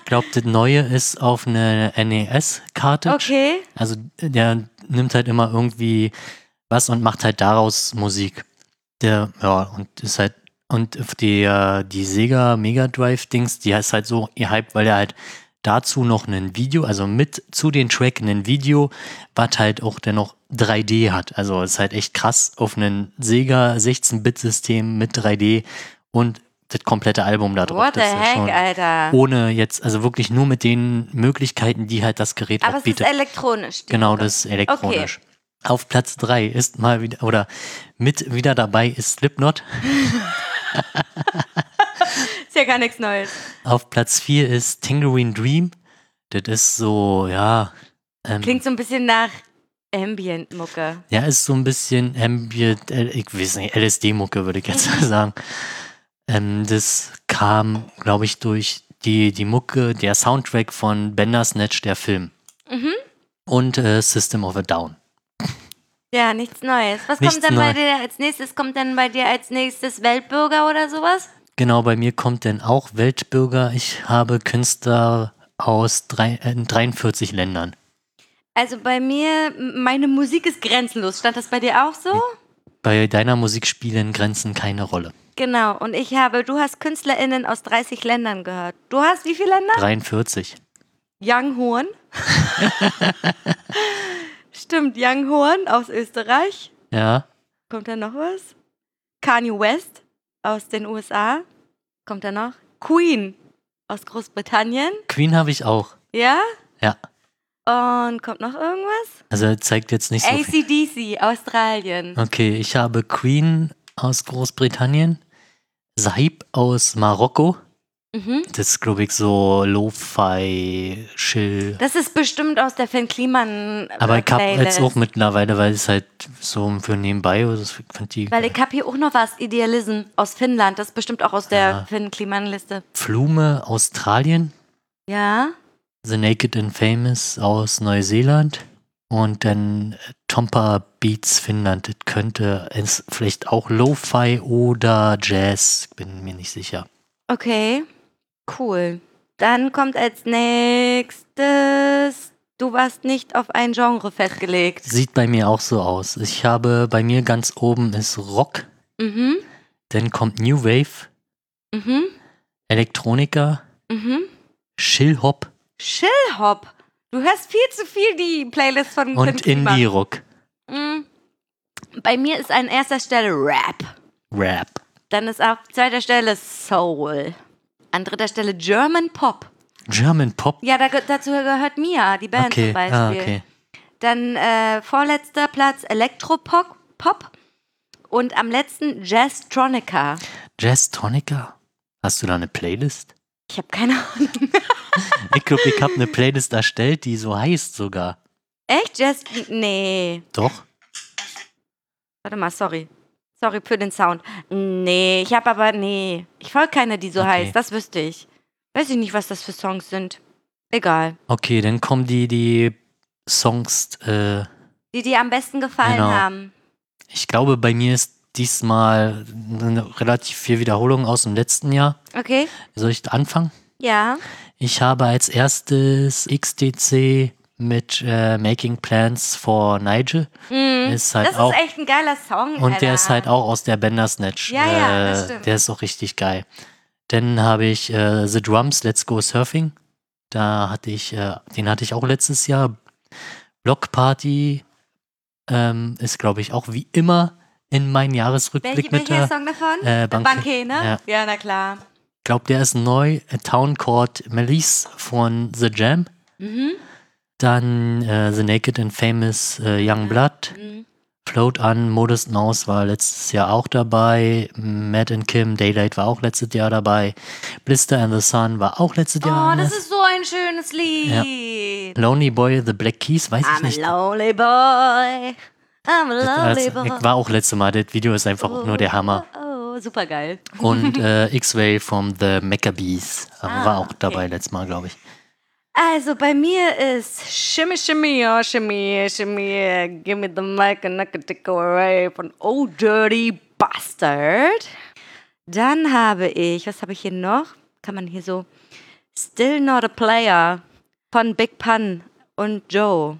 [SPEAKER 1] glaube, das neue ist auf eine NES-Karte.
[SPEAKER 2] Okay.
[SPEAKER 1] Also der nimmt halt immer irgendwie was und macht halt daraus Musik. Der, ja, und ist halt, und die, äh, die Sega Mega Drive Dings, die ist halt so gehypt, weil er halt dazu noch ein Video, also mit zu den Track ein Video, was halt auch dennoch 3D hat. Also ist halt echt krass auf einem Sega 16-Bit-System mit 3D und das komplette Album da drauf.
[SPEAKER 2] What the
[SPEAKER 1] das ist ja
[SPEAKER 2] heck, Alter.
[SPEAKER 1] Ohne jetzt, also wirklich nur mit den Möglichkeiten, die halt das Gerät
[SPEAKER 2] Aber
[SPEAKER 1] auch
[SPEAKER 2] es
[SPEAKER 1] bietet.
[SPEAKER 2] ist elektronisch. die
[SPEAKER 1] Genau,
[SPEAKER 2] Uhr.
[SPEAKER 1] das ist elektronisch. Auf Platz 3 ist mal wieder, oder mit wieder dabei ist Slipknot.
[SPEAKER 2] Ist ja gar nichts Neues.
[SPEAKER 1] Auf Platz 4 ist Tangerine Dream. Das ist so, ja,
[SPEAKER 2] Klingt so ein bisschen nach Ambient-Mucke.
[SPEAKER 1] ja, ist so ein bisschen Ambient, äh, ich weiß nicht, LSD-Mucke würde ich jetzt [LAUGHS] sagen. Ähm, das kam, glaube ich, durch die, die Mucke, der Soundtrack von Bandersnatch, der Film. Und äh, System of a Down.
[SPEAKER 2] Ja, nichts Neues. Was
[SPEAKER 1] Nichts
[SPEAKER 2] kommt dann bei
[SPEAKER 1] Neues.
[SPEAKER 2] dir als nächstes? Kommt dann bei dir als nächstes Weltbürger oder sowas?
[SPEAKER 1] Genau, bei mir kommt denn auch Weltbürger. Ich habe Künstler aus drei, äh, 43 Ländern.
[SPEAKER 2] Also bei mir, m- meine Musik ist grenzenlos. Stand das bei dir auch so?
[SPEAKER 1] Bei deiner Musik spielen Grenzen keine Rolle.
[SPEAKER 2] Genau. Und ich habe, du hast KünstlerInnen aus 30 Ländern gehört. Du hast wie viele Länder?
[SPEAKER 1] 43. [LAUGHS]
[SPEAKER 2] Young Horn. Stimmt, Young Horn aus Österreich.
[SPEAKER 1] Ja,
[SPEAKER 2] Kommt da noch was? Kanye West aus den USA. Kommt da noch? Queen aus Großbritannien.
[SPEAKER 1] Queen habe ich auch.
[SPEAKER 2] Ja?
[SPEAKER 1] Ja,
[SPEAKER 2] Und kommt noch irgendwas?
[SPEAKER 1] also zeigt jetzt nicht so viel.
[SPEAKER 2] ACDC, Australien.
[SPEAKER 1] Okay, ich habe Queen aus Großbritannien, Saib aus Marokko. Hm.
[SPEAKER 2] Mhm.
[SPEAKER 1] Das ist, glaube ich, so Lo-Fi, Chill.
[SPEAKER 2] Das ist bestimmt aus der Fan Kliman. äh,
[SPEAKER 1] Aber ich habe
[SPEAKER 2] Playlist.
[SPEAKER 1] jetzt auch mittlerweile, weil es halt so für nebenbei ist, ich fand die
[SPEAKER 2] Weil ich habe hier auch noch was, Idealism aus Finnland. Das ist bestimmt auch aus der
[SPEAKER 1] Ja.
[SPEAKER 2] Finn Kliman-Liste.
[SPEAKER 1] Pflume, Australien.
[SPEAKER 2] Ja?
[SPEAKER 1] The Naked and Famous aus Neuseeland und dann äh, Tompa Beats Finnland. Das könnte es vielleicht auch Lo-Fi oder Jazz, bin mir nicht sicher.
[SPEAKER 2] Okay. Cool. Dann kommt als nächstes. Du warst nicht auf ein Genre festgelegt.
[SPEAKER 1] Sieht bei mir auch so aus. Ich habe bei mir ganz oben ist Rock,
[SPEAKER 2] Mhm.
[SPEAKER 1] dann kommt New Wave,
[SPEAKER 2] Mhm.
[SPEAKER 1] Elektronika,
[SPEAKER 2] Mhm.
[SPEAKER 1] Chill-Hop
[SPEAKER 2] Chillhop. Du hörst viel zu viel die Playlist von
[SPEAKER 1] und
[SPEAKER 2] Finn Kliman.
[SPEAKER 1] Indie-Rock.
[SPEAKER 2] Mhm. Bei mir ist an erster Stelle Rap.
[SPEAKER 1] Rap.
[SPEAKER 2] Dann ist auf zweiter Stelle Soul. An dritter Stelle German Pop.
[SPEAKER 1] German Pop.
[SPEAKER 2] Ja, da, ge- dazu gehört Mia, die Band
[SPEAKER 1] Okay,
[SPEAKER 2] zum Beispiel.
[SPEAKER 1] ah, okay.
[SPEAKER 2] Dann äh, vorletzter Platz Elektropop Pop. und am letzten Jazztronica.
[SPEAKER 1] Jazz Tonica. Hast du da eine Playlist?
[SPEAKER 2] Ich habe keine Ahnung.
[SPEAKER 1] Ich glaube, ich habe eine Playlist erstellt, die so heißt sogar.
[SPEAKER 2] Echt? Jazz? Nee.
[SPEAKER 1] Doch.
[SPEAKER 2] Warte mal, sorry. Sorry für den Sound. Nee, ich habe aber, nee. Ich folge keine, die so
[SPEAKER 1] Okay.
[SPEAKER 2] heißt. Das wüsste ich. Weiß ich nicht, was das für Songs sind. Egal.
[SPEAKER 1] Okay, dann kommen die, die Songs. Äh,
[SPEAKER 2] Die, die am besten gefallen
[SPEAKER 1] Genau.
[SPEAKER 2] haben.
[SPEAKER 1] ich glaube, bei mir ist diesmal eine relativ viel Wiederholung aus dem letzten Jahr.
[SPEAKER 2] Okay?
[SPEAKER 1] Soll ich anfangen?
[SPEAKER 2] Ja.
[SPEAKER 1] Ich habe als erstes XTC mit äh, Making Plans for Nigel. Ist halt
[SPEAKER 2] Mhm. Hm. das
[SPEAKER 1] auch,
[SPEAKER 2] ist echt ein geiler [LAUGHS] Song.
[SPEAKER 1] und der
[SPEAKER 2] Alter.
[SPEAKER 1] ist halt auch aus der Bandersnatch. äh,
[SPEAKER 2] Ja, ja, das stimmt.
[SPEAKER 1] Der ist auch richtig geil. Dann habe ich äh, The Drums, Let's Go Surfing. Da hatte ich, äh, den hatte ich auch letztes Jahr. Block Party ähm, ist, glaube ich, auch wie immer in meinen Jahresrückblick
[SPEAKER 2] Welche,
[SPEAKER 1] mit
[SPEAKER 2] welcher
[SPEAKER 1] der.
[SPEAKER 2] Song davon?
[SPEAKER 1] äh, Banke.
[SPEAKER 2] Banke, ne? Ja. na klar.
[SPEAKER 1] Ich glaube, der ist neu. A Town Court Malice von The Jam.
[SPEAKER 2] Mhm.
[SPEAKER 1] Dann äh, The Naked and Famous äh, Young Blood.
[SPEAKER 2] Mhm.
[SPEAKER 1] Float an, Modest Mouse war letztes Jahr auch dabei, Matt and Kim, Daylight war auch letztes Jahr dabei, Blister and the Sun war auch letztes Jahr.
[SPEAKER 2] Oh, das
[SPEAKER 1] ne?
[SPEAKER 2] ist so ein schönes Lied.
[SPEAKER 1] Lonely Boy, The Black Keys, weiß ich
[SPEAKER 2] I'm
[SPEAKER 1] nicht.
[SPEAKER 2] a lonely boy. I'm a
[SPEAKER 1] Das äh,
[SPEAKER 2] lonely boy.
[SPEAKER 1] war auch letztes Mal, das Video ist einfach nur der Hammer.
[SPEAKER 2] Oh, super geil. [LAUGHS]
[SPEAKER 1] Und äh, X-Way from The Maccabees äh, war
[SPEAKER 2] Ah,
[SPEAKER 1] auch dabei letztes Mal, glaube ich.
[SPEAKER 2] Also bei mir ist Shimmy Shimmy, oh Shimmy, Shimmy, give me the mic and I can take away von Oh Dirty Bastard. Dann habe ich, was habe ich hier noch? Kann man hier so Still Not a Player von Big Pun und Joe.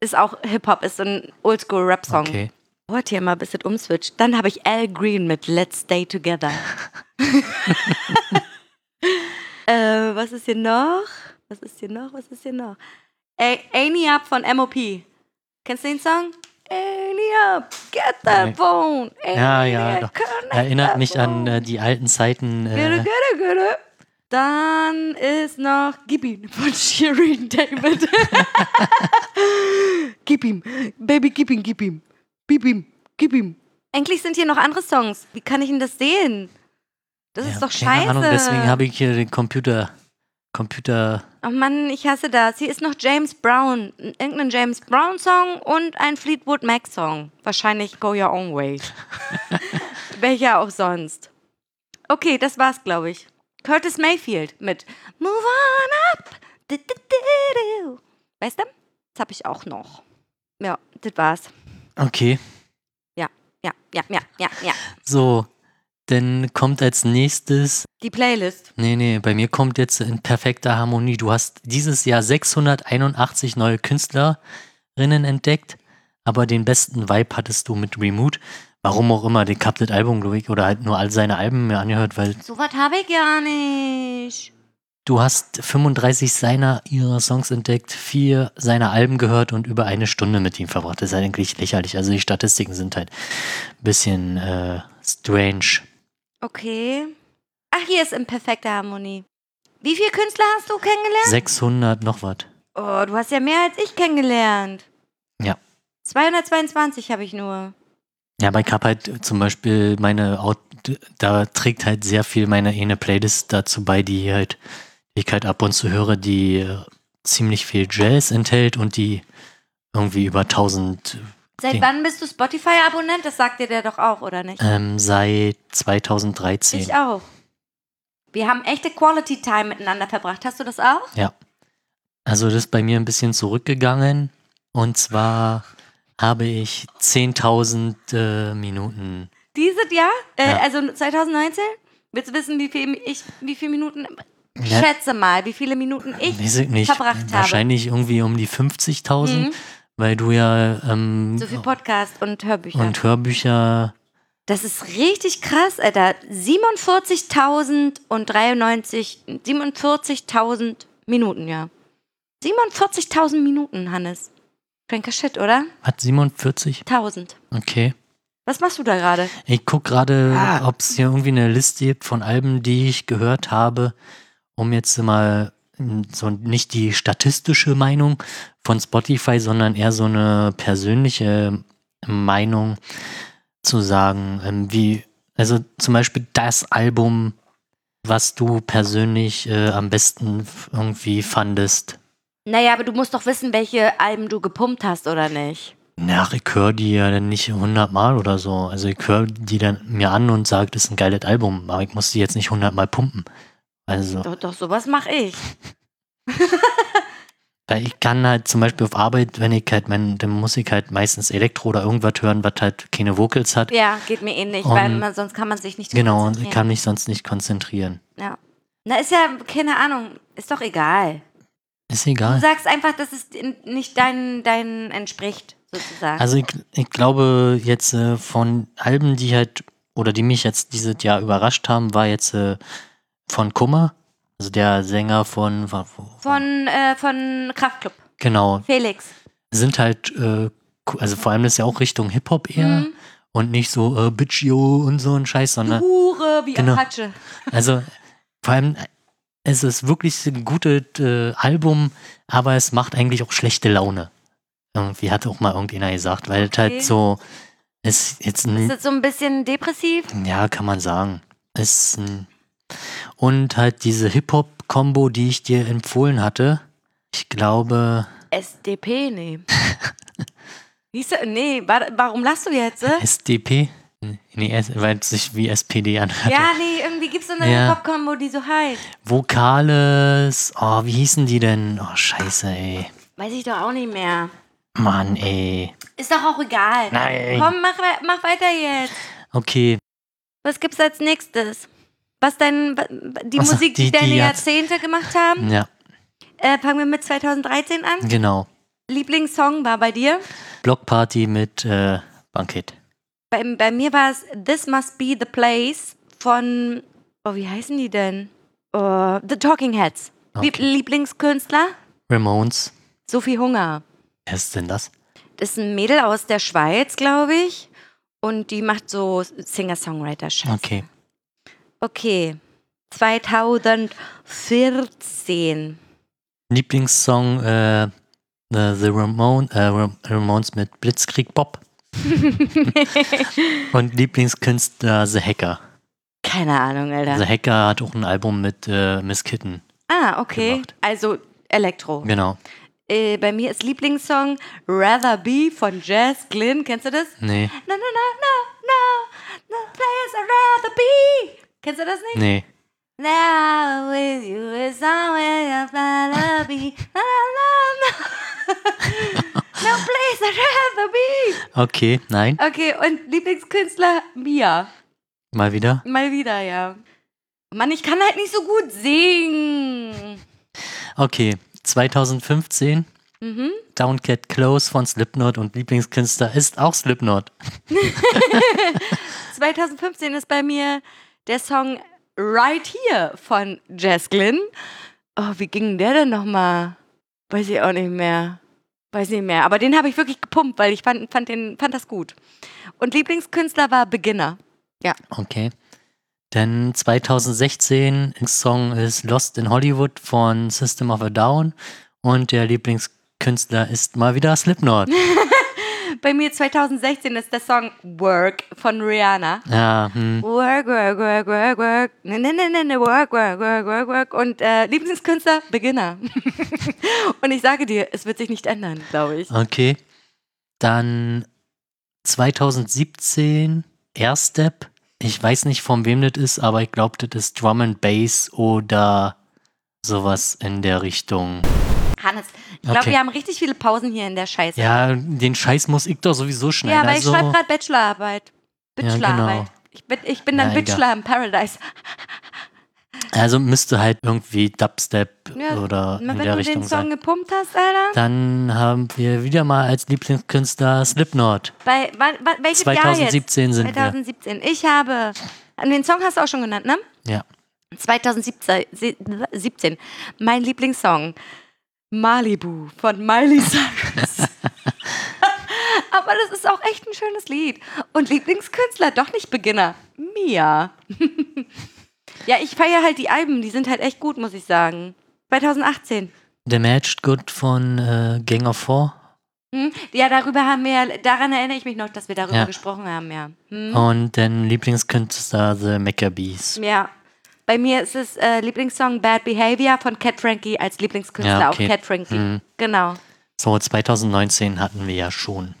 [SPEAKER 2] Ist auch Hip-Hop, ist ein Oldschool-Rap-Song.
[SPEAKER 1] Okay.
[SPEAKER 2] Wollt ihr mal ein bisschen umswitcht? Dann habe ich Al Green mit Let's
[SPEAKER 1] [LAUGHS]
[SPEAKER 2] Stay Together. [LAUGHS] äh, was ist hier noch? Was ist hier noch? Was ist hier noch? A Any Up von MOP. Kennst du den Song? Any Up, get
[SPEAKER 1] Nee.
[SPEAKER 2] the phone. Any
[SPEAKER 1] Ja, ja,
[SPEAKER 2] Up,
[SPEAKER 1] doch.
[SPEAKER 2] connect
[SPEAKER 1] Erinnert
[SPEAKER 2] the
[SPEAKER 1] mich an
[SPEAKER 2] phone.
[SPEAKER 1] äh, die alten Zeiten.
[SPEAKER 2] Gürre,
[SPEAKER 1] Äh,
[SPEAKER 2] gürre, gürre. Dann ist noch Gib ihm [LAUGHS] von Shirin David. [LAUGHS] gib ihm. Baby, gib ihm, gib ihm. Gib ihm, gib ihm. Endlich sind hier noch andere Songs. Wie kann ich denn das sehen? Das
[SPEAKER 1] ja,
[SPEAKER 2] ist doch
[SPEAKER 1] keine
[SPEAKER 2] scheiße.
[SPEAKER 1] Ahnung, deswegen habe ich hier den Computer. Computer.
[SPEAKER 2] oh Mann, ich hasse das. Hier ist noch James Brown. Irgendein James Brown-Song und ein Fleetwood Mac-Song. Wahrscheinlich Go Your Own [LAUGHS] Way. Welcher auch sonst. Okay, das war's, glaube ich. Curtis Mayfield mit Move on up. Du, du, du, du. Weißt du? Das habe ich auch noch. Ja, das war's.
[SPEAKER 1] Okay.
[SPEAKER 2] Ja, ja, ja, ja, ja, ja.
[SPEAKER 1] So. Dann kommt als nächstes
[SPEAKER 2] Die Playlist.
[SPEAKER 1] Nee, nee, bei mir kommt jetzt in perfekter Harmonie. Du hast dieses Jahr 681 neue Künstlerinnen entdeckt, aber den besten Vibe hattest du mit Remote. Warum auch immer, den Captain Album, glaube ich, oder halt nur all seine Alben mir angehört, weil
[SPEAKER 2] So was habe ich gar nicht.
[SPEAKER 1] du hast 35 seiner ihrer Songs entdeckt, vier seiner Alben gehört und über eine Stunde mit ihm verbracht. Das ist eigentlich lächerlich. Also die Statistiken sind halt ein bisschen äh, strange.
[SPEAKER 2] Okay. Ach, hier ist in perfekter Harmonie. Wie viele Künstler hast du kennengelernt?
[SPEAKER 1] 600 noch was.
[SPEAKER 2] Oh, du hast ja mehr als ich kennengelernt.
[SPEAKER 1] Ja.
[SPEAKER 2] 222 habe ich nur.
[SPEAKER 1] Ja, bei Cup halt zum Beispiel meine, Out da trägt halt sehr viel meine eine Playlist dazu bei, die halt, die ich halt ab und zu höre, die äh, ziemlich viel Jazz enthält und die irgendwie über 1000,
[SPEAKER 2] Seit
[SPEAKER 1] Okay.
[SPEAKER 2] wann bist du Spotify-Abonnent? Das sagt dir der doch auch, oder nicht?
[SPEAKER 1] ähm, seit 2013.
[SPEAKER 2] Ich auch. Wir haben echte Quality Time miteinander verbracht. Hast du das auch?
[SPEAKER 1] Ja. Also das ist bei mir ein bisschen zurückgegangen. Und zwar habe ich 10.000 äh, Minuten.
[SPEAKER 2] Dieses Jahr? Äh,
[SPEAKER 1] Ja.
[SPEAKER 2] Also 2019? Willst du wissen, wie viel ich, wie viele Minuten,
[SPEAKER 1] Ja.
[SPEAKER 2] schätze mal, wie viele Minuten ich
[SPEAKER 1] Weiß ich nicht.
[SPEAKER 2] verbracht habe. Mhm.
[SPEAKER 1] Wahrscheinlich irgendwie um die 50.000, weil du ja ähm,
[SPEAKER 2] So viel Podcast und Hörbücher.
[SPEAKER 1] und Hörbücher.
[SPEAKER 2] Das ist richtig krass, Alter. 47.093, 47.000 Minuten, ja. 47.000 Minuten, Hannes. Cranker Shit, oder?
[SPEAKER 1] Hat 47?
[SPEAKER 2] 1000.
[SPEAKER 1] Okay.
[SPEAKER 2] Was machst du da gerade?
[SPEAKER 1] Ich gucke gerade,
[SPEAKER 2] Ah.
[SPEAKER 1] ob es hier irgendwie eine Liste gibt von Alben, die ich gehört habe, um jetzt mal mm, so nicht die statistische Meinung von Spotify, sondern eher so eine persönliche Meinung zu sagen, ähm, wie, also zum Beispiel das Album, was du persönlich äh, am besten f- irgendwie fandest.
[SPEAKER 2] Naja, aber du musst doch wissen, welche Alben du gepumpt hast, oder nicht?
[SPEAKER 1] Na, ich höre die ja dann nicht hundertmal oder so. Also ich höre die dann mir an und sage, das ist ein geiles Album, aber ich muss die jetzt nicht hundertmal pumpen. Also,
[SPEAKER 2] Doch, doch sowas mache ich.
[SPEAKER 1] weil ich kann halt zum Beispiel auf Arbeit, wenn ich halt, mein, dann muss ich halt meistens Elektro oder irgendwas hören, was halt keine Vocals hat.
[SPEAKER 2] Ja, geht mir ähnlich, weil
[SPEAKER 1] Und-
[SPEAKER 2] man, sonst kann man sich nicht
[SPEAKER 1] Genau, und ich
[SPEAKER 2] konzentrieren.
[SPEAKER 1] kann mich sonst nicht konzentrieren.
[SPEAKER 2] Ja. Na, ist ja, keine Ahnung, ist doch egal.
[SPEAKER 1] Ist
[SPEAKER 2] Du
[SPEAKER 1] egal.
[SPEAKER 2] sagst einfach, dass es in- nicht deinen dein entspricht, sozusagen.
[SPEAKER 1] Also ich, ich glaube jetzt äh, von Alben, die halt oder die mich jetzt dieses Jahr überrascht haben, war jetzt äh, von Kummer, also der Sänger von, von,
[SPEAKER 2] Von, äh, von Kraftclub.
[SPEAKER 1] genau
[SPEAKER 2] Felix.
[SPEAKER 1] sind halt, äh, co- also vor allem das ist ja auch Richtung Hip-Hop eher
[SPEAKER 2] Mhm.
[SPEAKER 1] und nicht so äh, Bitch Yo und so ein Scheiß, sondern
[SPEAKER 2] Hure, wie
[SPEAKER 1] Genau.
[SPEAKER 2] Apache.
[SPEAKER 1] also vor allem äh, es ist wirklich ein gutes äh, Album, aber es macht eigentlich auch schlechte Laune. Irgendwie hat auch mal irgendeiner gesagt, weil es
[SPEAKER 2] Okay.
[SPEAKER 1] halt so ist jetzt
[SPEAKER 2] Ist
[SPEAKER 1] ein,
[SPEAKER 2] das so ein bisschen depressiv?
[SPEAKER 1] ja, kann man sagen. Ist ein, und halt diese Hip-Hop-Kombo, die ich dir empfohlen hatte. Ich glaube,
[SPEAKER 2] SDP,
[SPEAKER 1] [LAUGHS]
[SPEAKER 2] nee. Hieß er, nee, wa- warum lachst du jetzt? äh?
[SPEAKER 1] SDP? Nee, S- weil es sich wie SPD anhört.
[SPEAKER 2] Ja, nee, irgendwie gibt es so eine
[SPEAKER 1] Ja.
[SPEAKER 2] Hip-Hop-Kombo, die so heißt.
[SPEAKER 1] Vokales. Oh, wie hießen die denn? Oh, scheiße, ey.
[SPEAKER 2] Weiß ich doch auch nicht mehr.
[SPEAKER 1] Mann, ey.
[SPEAKER 2] Ist doch auch egal.
[SPEAKER 1] Nein.
[SPEAKER 2] Komm, mach, wei- mach weiter jetzt.
[SPEAKER 1] Okay,
[SPEAKER 2] Was gibt's als nächstes? Was dein, wa- die
[SPEAKER 1] Was sagt
[SPEAKER 2] Musik, die,
[SPEAKER 1] die, Hm. die
[SPEAKER 2] deine
[SPEAKER 1] hat-
[SPEAKER 2] Jahrzehnte gemacht haben?
[SPEAKER 1] ja,
[SPEAKER 2] Äh, fangen wir mit 2013 an.
[SPEAKER 1] genau.
[SPEAKER 2] Lieblingssong war bei dir?
[SPEAKER 1] Blockparty mit äh, Bankett.
[SPEAKER 2] Bei, bei mir war es This Must Be the Place von, oh, wie heißen die denn? Uh, the Talking Heads. Lieb-
[SPEAKER 1] Okay.
[SPEAKER 2] Lieblingskünstler?
[SPEAKER 1] Ramones.
[SPEAKER 2] Sophie Hunger.
[SPEAKER 1] Wer ist denn das?
[SPEAKER 2] Das ist ein Mädel aus der Schweiz, glaube ich. Und die macht so Singer-Songwriter-Scheiße.
[SPEAKER 1] Okay.
[SPEAKER 2] Okay. 2014.
[SPEAKER 1] Lieblingssong äh, äh, The Ramone, äh, Ram- Ramones mit Blitzkrieg Bob. Und Lieblingskünstler The Hacker.
[SPEAKER 2] Keine Ahnung, Alter.
[SPEAKER 1] The Hacker hat auch ein Album mit äh, Miss Kitten.
[SPEAKER 2] Ah, okay.
[SPEAKER 1] gemacht.
[SPEAKER 2] Also Elektro.
[SPEAKER 1] Genau.
[SPEAKER 2] Äh, bei mir ist Lieblingssong Rather Be von Jazz Glynn. Kennst du das?
[SPEAKER 1] Nee,
[SPEAKER 2] No, no, no, no, no, no place I'd rather be. Kennst du das nicht?
[SPEAKER 1] nee.
[SPEAKER 2] Now with you is somewhere I'd rather be. No, [LAUGHS] no, no. no place I'd rather be.
[SPEAKER 1] Okay, nein.
[SPEAKER 2] Okay, und Lieblingskünstler Mia.
[SPEAKER 1] Mal wieder.
[SPEAKER 2] Mal wieder, ja. Mann, ich kann halt nicht so gut singen.
[SPEAKER 1] Okay, 2015.
[SPEAKER 2] Mhm.
[SPEAKER 1] Don't Get Close von Slipknot und Lieblingskünstler ist auch Slipknot.
[SPEAKER 2] 2015 ist bei mir der Song Right Here von Jess Glynn. Oh, wie ging der denn nochmal? Weiß ich auch nicht mehr. Weiß nicht mehr. Aber den habe ich wirklich gepumpt, weil ich fand, fand, den, fand das gut. Und Lieblingskünstler war Beginner.
[SPEAKER 1] Okay. Denn 2016 der Song ist Lost in Hollywood von System of a Down und der Lieblingskünstler ist mal wieder Slipknot.
[SPEAKER 2] Bei mir 2016 ist der Song Work von Rihanna.
[SPEAKER 1] ja, hm.
[SPEAKER 2] Work, work, work, work, work. Ne, ne, ne, ne, ne, work, work, work, work, work. Und äh, Lieblingskünstler Beginner. [LAUGHS] Und ich sage dir, es wird sich nicht ändern, glaube ich.
[SPEAKER 1] Okay. Dann 2017 Airstep. Ich weiß nicht, von wem das ist, aber ich glaube, das ist Drum and Bass oder sowas in der Richtung.
[SPEAKER 2] Hannes, ich glaube,
[SPEAKER 1] Okay.
[SPEAKER 2] wir haben richtig viele Pausen hier in der Scheiße.
[SPEAKER 1] Ja, den Scheiß muss ich doch sowieso schneiden.
[SPEAKER 2] Ja, weil ich
[SPEAKER 1] also,
[SPEAKER 2] schreibe gerade Bachelorarbeit.
[SPEAKER 1] genau.
[SPEAKER 2] Bachelorarbeit. Ich bin, ich bin dann
[SPEAKER 1] Ja, egal.
[SPEAKER 2] Bachelor im Paradise.
[SPEAKER 1] also müsste halt irgendwie Dubstep
[SPEAKER 2] Ja,
[SPEAKER 1] oder
[SPEAKER 2] Immer
[SPEAKER 1] in
[SPEAKER 2] wenn
[SPEAKER 1] der
[SPEAKER 2] du
[SPEAKER 1] Richtung
[SPEAKER 2] den Song
[SPEAKER 1] sein.
[SPEAKER 2] gepumpt hast, Alter.
[SPEAKER 1] Dann haben wir wieder mal als Lieblingskünstler Slipknot.
[SPEAKER 2] Bei, wa- wa- welches Jahr jetzt?
[SPEAKER 1] 2017 sind
[SPEAKER 2] 2017. Ich habe. an Den Song hast du auch schon genannt, ne?
[SPEAKER 1] wir. Ja.
[SPEAKER 2] 2017. Mein Lieblingssong. Malibu von Miley
[SPEAKER 1] [LAUGHS]
[SPEAKER 2] Cyrus. Aber das ist auch echt ein schönes Lied. Und Lieblingskünstler, doch nicht Beginner. Mia. [LAUGHS] ja, ich feiere halt die Alben. Die sind halt echt gut, muss ich sagen. 2018.
[SPEAKER 1] The Matched Good von äh, Gang of Four.
[SPEAKER 2] Hm? Ja, darüber haben wir, ja- daran erinnere ich mich noch, dass wir darüber
[SPEAKER 1] Ja.
[SPEAKER 2] gesprochen haben, ja. Hm?
[SPEAKER 1] Und dann Lieblingskünstler The Maccabees.
[SPEAKER 2] Ja. Bei mir ist es äh, Lieblingssong Bad Behavior von Cat Frankie als Lieblingskünstler,
[SPEAKER 1] Ja, okay.
[SPEAKER 2] auch Cat Frankie.
[SPEAKER 1] Hm.
[SPEAKER 2] Genau.
[SPEAKER 1] So, 2019 hatten wir ja schon.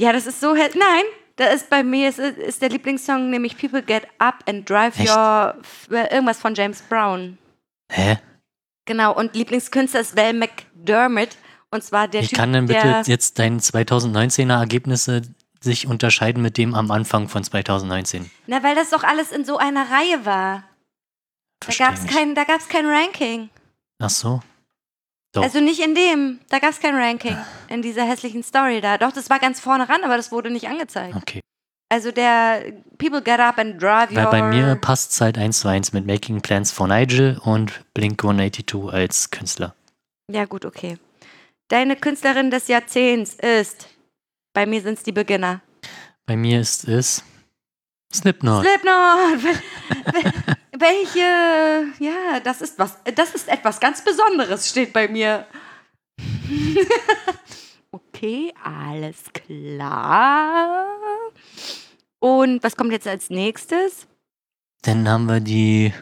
[SPEAKER 2] Ja, das ist so. he- Nein, da ist bei mir ist, ist der Lieblingssong nämlich People Get Up and Drive
[SPEAKER 1] Echt?
[SPEAKER 2] Your f- äh, irgendwas von James Brown.
[SPEAKER 1] Hä?
[SPEAKER 2] Genau. Und Lieblingskünstler ist Val McDermott. Und zwar der
[SPEAKER 1] Wie
[SPEAKER 2] Typ,
[SPEAKER 1] kann denn bitte
[SPEAKER 2] der,
[SPEAKER 1] jetzt deine 2019er Ergebnisse sich unterscheiden mit dem am Anfang von 2019?
[SPEAKER 2] na, weil das doch alles in so einer Reihe war. Da
[SPEAKER 1] Versteh
[SPEAKER 2] gab's
[SPEAKER 1] nicht.
[SPEAKER 2] kein, da gab's kein Ranking.
[SPEAKER 1] Ach so. Doch.
[SPEAKER 2] Also nicht in dem. Da gab's
[SPEAKER 1] [SIGHS]
[SPEAKER 2] kein Ranking in dieser hässlichen Story da. Doch, das war ganz vorne ran, aber das wurde nicht angezeigt.
[SPEAKER 1] Okay.
[SPEAKER 2] Also der People Get Up and Drive
[SPEAKER 1] Weil
[SPEAKER 2] Your
[SPEAKER 1] bei mir passt es halt eins zu eins mit Making Plans for Nigel und Blink 182 als Künstler.
[SPEAKER 2] Ja, gut, okay. Deine Künstlerin des Jahrzehnts ist. Bei mir sind es die Beginner.
[SPEAKER 1] Bei mir ist es Slipknot.
[SPEAKER 2] Slipknot! Wel- wel- Welche. Ja, das ist was. Das ist etwas ganz Besonderes, steht bei mir. [LAUGHS] okay, alles klar. Und was kommt jetzt als nächstes?
[SPEAKER 1] Dann haben wir die,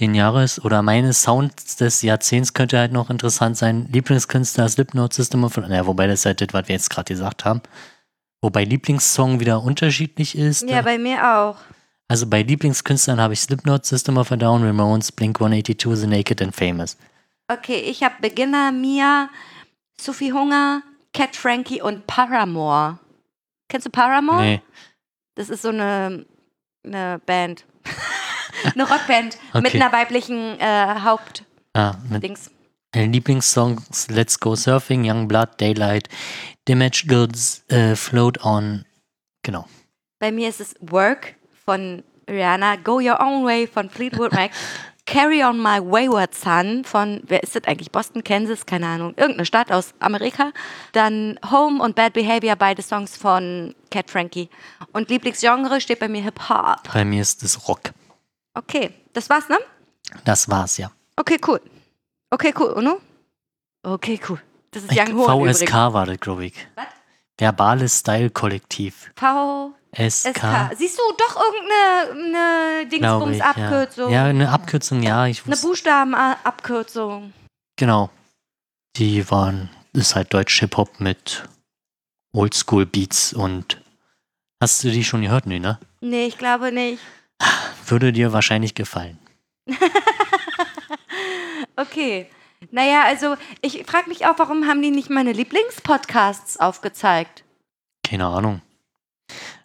[SPEAKER 1] den Jahres- oder meine Sound des Jahrzehnts könnte halt noch interessant sein. Lieblingskünstler Slipknot System of ja, wobei das halt das, was wir jetzt gerade gesagt haben. Wobei Lieblingssong wieder unterschiedlich ist.
[SPEAKER 2] Ja, bei mir auch.
[SPEAKER 1] also bei Lieblingskünstlern habe ich Slipknot, System of a Down, Ramones, Blink 182, The Naked and Famous.
[SPEAKER 2] Okay, ich habe Beginner, Mia, Sophie Hunger, Cat Frankie und Paramore. Kennst du Paramore?
[SPEAKER 1] Nee.
[SPEAKER 2] Das ist so eine, eine Band. [LAUGHS] eine Rockband mit
[SPEAKER 1] Okay.
[SPEAKER 2] einer weiblichen äh, Hauptdings.
[SPEAKER 1] Ah, mit äh, Lieblingssongs Let's Go Surfing, Young Blood, Daylight, Damaged Goods, äh, Float On. Genau.
[SPEAKER 2] Bei mir ist es Work von Rihanna, Go Your Own Way von Fleetwood Mac, Carry On My Wayward Son von, wer ist das eigentlich? Boston, Kansas, keine Ahnung, irgendeine Stadt aus Amerika. Dann Home und Bad Behavior, beide Songs von Cat Frankie. Und Lieblingsgenre steht bei mir Hip-Hop.
[SPEAKER 1] Bei mir ist es Rock.
[SPEAKER 2] Okay, das war's, ne?
[SPEAKER 1] Das war's, ja.
[SPEAKER 2] Okay, cool. Okay, cool, Uno? Okay, cool. Das ist Young Horn
[SPEAKER 1] VSK
[SPEAKER 2] übrigens.
[SPEAKER 1] war das, glaube ich.
[SPEAKER 2] Was?
[SPEAKER 1] Verbales Style Kollektiv.
[SPEAKER 2] VSK.
[SPEAKER 1] SK.
[SPEAKER 2] Siehst du doch irgendeine
[SPEAKER 1] glaube ich,
[SPEAKER 2] Dingsbums-Abkürzung?
[SPEAKER 1] Ja. ja, eine Abkürzung, ja. Ich
[SPEAKER 2] Eine
[SPEAKER 1] wusste,
[SPEAKER 2] Buchstabenabkürzung.
[SPEAKER 1] genau. Die waren, ist halt Deutsch Hip-Hop mit Oldschool Beats und hast du die schon gehört? Nee, ne?
[SPEAKER 2] Nee, ich glaube nicht.
[SPEAKER 1] Würde dir wahrscheinlich gefallen.
[SPEAKER 2] Okay. Naja, also ich frage mich auch, warum haben die nicht meine Lieblingspodcasts aufgezeigt?
[SPEAKER 1] Keine Ahnung.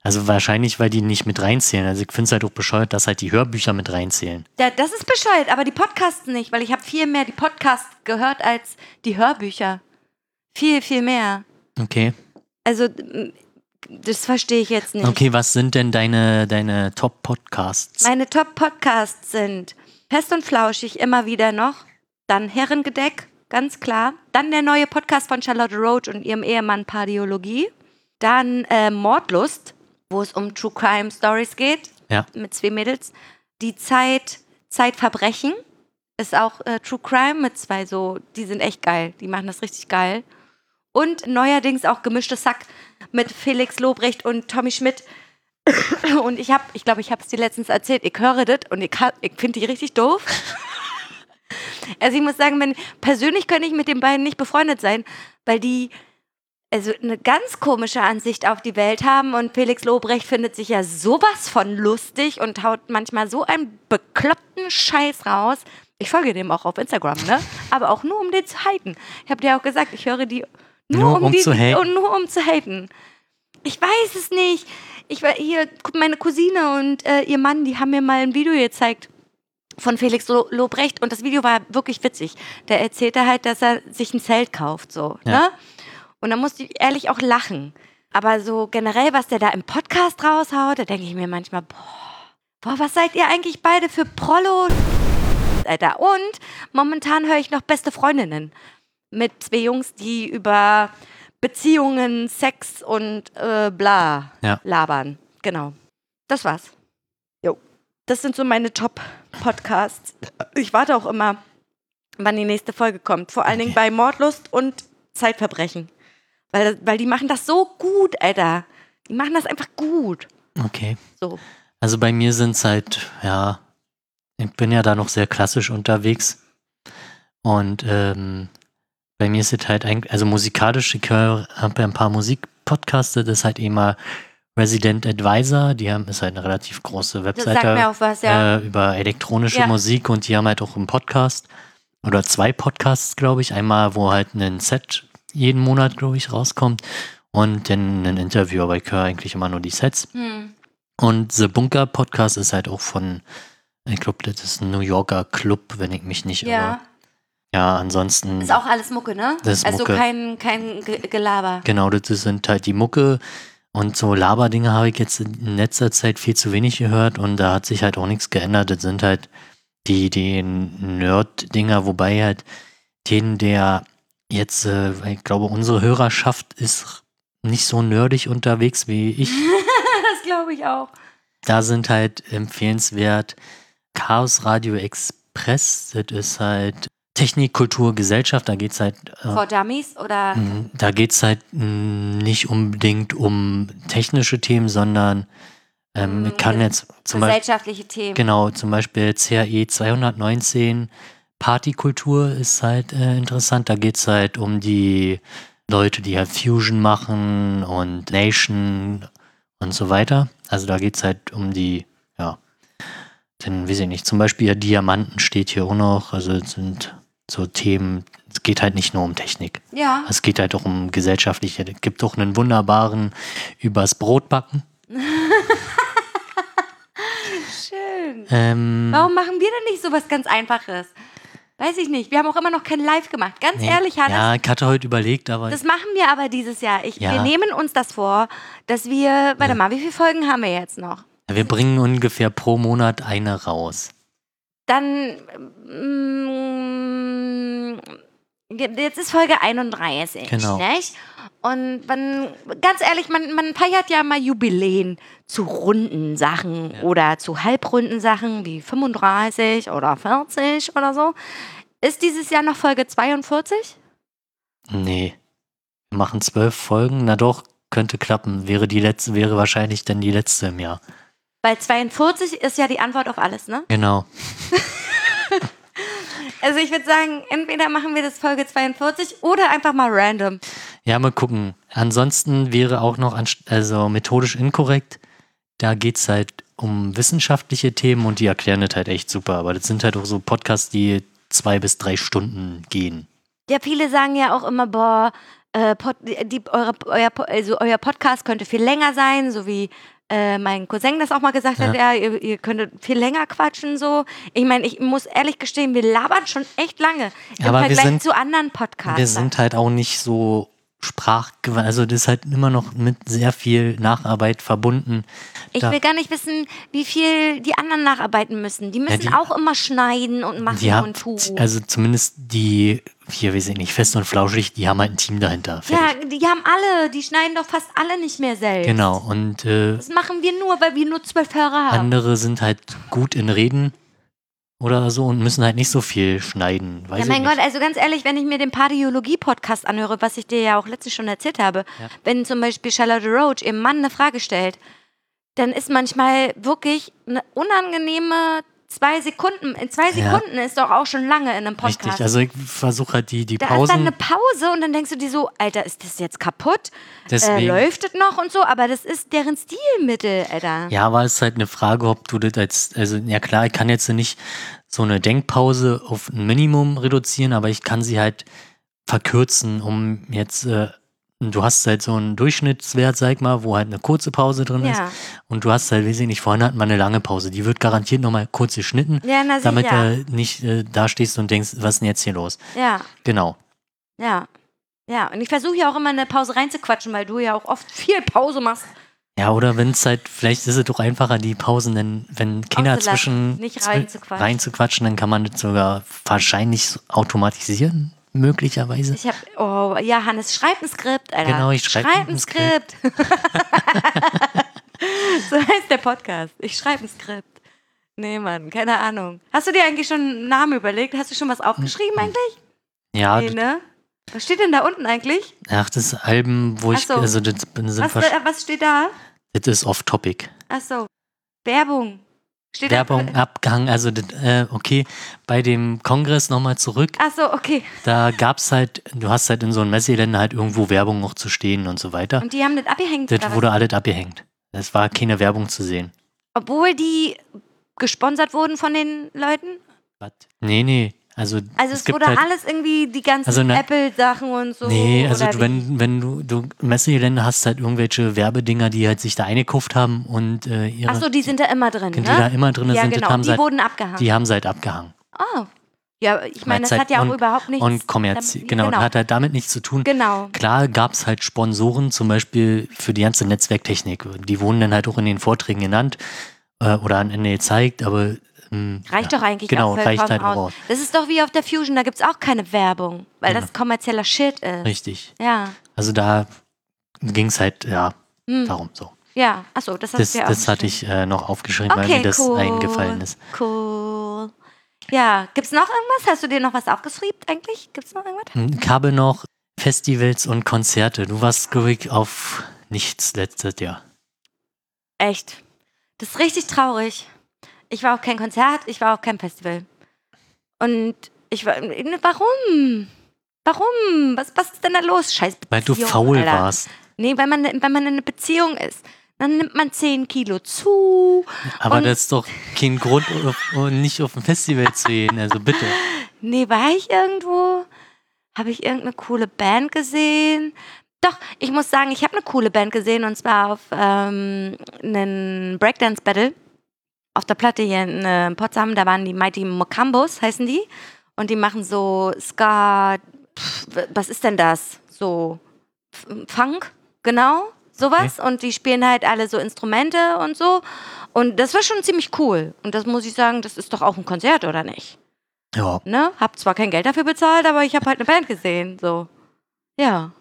[SPEAKER 1] Also wahrscheinlich, weil die nicht mit reinzählen. Also ich finde es halt auch bescheuert, dass halt die Hörbücher mit reinzählen.
[SPEAKER 2] Da, das ist bescheuert, aber die Podcasts nicht, weil ich habe viel mehr die Podcasts gehört als die Hörbücher. Viel, viel mehr.
[SPEAKER 1] Okay.
[SPEAKER 2] Also m, das verstehe ich jetzt nicht.
[SPEAKER 1] Okay, was sind denn deine, deine Top-Podcasts?
[SPEAKER 2] Meine Top-Podcasts sind Pest und Flauschig immer wieder noch, dann Herrengedeck, ganz klar, dann der neue Podcast von Charlotte Roach und ihrem Ehemann Pardiologie, dann äh, Mordlust, wo es um True Crime Stories geht,
[SPEAKER 1] Ja.
[SPEAKER 2] mit zwei Mädels, die Zeit, Zeitverbrechen ist auch äh, True Crime mit zwei so, die sind echt geil, die machen das richtig geil. Und neuerdings auch gemischtes Sack mit Felix Lobrecht und Tommy Schmidt. Und ich habe, ich glaube, ich habe es dir letztens erzählt, ich höre das und ich, ha- ich finde die richtig doof. Also ich muss sagen, wenn, persönlich könnte ich mit den beiden nicht befreundet sein, weil die also eine ganz komische Ansicht auf die Welt haben und Felix Lobrecht findet sich ja sowas von lustig und haut manchmal so einen bekloppten Scheiß raus. Ich folge dem auch auf Instagram, ne? Aber auch nur um den zu haten. Ich habe dir auch gesagt, ich höre die nur,
[SPEAKER 1] Nur
[SPEAKER 2] um,
[SPEAKER 1] um
[SPEAKER 2] die,
[SPEAKER 1] zu haten.
[SPEAKER 2] Und nur um zu haten. Ich weiß es nicht. Ich war hier, guck, meine Cousine und äh, ihr Mann, die haben mir mal ein Video gezeigt von Felix Lo- Lobrecht und das Video war wirklich witzig. Der erzählte halt, dass er sich ein Zelt kauft, so. Ne?
[SPEAKER 1] Ja.
[SPEAKER 2] Und da musste ich ehrlich auch lachen. Aber so generell, was der da im Podcast raushaut, da denke ich mir manchmal, boah, boah, was seid ihr eigentlich beide für Prollo? Alter. Und momentan höre ich noch beste Freundinnen mit zwei Jungs, die über Beziehungen, Sex und äh, bla
[SPEAKER 1] Ja.
[SPEAKER 2] labern. Genau. Das war's. Jo. Das sind so meine Top-Podcasts. Ich warte auch immer, wann die nächste Folge kommt. Vor allen Dingen bei Mordlust und Zeitverbrechen. Weil, weil die machen das so gut, Alter. Die machen das einfach gut.
[SPEAKER 1] Okay.
[SPEAKER 2] So.
[SPEAKER 1] Also bei mir sind es halt, ja, ich bin ja da noch sehr klassisch unterwegs. Und ähm, bei mir ist es halt eigentlich, also musikalisch, ich höre hab ja ein paar Musikpodcasts, das ist halt eben mal Resident Advisor, die haben, ist halt eine relativ große
[SPEAKER 2] Das
[SPEAKER 1] Webseite
[SPEAKER 2] sagt mir auch was,
[SPEAKER 1] äh,
[SPEAKER 2] ja.
[SPEAKER 1] über elektronische
[SPEAKER 2] Ja.
[SPEAKER 1] Musik und die haben halt auch einen Podcast oder zwei Podcasts, glaube ich. Einmal, wo halt ein Set jeden Monat, glaube ich, rauskommt und dann ein Interview, aber ich höre eigentlich immer nur die Sets.
[SPEAKER 2] Hm.
[SPEAKER 1] Und The Bunker Podcast ist halt auch von, ich glaube, das ist ein New Yorker Club, wenn ich mich nicht irre.
[SPEAKER 2] Ja.
[SPEAKER 1] Ja, ansonsten.
[SPEAKER 2] Ist auch alles Mucke, ne?
[SPEAKER 1] Das ist
[SPEAKER 2] also
[SPEAKER 1] Mucke.
[SPEAKER 2] kein, kein Ge- Gelaber.
[SPEAKER 1] genau, das sind halt die Mucke. Und so Laberdinge habe ich jetzt in letzter Zeit viel zu wenig gehört und da hat sich halt auch nichts geändert. Das sind halt die, die Nerd-Dinger, wobei halt den, der jetzt, äh, weil ich glaube, unsere Hörerschaft ist nicht so nerdig unterwegs wie ich.
[SPEAKER 2] [LAUGHS] Das glaube ich auch.
[SPEAKER 1] Da sind halt empfehlenswert Chaos Radio Express, das ist halt Technik, Kultur, Gesellschaft, da geht es halt äh,
[SPEAKER 2] For Dummies oder
[SPEAKER 1] Hm, Da geht es halt mh, nicht unbedingt um technische Themen, sondern ähm, ich kann jetzt zum Beispiel,
[SPEAKER 2] gesellschaftliche Themen.
[SPEAKER 1] genau, zum Beispiel CAE 219 Partykultur ist halt äh, interessant. Da geht es halt um die Leute, die halt Fusion machen und Nation und so weiter. Also da geht es halt um die, ja, denn weiß ich nicht, zum Beispiel Diamanten steht hier auch noch. Also es sind so Themen, es geht halt nicht nur um Technik.
[SPEAKER 2] Ja,
[SPEAKER 1] Es geht halt auch um gesellschaftliche. Es gibt auch einen wunderbaren übers Brotbacken.
[SPEAKER 2] schön.
[SPEAKER 1] Ähm,
[SPEAKER 2] Warum machen wir denn nicht sowas ganz Einfaches? Weiß ich nicht. Wir haben auch immer noch kein Live gemacht. Ganz
[SPEAKER 1] nee,
[SPEAKER 2] ehrlich, Hannes,
[SPEAKER 1] Ja, ich hatte heute überlegt, aber
[SPEAKER 2] das machen wir aber dieses Jahr. Ich,
[SPEAKER 1] Ja.
[SPEAKER 2] Wir nehmen uns das vor, dass wir. Warte mal, wie viele Folgen haben wir jetzt noch?
[SPEAKER 1] wir bringen ungefähr pro Monat eine raus.
[SPEAKER 2] Dann. mm, Jetzt ist Folge 31,
[SPEAKER 1] Genau.
[SPEAKER 2] nicht? Und man, ganz ehrlich, man, man feiert ja mal Jubiläen zu runden Sachen oder zu halbrunden Sachen wie 35 oder 40 oder so. Ist dieses Jahr noch Folge 42?
[SPEAKER 1] Nee. Wir machen zwölf Folgen. Na doch, könnte klappen. Wäre die letzte, wäre wahrscheinlich dann die letzte im Jahr.
[SPEAKER 2] Weil 42 ist ja die Antwort auf alles, ne?
[SPEAKER 1] Genau.
[SPEAKER 2] Also ich würde sagen, entweder machen wir das Folge 42 oder einfach mal random.
[SPEAKER 1] Ja, mal gucken. Ansonsten wäre auch noch anst- also methodisch inkorrekt. Da geht es halt um wissenschaftliche Themen und die erklären das halt echt super. Aber das sind halt auch so Podcasts, die zwei bis drei Stunden gehen.
[SPEAKER 2] Ja, viele sagen ja auch immer, boah, äh, Pod, die, eure, euer, Po- also euer Podcast könnte viel länger sein, so wie äh, mein Cousin das auch mal gesagt hat, ja, ihr, ihr könntet viel länger quatschen so. Ich meine, ich muss ehrlich gestehen, wir labern schon echt lange im
[SPEAKER 1] Aber wir
[SPEAKER 2] Vergleich
[SPEAKER 1] sind-
[SPEAKER 2] zu anderen Podcasts.
[SPEAKER 1] Wir sind halt auch nicht so sprachgewandt. Also das ist halt immer noch mit sehr viel Nacharbeit verbunden.
[SPEAKER 2] ich
[SPEAKER 1] Da-
[SPEAKER 2] will gar nicht wissen, wie viel die anderen nacharbeiten müssen. Die müssen
[SPEAKER 1] die-
[SPEAKER 2] auch immer schneiden und machen
[SPEAKER 1] die haben,
[SPEAKER 2] und tun.
[SPEAKER 1] also zumindest die, hier, wir sind nicht fest und flauschig, die haben halt ein Team dahinter.
[SPEAKER 2] ja,
[SPEAKER 1] Fertig.
[SPEAKER 2] die haben alle, die schneiden doch fast alle nicht mehr selbst.
[SPEAKER 1] Genau. Und äh,
[SPEAKER 2] Das machen wir nur, weil wir nur zwölf Hörer haben.
[SPEAKER 1] andere sind halt gut in Reden oder so und müssen halt nicht so viel schneiden. Weiß
[SPEAKER 2] Ja, mein
[SPEAKER 1] ich nicht.
[SPEAKER 2] Gott, also ganz ehrlich, wenn ich mir den Pardiologie-Podcast anhöre, was ich dir ja auch letztens schon erzählt habe, wenn zum Beispiel Charlotte Roach ihrem Mann eine Frage stellt, dann ist manchmal wirklich eine unangenehme zwei Sekunden. In zwei
[SPEAKER 1] Ja.
[SPEAKER 2] Sekunden ist doch auch schon lange in einem Podcast.
[SPEAKER 1] Richtig, also ich versuche halt die, die
[SPEAKER 2] da ist dann
[SPEAKER 1] Pausen.
[SPEAKER 2] eine äh, Pause und dann denkst du dir so, Alter, ist das jetzt kaputt? Äh,
[SPEAKER 1] Deswegen-
[SPEAKER 2] läuft das noch und so? Aber das ist deren Stilmittel, Alter.
[SPEAKER 1] Ja, aber es ist halt eine Frage, ob du das als, also ja klar, ich kann jetzt nicht so eine Denkpause auf ein Minimum reduzieren, aber ich kann sie halt verkürzen, um jetzt, äh, du hast halt so einen Durchschnittswert, sag mal, wo halt eine kurze Pause drin ist.
[SPEAKER 2] Ja.
[SPEAKER 1] Und du hast halt wesentlich, vorhin hatten wir eine lange Pause, die wird garantiert nochmal kurz geschnitten,
[SPEAKER 2] Also, Ja, na
[SPEAKER 1] damit
[SPEAKER 2] sicher.
[SPEAKER 1] du nicht äh, dastehst und denkst, was ist denn jetzt hier los?
[SPEAKER 2] ja.
[SPEAKER 1] Genau.
[SPEAKER 2] Ja. Ja, und ich versuche ja auch immer eine Pause reinzuquatschen, weil du ja auch oft viel Pause machst.
[SPEAKER 1] Ja, oder wenn es halt, vielleicht ist es doch einfacher, die Pausen, denn wenn Kinder
[SPEAKER 2] Auszulassen,
[SPEAKER 1] zwischen
[SPEAKER 2] nicht
[SPEAKER 1] zwi-
[SPEAKER 2] reinzuquatschen.
[SPEAKER 1] reinzuquatschen, dann kann man das sogar wahrscheinlich so automatisieren, möglicherweise.
[SPEAKER 2] Ich habe, oh, ja, Hannes, schreib ein Skript, Alter.
[SPEAKER 1] Genau, ich schreib
[SPEAKER 2] schreib
[SPEAKER 1] ein
[SPEAKER 2] ein Skript. [LAUGHS] so heißt der Podcast. Ich schreibe ein Skript. Nee, Mann, keine Ahnung. Hast du dir eigentlich schon einen Namen überlegt? Hast du schon was aufgeschrieben
[SPEAKER 1] Hm,
[SPEAKER 2] eigentlich?
[SPEAKER 1] Ja,
[SPEAKER 2] Nee,
[SPEAKER 1] d-
[SPEAKER 2] ne? Was steht denn da unten eigentlich?
[SPEAKER 1] ach, das Album, wo
[SPEAKER 2] Ach
[SPEAKER 1] ich,
[SPEAKER 2] so. äh,
[SPEAKER 1] also das, bin- sind
[SPEAKER 2] Was,
[SPEAKER 1] wahrsch-
[SPEAKER 2] äh, was steht da?
[SPEAKER 1] das ist off-topic.
[SPEAKER 2] Ach so. Werbung. Steht
[SPEAKER 1] Werbung,
[SPEAKER 2] Da?
[SPEAKER 1] Abgang, also das, äh, okay, bei dem Kongress nochmal zurück,
[SPEAKER 2] Ach so, okay.
[SPEAKER 1] da gab's halt, du hast halt in so einem Messeländer halt irgendwo Werbung noch zu stehen und so weiter.
[SPEAKER 2] Und die haben das abgehängt.
[SPEAKER 1] Das
[SPEAKER 2] oder was?
[SPEAKER 1] wurde alles abgehängt. Es war keine Werbung zu sehen.
[SPEAKER 2] Obwohl die gesponsert wurden von den Leuten?
[SPEAKER 1] Was? Nee, nee. Also,
[SPEAKER 2] Also es, wurde
[SPEAKER 1] halt,
[SPEAKER 2] alles irgendwie die ganzen
[SPEAKER 1] Also ne-
[SPEAKER 2] Apple-Sachen und so.
[SPEAKER 1] Nee, also
[SPEAKER 2] oder
[SPEAKER 1] du,
[SPEAKER 2] wie?
[SPEAKER 1] wenn, wenn du, du Messegelände hast halt irgendwelche Werbedinger, die halt sich da eingekauft haben und äh, ihre,
[SPEAKER 2] Achso, die sind da immer drin.
[SPEAKER 1] die
[SPEAKER 2] ne?
[SPEAKER 1] da immer drin
[SPEAKER 2] ja,
[SPEAKER 1] sind, das
[SPEAKER 2] genau.
[SPEAKER 1] haben
[SPEAKER 2] die
[SPEAKER 1] sie halt,
[SPEAKER 2] wurden abgehangen.
[SPEAKER 1] die haben sie halt abgehangen.
[SPEAKER 2] oh. Ja, ich meine, das
[SPEAKER 1] Weil's
[SPEAKER 2] hat ja auch
[SPEAKER 1] und,
[SPEAKER 2] überhaupt nichts.
[SPEAKER 1] Und kommerziell,
[SPEAKER 2] damit-
[SPEAKER 1] genau, und hat halt damit nichts zu tun.
[SPEAKER 2] Genau.
[SPEAKER 1] Klar gab es halt Sponsoren, zum Beispiel für die ganze Netzwerktechnik. Die wurden dann halt auch in den Vorträgen genannt äh, oder am Ende gezeigt, aber ähm,
[SPEAKER 2] Reicht doch eigentlich
[SPEAKER 1] genau,
[SPEAKER 2] auch
[SPEAKER 1] reicht
[SPEAKER 2] vollkommen
[SPEAKER 1] halt auch aus.
[SPEAKER 2] aus. Das ist doch wie auf der Fusion, da gibt es auch keine Werbung, weil das kommerzieller Shit ist.
[SPEAKER 1] richtig.
[SPEAKER 2] Ja, Hm.
[SPEAKER 1] Also da ging es halt, ja, darum so.
[SPEAKER 2] ja. Achso, das hast
[SPEAKER 1] Das,
[SPEAKER 2] du ja auch
[SPEAKER 1] das hatte
[SPEAKER 2] geschrieben.
[SPEAKER 1] ich äh, noch aufgeschrieben, weil
[SPEAKER 2] Okay,
[SPEAKER 1] mir das
[SPEAKER 2] cool.
[SPEAKER 1] eingefallen ist.
[SPEAKER 2] Cool. Ja, gibt's noch irgendwas? Hast du dir noch was aufgeschrieben eigentlich? Gibt's noch irgendwas?
[SPEAKER 1] Ich habe Hm, noch Festivals und Konzerte. Du warst, glaube ich, auf nichts letztes Jahr.
[SPEAKER 2] Echt. Das ist richtig traurig. Ich war auf kein Konzert, ich war auf kein Festival. Und ich war. Warum? Warum? Was, was ist denn da los? Scheiß Beziehung,
[SPEAKER 1] Weil du faul
[SPEAKER 2] Alter.
[SPEAKER 1] warst.
[SPEAKER 2] Nee, weil man, weil man in einer Beziehung ist. Dann nimmt man 10 Kilo zu.
[SPEAKER 1] Aber
[SPEAKER 2] Und-
[SPEAKER 1] das ist doch kein Grund, auf, um nicht auf ein Festival zu gehen. Also bitte.
[SPEAKER 2] Nee, war ich irgendwo? Habe ich irgendeine coole Band gesehen? Doch, ich muss sagen, ich habe eine coole Band gesehen und zwar auf ähm, einen Breakdance-Battle auf der Platte hier in äh, Potsdam. Da waren die Mighty Mokambos, heißen die. Und die machen so Ska, pff, w- was ist denn das? So F- Funk, genau, sowas. Und die spielen halt alle so Instrumente und so. Und das war schon ziemlich cool. Und das muss ich sagen, das ist doch auch ein Konzert, oder nicht?
[SPEAKER 1] Ja.
[SPEAKER 2] ne, hab zwar kein Geld dafür bezahlt, aber ich habe halt eine Band gesehen, so. Ja.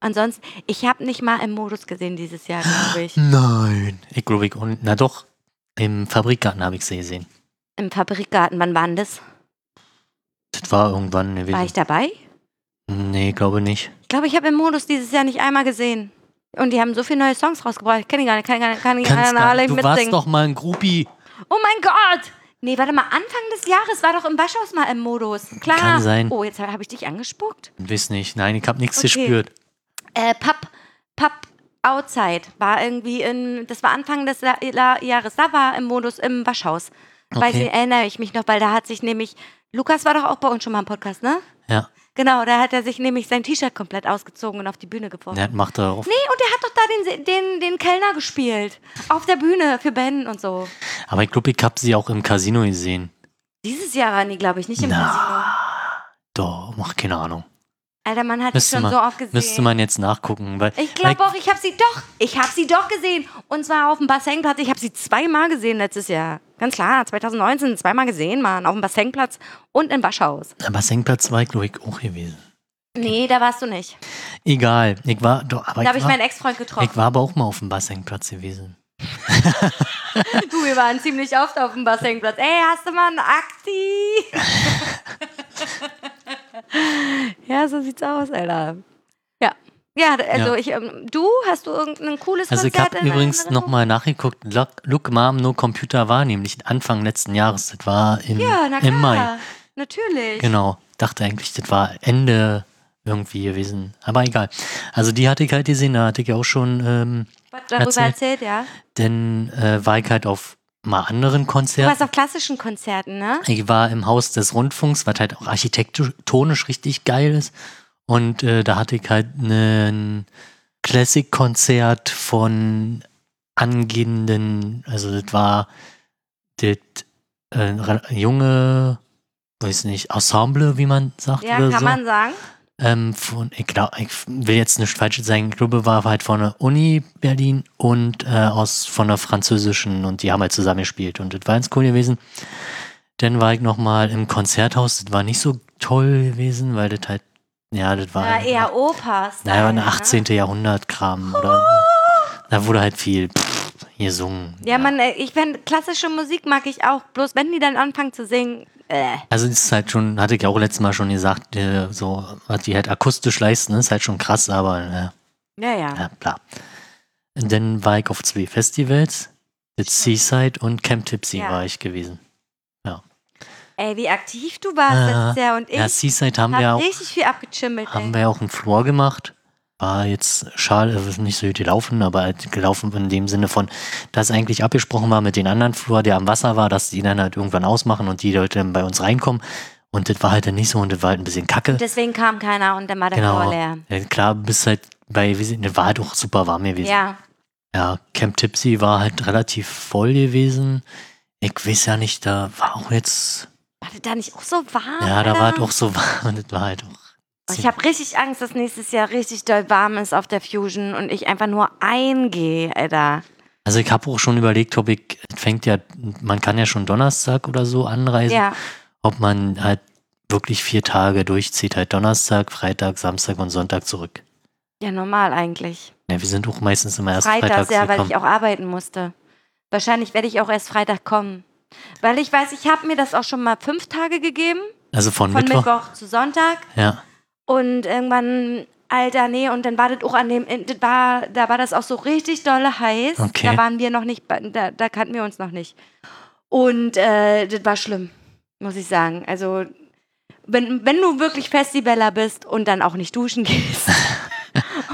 [SPEAKER 2] Ansonsten, ich habe nicht mal im Modus gesehen dieses Jahr,
[SPEAKER 1] [GASPS]
[SPEAKER 2] glaube ich.
[SPEAKER 1] Nein. Ich glaube, ich. Und, na doch. Im Fabrikgarten habe ich sie gesehen.
[SPEAKER 2] Im Fabrikgarten, wann war denn das?
[SPEAKER 1] Das war irgendwann
[SPEAKER 2] War
[SPEAKER 1] gewesen.
[SPEAKER 2] ich dabei?
[SPEAKER 1] Nee, glaube nicht.
[SPEAKER 2] Ich glaube, ich habe im Modus dieses Jahr nicht einmal gesehen. Und die haben so viele neue Songs rausgebracht. Ich kenne die gar nicht, kann, kann, kann die
[SPEAKER 1] Kannst
[SPEAKER 2] gar
[SPEAKER 1] gar
[SPEAKER 2] nicht
[SPEAKER 1] Du warst
[SPEAKER 2] mitsingen.
[SPEAKER 1] doch mal ein Groupie.
[SPEAKER 2] Oh mein Gott! Nee, warte mal, Anfang des Jahres war doch im Waschhaus mal im Modus. Klar.
[SPEAKER 1] Kann sein.
[SPEAKER 2] Oh, jetzt habe ich dich angespuckt.
[SPEAKER 1] Ich weiß nicht. Nein, ich habe nichts
[SPEAKER 2] Okay.
[SPEAKER 1] gespürt.
[SPEAKER 2] äh, Pub, Pub Outside war irgendwie in, das war Anfang des La La Jahres, da war im Modus im Waschhaus. Weil
[SPEAKER 1] Okay.
[SPEAKER 2] sie erinnere ich mich noch, weil da hat sich nämlich, Lukas war doch auch bei uns schon mal im Podcast, ne?
[SPEAKER 1] Ja.
[SPEAKER 2] Genau, da hat er sich nämlich sein T-Shirt komplett ausgezogen und auf die Bühne geworfen.
[SPEAKER 1] Ja, macht er auf.
[SPEAKER 2] Nee, und er hat doch da den, den, den Kellner gespielt. Auf der Bühne für Ben und so.
[SPEAKER 1] Aber ich glaube, ich habe sie auch im Casino gesehen.
[SPEAKER 2] Dieses Jahr waren die, glaube ich, nicht im
[SPEAKER 1] Na.
[SPEAKER 2] Casino.
[SPEAKER 1] Doch, mach keine Ahnung.
[SPEAKER 2] Alter, man hat
[SPEAKER 1] Müsste
[SPEAKER 2] die schon
[SPEAKER 1] man,
[SPEAKER 2] so oft gesehen.
[SPEAKER 1] müsste man jetzt nachgucken. Weil,
[SPEAKER 2] Ich
[SPEAKER 1] weil
[SPEAKER 2] glaube auch, ich habe sie doch. Ich habe sie doch gesehen. Und zwar auf dem Bassenplatz. Ich habe sie zweimal gesehen letztes Jahr. Ganz klar, 2019 zweimal gesehen, Mann. Auf dem Bassenplatz und im Waschhaus.
[SPEAKER 1] Aber Senkplatz war ich, glaube ich, auch gewesen.
[SPEAKER 2] Nee, da warst du nicht.
[SPEAKER 1] Egal. Ich war, doch, aber
[SPEAKER 2] Da habe ich
[SPEAKER 1] war,
[SPEAKER 2] meinen Ex-Freund getroffen.
[SPEAKER 1] ich war aber auch mal auf dem Bassenkplatz gewesen.
[SPEAKER 2] Du, wir waren ziemlich oft auf dem Bassenplatz. Ey, hast du mal
[SPEAKER 1] [LAUGHS]
[SPEAKER 2] einen Akti? ja, so sieht's aus, Alter. Ja. Ja,
[SPEAKER 1] Ja.
[SPEAKER 2] also ich, ähm, du, hast du irgendein cooles
[SPEAKER 1] Also ich
[SPEAKER 2] Konzert?
[SPEAKER 1] habe
[SPEAKER 2] in
[SPEAKER 1] übrigens
[SPEAKER 2] Erinnerung?
[SPEAKER 1] nochmal nachgeguckt, Look, Look Mom No Computer war nämlich Anfang letzten Jahres. Das war im,
[SPEAKER 2] Ja, na klar.
[SPEAKER 1] im Mai.
[SPEAKER 2] Natürlich.
[SPEAKER 1] Genau. Dachte eigentlich, das war Ende irgendwie gewesen. Aber egal. Also die hatte ich halt gesehen, da hatte ich auch schon, ähm,
[SPEAKER 2] Was darüber
[SPEAKER 1] Erzähl.
[SPEAKER 2] erzählt, ja.
[SPEAKER 1] denn äh, war ich halt auf mal anderen
[SPEAKER 2] Du
[SPEAKER 1] Konzerten.
[SPEAKER 2] warst auf klassischen Konzerten, ne?
[SPEAKER 1] Ich war im Haus des Rundfunks, was halt auch architektonisch richtig geil ist. Und äh, da hatte ich halt ein Classic-Konzert von angehenden, also das war das äh, re- junge, weiß nicht, Ensemble, wie man sagt.
[SPEAKER 2] Ja,
[SPEAKER 1] oder
[SPEAKER 2] kann
[SPEAKER 1] so.
[SPEAKER 2] man sagen.
[SPEAKER 1] Ähm, von, ich, glaub, ich will jetzt nicht falsch sagen, ich glaube, war halt von der Uni Berlin und äh, aus von der französischen und die haben halt zusammen gespielt und das war ganz cool gewesen. Dann war ich nochmal im Konzerthaus, das war nicht so toll gewesen, weil das halt, ja, das war,
[SPEAKER 2] Ja, eher Opas.
[SPEAKER 1] naja, war ein
[SPEAKER 2] ne? Oh.
[SPEAKER 1] 18. Jahrhundert Kram oder so. Da wurde halt viel pff, gesungen.
[SPEAKER 2] Ja, man, äh, ich finde, klassische Musik mag ich auch. Bloß wenn die dann anfangen zu singen, äh,
[SPEAKER 1] Also das ist halt schon, hatte ich ja auch letztes Mal schon gesagt, äh, so, was die halt akustisch leisten, ist halt schon krass, aber ja.
[SPEAKER 2] naja.
[SPEAKER 1] Ja, bla. Und dann war ich auf zwei Festivals. The Seaside und Camp Tipsy
[SPEAKER 2] Ja.
[SPEAKER 1] war ich gewesen.
[SPEAKER 2] Ey, wie aktiv du warst
[SPEAKER 1] Äh,
[SPEAKER 2] letztes Jahr und ich
[SPEAKER 1] ja, Seaside haben
[SPEAKER 2] hab
[SPEAKER 1] wir auch,
[SPEAKER 2] richtig viel abgeschimmelt,
[SPEAKER 1] haben
[SPEAKER 2] ey.
[SPEAKER 1] wir auch einen Floor gemacht. War jetzt schal, äh, nicht so gut gelaufen, aber halt gelaufen in dem Sinne von, dass eigentlich abgesprochen war mit den anderen Floor, der am Wasser war, dass die dann halt irgendwann ausmachen und die Leute dann bei uns reinkommen. Und das war halt dann nicht so und das war halt ein bisschen kacke.
[SPEAKER 2] Deswegen kam keiner und dann war der
[SPEAKER 1] Genau.
[SPEAKER 2] Chor leer.
[SPEAKER 1] Ja, klar, bis halt bei, wir sind- das war halt auch super warm gewesen.
[SPEAKER 2] Ja,
[SPEAKER 1] Ja, Camp Tipsy war halt relativ voll gewesen. Ich weiß ja nicht, da war auch jetzt.
[SPEAKER 2] war das da nicht auch so warm?
[SPEAKER 1] ja, da
[SPEAKER 2] Ah, Alter?
[SPEAKER 1] war halt auch so [LAUGHS] warm und das war halt auch.
[SPEAKER 2] Und Ich habe richtig Angst, dass nächstes Jahr richtig doll warm ist auf der Fusion und ich einfach nur eingehe, Alter.
[SPEAKER 1] Also ich habe auch schon überlegt, ob ich, es fängt ja, man kann ja schon Donnerstag oder so anreisen,
[SPEAKER 2] Ja,
[SPEAKER 1] ob man halt wirklich vier Tage durchzieht, halt Donnerstag, Freitag, Samstag und Sonntag zurück.
[SPEAKER 2] ja, normal eigentlich.
[SPEAKER 1] Ja, wir sind auch meistens immer erst
[SPEAKER 2] Freitags,
[SPEAKER 1] freitags
[SPEAKER 2] ja, weil
[SPEAKER 1] gekommen.
[SPEAKER 2] ich auch arbeiten musste. Wahrscheinlich werde ich auch erst Freitag kommen. Weil ich weiß, ich habe mir das auch schon mal fünf Tage gegeben,
[SPEAKER 1] Also von,
[SPEAKER 2] von
[SPEAKER 1] Mittwoch.
[SPEAKER 2] Mittwoch zu Sonntag.
[SPEAKER 1] Ja.
[SPEAKER 2] Und irgendwann, Alter, nee, und dann war das auch an dem, äh, das war, da war das auch so richtig dolle heiß.
[SPEAKER 1] Okay.
[SPEAKER 2] Da waren wir noch nicht, bei- da, da kannten wir uns noch nicht. Und äh, das war schlimm, muss ich sagen. Also, wenn, wenn du wirklich Festivaler bist und dann auch nicht duschen
[SPEAKER 1] [LAUGHS]
[SPEAKER 2] [LAUGHS] gehst.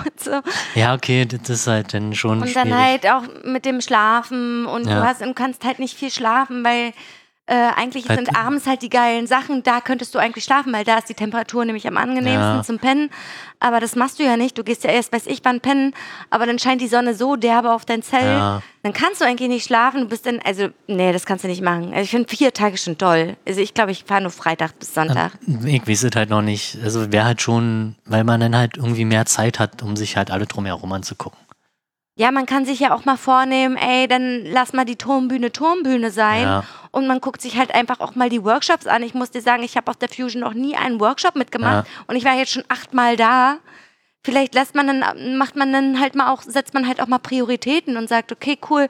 [SPEAKER 2] und so.
[SPEAKER 1] ja, okay, das ist halt dann schon
[SPEAKER 2] Und
[SPEAKER 1] schwierig.
[SPEAKER 2] dann halt auch mit dem Schlafen und
[SPEAKER 1] Ja.
[SPEAKER 2] du hast und kannst halt nicht viel schlafen, weil äh, eigentlich
[SPEAKER 1] Halt-
[SPEAKER 2] sind abends halt die geilen Sachen, da könntest du eigentlich schlafen, weil da ist die Temperatur nämlich am angenehmsten
[SPEAKER 1] Ja.
[SPEAKER 2] zum Pennen. Aber das machst du ja nicht. Du gehst ja erst, weiß ich, wann pennen, aber dann scheint die Sonne so derbe auf dein Zell.
[SPEAKER 1] Ja.
[SPEAKER 2] Dann kannst du eigentlich nicht schlafen. Du bist dann, also, nee, das kannst du nicht machen. Also ich finde vier Tage schon toll. Also ich glaube, ich fahre nur Freitag bis Sonntag.
[SPEAKER 1] Ich weiß es halt noch nicht. Also wäre halt schon, weil man dann halt irgendwie mehr Zeit hat, um sich halt alle drumherum anzugucken.
[SPEAKER 2] Ja, man kann sich ja auch mal vornehmen, ey, dann lass mal die Turmbühne Turmbühne sein.
[SPEAKER 1] Ja.
[SPEAKER 2] Und man guckt sich halt einfach auch mal die Workshops an. Ich muss dir sagen, ich habe auf der Fusion noch nie einen Workshop mitgemacht und ich war jetzt schon achtmal da. Vielleicht lässt man dann, macht man dann halt mal auch, setzt man halt auch mal Prioritäten und sagt, okay, cool,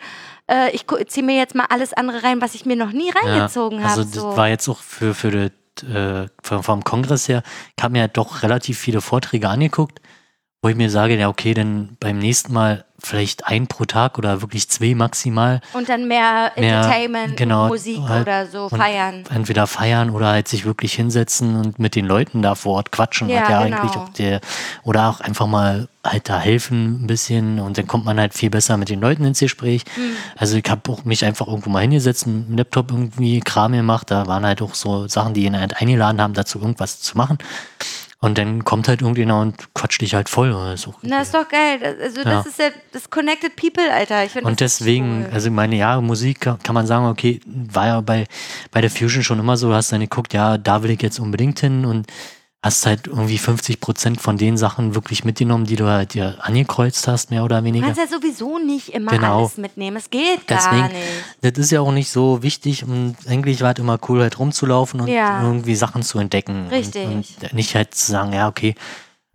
[SPEAKER 2] äh, ich ziehe mir jetzt mal alles andere rein, was ich mir noch nie reingezogen
[SPEAKER 1] Also
[SPEAKER 2] habe.
[SPEAKER 1] das
[SPEAKER 2] So.
[SPEAKER 1] war jetzt auch für, für das, äh, vom, vom Kongress her, ich habe mir halt doch relativ viele Vorträge angeguckt, wo ich mir sage, ja okay, dann beim nächsten Mal vielleicht ein pro Tag oder wirklich zwei maximal.
[SPEAKER 2] Und dann mehr,
[SPEAKER 1] Mehr,
[SPEAKER 2] Entertainment,
[SPEAKER 1] genau,
[SPEAKER 2] Musik
[SPEAKER 1] halt-
[SPEAKER 2] oder so,
[SPEAKER 1] und
[SPEAKER 2] feiern.
[SPEAKER 1] Entweder feiern oder halt sich wirklich hinsetzen und mit den Leuten da vor Ort quatschen.
[SPEAKER 2] Ja,
[SPEAKER 1] hat ja
[SPEAKER 2] genau.
[SPEAKER 1] eigentlich auch der, oder auch einfach mal halt da helfen ein bisschen und dann kommt man halt viel besser mit den Leuten ins Gespräch.
[SPEAKER 2] Hm.
[SPEAKER 1] Also ich habe auch mich einfach irgendwo mal hingesetzt, mit dem Laptop irgendwie Kram gemacht. Da waren halt auch so Sachen, die ihn halt eingeladen haben, dazu irgendwas zu machen. Und dann kommt halt irgendjemand und quatscht dich halt voll. Das ist auch
[SPEAKER 2] Na, ist doch geil. Das- Also, das ist ja, das Connected People, Alter. Ich find
[SPEAKER 1] und
[SPEAKER 2] das richtig
[SPEAKER 1] deswegen,
[SPEAKER 2] cool.
[SPEAKER 1] also ich meine, ja, Musik ka- kann man sagen, okay, war ja bei, bei der Fusion schon immer so, hast dann geguckt, ja, da will ich jetzt unbedingt hin und hast halt irgendwie 50 Prozent von den Sachen wirklich mitgenommen, die du halt dir angekreuzt hast, mehr oder
[SPEAKER 2] Du
[SPEAKER 1] weniger.
[SPEAKER 2] kannst ja sowieso nicht immer
[SPEAKER 1] Genau.
[SPEAKER 2] alles mitnehmen. Es geht gar
[SPEAKER 1] Deswegen, das
[SPEAKER 2] nicht.
[SPEAKER 1] ist ja auch nicht so wichtig und eigentlich war es immer cool, halt rumzulaufen und
[SPEAKER 2] Ja.
[SPEAKER 1] irgendwie Sachen zu entdecken.
[SPEAKER 2] Richtig.
[SPEAKER 1] Und, und nicht halt zu sagen, ja, okay,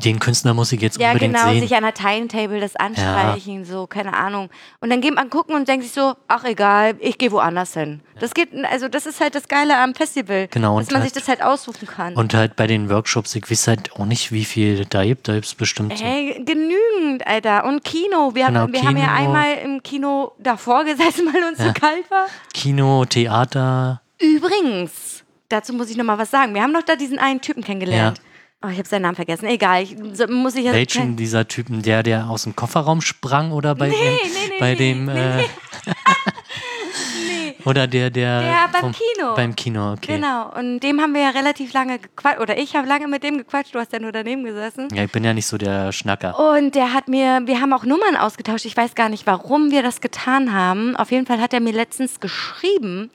[SPEAKER 1] den Künstler muss ich jetzt
[SPEAKER 2] Ja,
[SPEAKER 1] unbedingt
[SPEAKER 2] genau,
[SPEAKER 1] sehen.
[SPEAKER 2] sich an der Timetable das anstreichen, so, keine Ahnung. Und dann geht man gucken und denkt sich so, ach egal, ich gehe woanders hin. Das geht, also das ist halt das Geile am Festival,
[SPEAKER 1] Genau,
[SPEAKER 2] dass
[SPEAKER 1] und
[SPEAKER 2] man
[SPEAKER 1] halt-
[SPEAKER 2] sich das halt aussuchen kann.
[SPEAKER 1] Und halt bei den Workshops, ich weiß halt auch nicht, wie viel das da gibt. Da gibt es bestimmt so
[SPEAKER 2] Hey, genügend, Alter. Und Kino. Wir, haben,
[SPEAKER 1] Genau,
[SPEAKER 2] wir haben ja
[SPEAKER 1] Kino.
[SPEAKER 2] einmal im Kino davor gesessen, weil uns so kalt war.
[SPEAKER 1] Kino, Theater.
[SPEAKER 2] Übrigens, dazu muss ich noch mal was sagen. Wir haben doch da diesen einen Typen kennengelernt. Oh, ich habe seinen Namen vergessen. Egal, ich, so, muss ich ja.
[SPEAKER 1] Welchen dieser Typen, der, der aus dem Kofferraum sprang oder bei dem,
[SPEAKER 2] nee,
[SPEAKER 1] bei
[SPEAKER 2] nee,
[SPEAKER 1] dem, äh,
[SPEAKER 2] [LAUGHS]
[SPEAKER 1] oder der, der,
[SPEAKER 2] Der beim Kino.
[SPEAKER 1] beim Kino, okay.
[SPEAKER 2] Genau, und dem haben wir ja relativ lange gequatscht, oder ich habe lange mit dem gequatscht, du hast ja nur daneben gesessen.
[SPEAKER 1] Ja, ich bin ja nicht so der Schnacker.
[SPEAKER 2] Und der hat mir, wir haben auch Nummern ausgetauscht. Ich weiß gar nicht, warum wir das getan haben. Auf jeden Fall hat er mir letztens geschrieben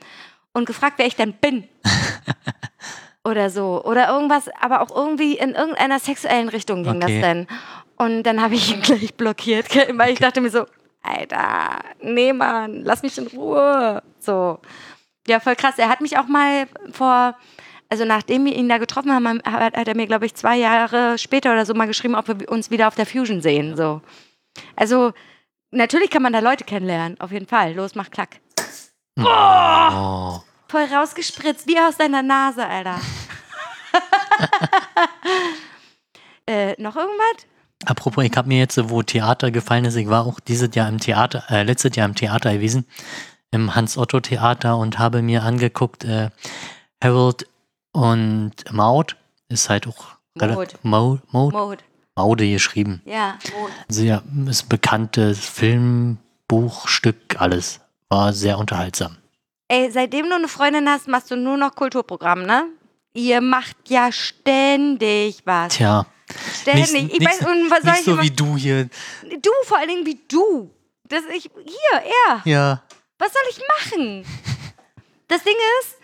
[SPEAKER 2] und gefragt, wer ich denn bin. Oder so. Oder irgendwas, aber auch irgendwie in irgendeiner sexuellen Richtung ging
[SPEAKER 1] Okay.
[SPEAKER 2] das denn. Und dann habe ich ihn [LAUGHS] gleich blockiert, weil ich dachte mir so, Alter, nee, Mann, lass mich in Ruhe. So. Ja, voll krass. Er hat mich auch mal vor, also nachdem wir ihn da getroffen haben, hat, hat er mir, glaube ich, zwei Jahre später oder so mal geschrieben, ob wir uns wieder auf der Fusion sehen. So. Also, natürlich kann man da Leute kennenlernen, auf jeden Fall. Los, mach klack.
[SPEAKER 1] Oh.
[SPEAKER 2] Voll rausgespritzt, wie aus deiner Nase, Alter. äh, noch irgendwas?
[SPEAKER 1] Apropos, ich habe mir jetzt, wo Theater gefallen ist, ich war auch dieses Jahr im Theater, äh, letztes Jahr im Theater gewesen, im Hans-Otto-Theater und habe mir angeguckt, äh, Harold und Maud, ist halt auch rela-
[SPEAKER 2] Maud.
[SPEAKER 1] Maud, Maud,
[SPEAKER 2] Mode.
[SPEAKER 1] Maude geschrieben.
[SPEAKER 2] Ja, Mode.
[SPEAKER 1] sehr ist bekanntes Film, Buch, Stück, alles. War sehr unterhaltsam.
[SPEAKER 2] Ey, seitdem du eine Freundin hast, machst du nur noch Kulturprogramm, ne? Ihr macht ja ständig was.
[SPEAKER 1] Tja,
[SPEAKER 2] Ständig. Äh, ich weiß, und was soll
[SPEAKER 1] nicht
[SPEAKER 2] ich
[SPEAKER 1] so
[SPEAKER 2] immer-
[SPEAKER 1] wie du hier.
[SPEAKER 2] Du, vor allen Dingen wie du. Das ich, hier, er.
[SPEAKER 1] Ja,
[SPEAKER 2] Was soll ich machen? Das Ding ist,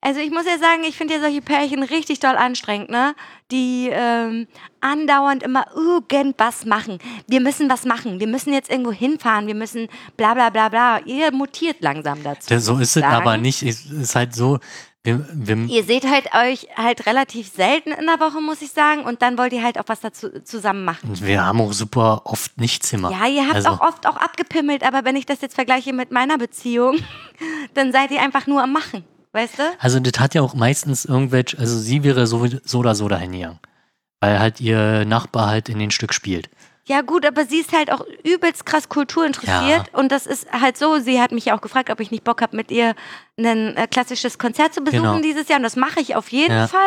[SPEAKER 2] also ich muss ja sagen, ich finde ja solche Pärchen richtig doll anstrengend, ne? Die ähm, andauernd immer irgendwas machen. Wir müssen was machen. Wir müssen jetzt irgendwo hinfahren. Wir müssen bla bla bla bla. Ihr mutiert langsam dazu.
[SPEAKER 1] so ist es
[SPEAKER 2] sagen.
[SPEAKER 1] aber nicht. Es ist halt so, Wir, wir,
[SPEAKER 2] Ihr seht halt euch halt relativ selten in der Woche, muss ich sagen. Und dann wollt ihr halt auch was dazu zusammen machen.
[SPEAKER 1] wir haben auch super oft nichts immer.
[SPEAKER 2] Ja, ihr habt
[SPEAKER 1] also,
[SPEAKER 2] auch oft auch abgepimmelt, aber wenn ich das jetzt vergleiche mit meiner Beziehung, [LAUGHS] dann seid ihr einfach nur am Machen, weißt du?
[SPEAKER 1] Also das hat ja auch meistens irgendwelche, also sie wäre so, so oder so dahin gegangen. Weil halt ihr Nachbar halt in den Stück spielt.
[SPEAKER 2] Ja gut, aber sie ist halt auch übelst krass kulturinteressiert und das ist halt so, sie hat mich auch gefragt, ob ich nicht Bock habe, mit ihr ein äh, klassisches Konzert zu besuchen
[SPEAKER 1] Genau.
[SPEAKER 2] dieses Jahr und das mache ich auf jeden
[SPEAKER 1] Ja.
[SPEAKER 2] Fall,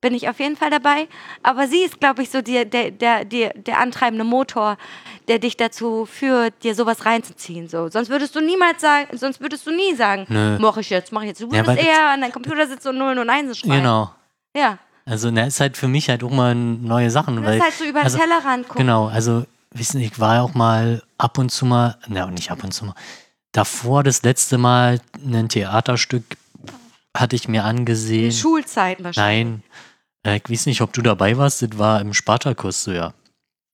[SPEAKER 2] bin ich auf jeden Fall dabei, aber sie ist, glaube ich, so die, der, der, der, der antreibende Motor, der dich dazu führt, dir sowas reinzuziehen, so. Sonst würdest du niemals sagen, sonst würdest du nie sagen,
[SPEAKER 1] Nö.
[SPEAKER 2] mach ich jetzt, mach ich jetzt. Du
[SPEAKER 1] Ja,
[SPEAKER 2] würdest
[SPEAKER 1] weil-
[SPEAKER 2] eher an deinem Computer sitzen und Nullen und Einsen schreiben.
[SPEAKER 1] Genau.
[SPEAKER 2] Ja,
[SPEAKER 1] Also na, ist halt für mich halt auch mal neue Sachen.
[SPEAKER 2] das
[SPEAKER 1] weil,
[SPEAKER 2] ist halt so über den
[SPEAKER 1] also,
[SPEAKER 2] Tellerrand gucken.
[SPEAKER 1] Genau, also wissen, ich war ja auch mal ab und zu mal, na nicht ab und zu mal, davor das letzte Mal ein Theaterstück hatte ich mir
[SPEAKER 2] In
[SPEAKER 1] angesehen.
[SPEAKER 2] Schulzeiten wahrscheinlich.
[SPEAKER 1] Nein, äh, ich weiß nicht, ob du dabei warst, das war im Spartakus so ja.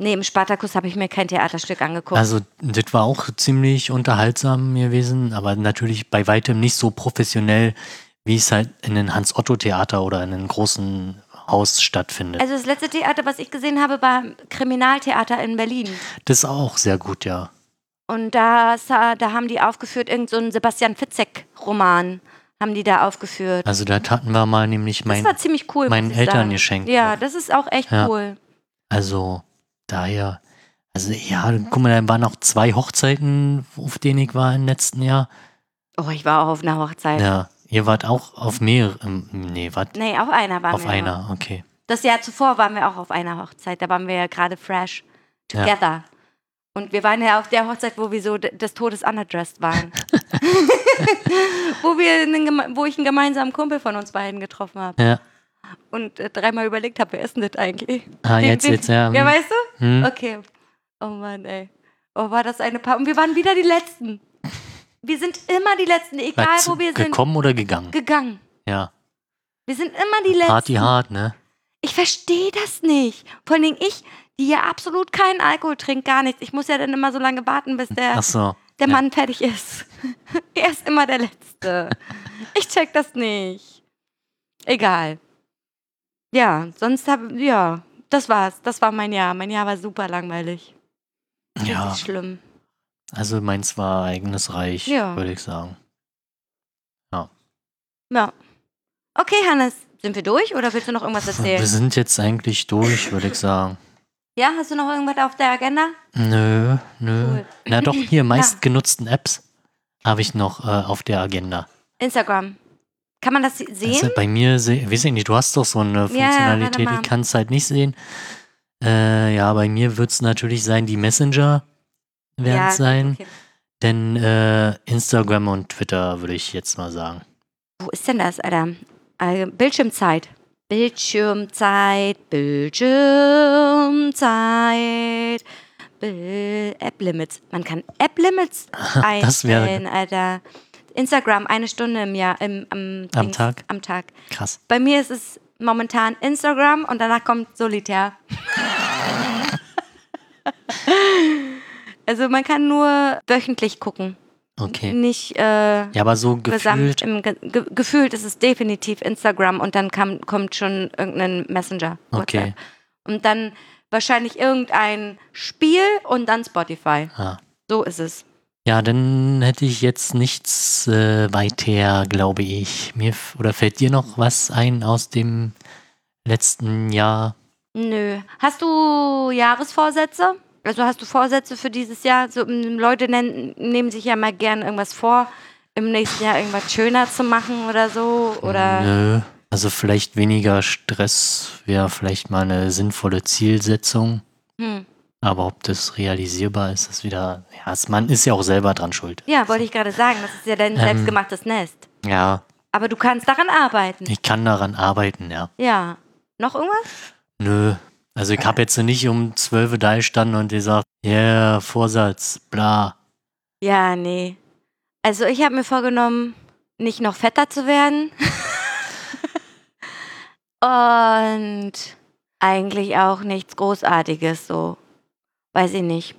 [SPEAKER 2] Nee, im Spartakus habe ich mir kein Theaterstück angeguckt.
[SPEAKER 1] Also das war auch ziemlich unterhaltsam gewesen, aber natürlich bei weitem nicht so professionell, wie es halt in einem Hans-Otto-Theater oder in einem großen Haus stattfindet.
[SPEAKER 2] Also das letzte Theater, was ich gesehen habe, war Kriminaltheater in Berlin.
[SPEAKER 1] das ist auch sehr gut, ja.
[SPEAKER 2] Und da, sa- da haben die aufgeführt, irgendeinen so einen Sebastian Fitzek-Roman haben die da aufgeführt.
[SPEAKER 1] Also da hatten wir mal nämlich
[SPEAKER 2] Das
[SPEAKER 1] mein,
[SPEAKER 2] war ziemlich cool. muss
[SPEAKER 1] meinen
[SPEAKER 2] ich
[SPEAKER 1] Eltern
[SPEAKER 2] sagen.
[SPEAKER 1] geschenkt
[SPEAKER 2] Ja,
[SPEAKER 1] noch.
[SPEAKER 2] das ist auch echt
[SPEAKER 1] Ja.
[SPEAKER 2] cool.
[SPEAKER 1] Also daher, also ja, guck mal, da waren noch zwei Hochzeiten, auf denen ich war im letzten Jahr.
[SPEAKER 2] Oh, ich war auch auf einer Hochzeit.
[SPEAKER 1] Ja, ihr wart auch auf mehreren, nee, wart
[SPEAKER 2] Nee, auf einer waren
[SPEAKER 1] auf
[SPEAKER 2] wir. noch.
[SPEAKER 1] einer, okay.
[SPEAKER 2] Das Jahr zuvor waren wir auch auf einer Hochzeit. Da waren wir ja gerade fresh.
[SPEAKER 1] Ja.
[SPEAKER 2] Together. Und wir waren ja auf der Hochzeit, wo wir so d- des Todes
[SPEAKER 1] [LAUGHS]
[SPEAKER 2] underdressed waren. [LAUGHS] wo, wir einen, geme- wo ich einen gemeinsamen Kumpel von uns beiden getroffen habe.
[SPEAKER 1] Ja,
[SPEAKER 2] und äh, dreimal überlegt habe, wer ist denn das eigentlich? [LAUGHS]
[SPEAKER 1] ah,
[SPEAKER 2] Wen-
[SPEAKER 1] jetzt,
[SPEAKER 2] wen-
[SPEAKER 1] jetzt, ja.
[SPEAKER 2] Ja,
[SPEAKER 1] hm,
[SPEAKER 2] weißt du?
[SPEAKER 1] hm.
[SPEAKER 2] Okay. Oh Mann, ey. Oh, war das eine Paar. Und wir waren wieder die Letzten. Wir sind immer die Letzten, egal
[SPEAKER 1] Warst
[SPEAKER 2] wo
[SPEAKER 1] du
[SPEAKER 2] wir sind.
[SPEAKER 1] Gekommen oder gegangen?
[SPEAKER 2] Gegangen.
[SPEAKER 1] Ja.
[SPEAKER 2] Wir sind immer die Letzten.
[SPEAKER 1] Party hart, ne?
[SPEAKER 2] Ich verstehe das nicht. Vor allen Dingen ich, die ja absolut keinen Alkohol trinkt, gar nichts. Ich muss ja dann immer so lange warten, bis der,
[SPEAKER 1] Ach so.
[SPEAKER 2] der
[SPEAKER 1] ja.
[SPEAKER 2] Mann fertig ist. [LAUGHS] er ist immer der Letzte. ich check das nicht. Egal. Ja, sonst habe ja, das war's. Das war mein Jahr. Mein Jahr war super langweilig.
[SPEAKER 1] Ja,
[SPEAKER 2] Richtig schlimm.
[SPEAKER 1] also meins war eigenes Reich,
[SPEAKER 2] Ja.
[SPEAKER 1] würde ich sagen.
[SPEAKER 2] Ja. Okay, Hannes, sind wir durch oder willst du noch irgendwas
[SPEAKER 1] Wir
[SPEAKER 2] erzählen?
[SPEAKER 1] sind jetzt eigentlich durch, würde ich sagen.
[SPEAKER 2] Ja, hast du noch irgendwas auf der Agenda?
[SPEAKER 1] Nö, nö.
[SPEAKER 2] Cool.
[SPEAKER 1] Na doch,
[SPEAKER 2] [LAUGHS]
[SPEAKER 1] hier meistgenutzten Apps habe ich noch äh, auf der Agenda.
[SPEAKER 2] Instagram. Kann man das sehen?
[SPEAKER 1] Also bei mir, se- weiß ich nicht, du hast doch so eine
[SPEAKER 2] Ja, ja, warte
[SPEAKER 1] Funktionalität,
[SPEAKER 2] mal.
[SPEAKER 1] die kannst halt nicht sehen. Äh, ja, bei mir wird es natürlich sein, die Messenger werden
[SPEAKER 2] ja,
[SPEAKER 1] es sein.
[SPEAKER 2] okay.
[SPEAKER 1] Denn äh, Instagram und Twitter würde ich jetzt mal sagen.
[SPEAKER 2] Wo ist denn das, Alter? Äh, Bildschirmzeit. Bildschirmzeit, Bildschirmzeit. Bil App Limits. Man kann App Limits
[SPEAKER 1] [LAUGHS] Das wäre-
[SPEAKER 2] einstellen, Alter. Instagram eine Stunde im Jahr, im, am,
[SPEAKER 1] Am Tag?
[SPEAKER 2] am Tag.
[SPEAKER 1] Krass.
[SPEAKER 2] Bei mir ist es momentan Instagram und danach
[SPEAKER 1] [LAUGHS]
[SPEAKER 2] kommt Solitär. also man kann nur wöchentlich gucken,
[SPEAKER 1] Okay.
[SPEAKER 2] nicht äh,
[SPEAKER 1] Ja, aber so
[SPEAKER 2] gesamt.
[SPEAKER 1] gefühlt,
[SPEAKER 2] Im, ge, ge, gefühlt ist es definitiv Instagram und dann kam, kommt schon irgendein Messenger.
[SPEAKER 1] Okay.
[SPEAKER 2] WhatsApp. Und dann wahrscheinlich irgendein Spiel und dann Spotify.
[SPEAKER 1] Ah.
[SPEAKER 2] So ist es.
[SPEAKER 1] ja, dann hätte ich jetzt nichts äh, weiter, glaube ich. Mir f- oder fällt dir noch was ein aus dem letzten Jahr?
[SPEAKER 2] Nö. Hast du Jahresvorsätze? Also hast du Vorsätze für dieses Jahr? So, m, Leute nennen, nehmen sich ja mal gern irgendwas vor, im nächsten Jahr irgendwas schöner zu machen oder so. Oder
[SPEAKER 1] Nö. Also vielleicht weniger Stress wäre vielleicht mal eine sinnvolle Zielsetzung.
[SPEAKER 2] Hm.
[SPEAKER 1] Aber ob das realisierbar ist, ist wieder. Ja, es- man ist ja auch selber dran schuld.
[SPEAKER 2] ja, wollte ich gerade sagen, das ist ja
[SPEAKER 1] Ähm.
[SPEAKER 2] dein selbstgemachtes Nest.
[SPEAKER 1] Ja,
[SPEAKER 2] Aber du kannst daran arbeiten.
[SPEAKER 1] ich kann daran arbeiten, ja.
[SPEAKER 2] Ja. Noch irgendwas?
[SPEAKER 1] Nö. Also ich habe jetzt nicht um 12 Uhr da gestanden und gesagt, yeah, Vorsatz, bla.
[SPEAKER 2] Ja, nee. Also ich habe mir vorgenommen, nicht noch fetter zu werden. Und eigentlich auch nichts Großartiges so. Weiß ich nicht.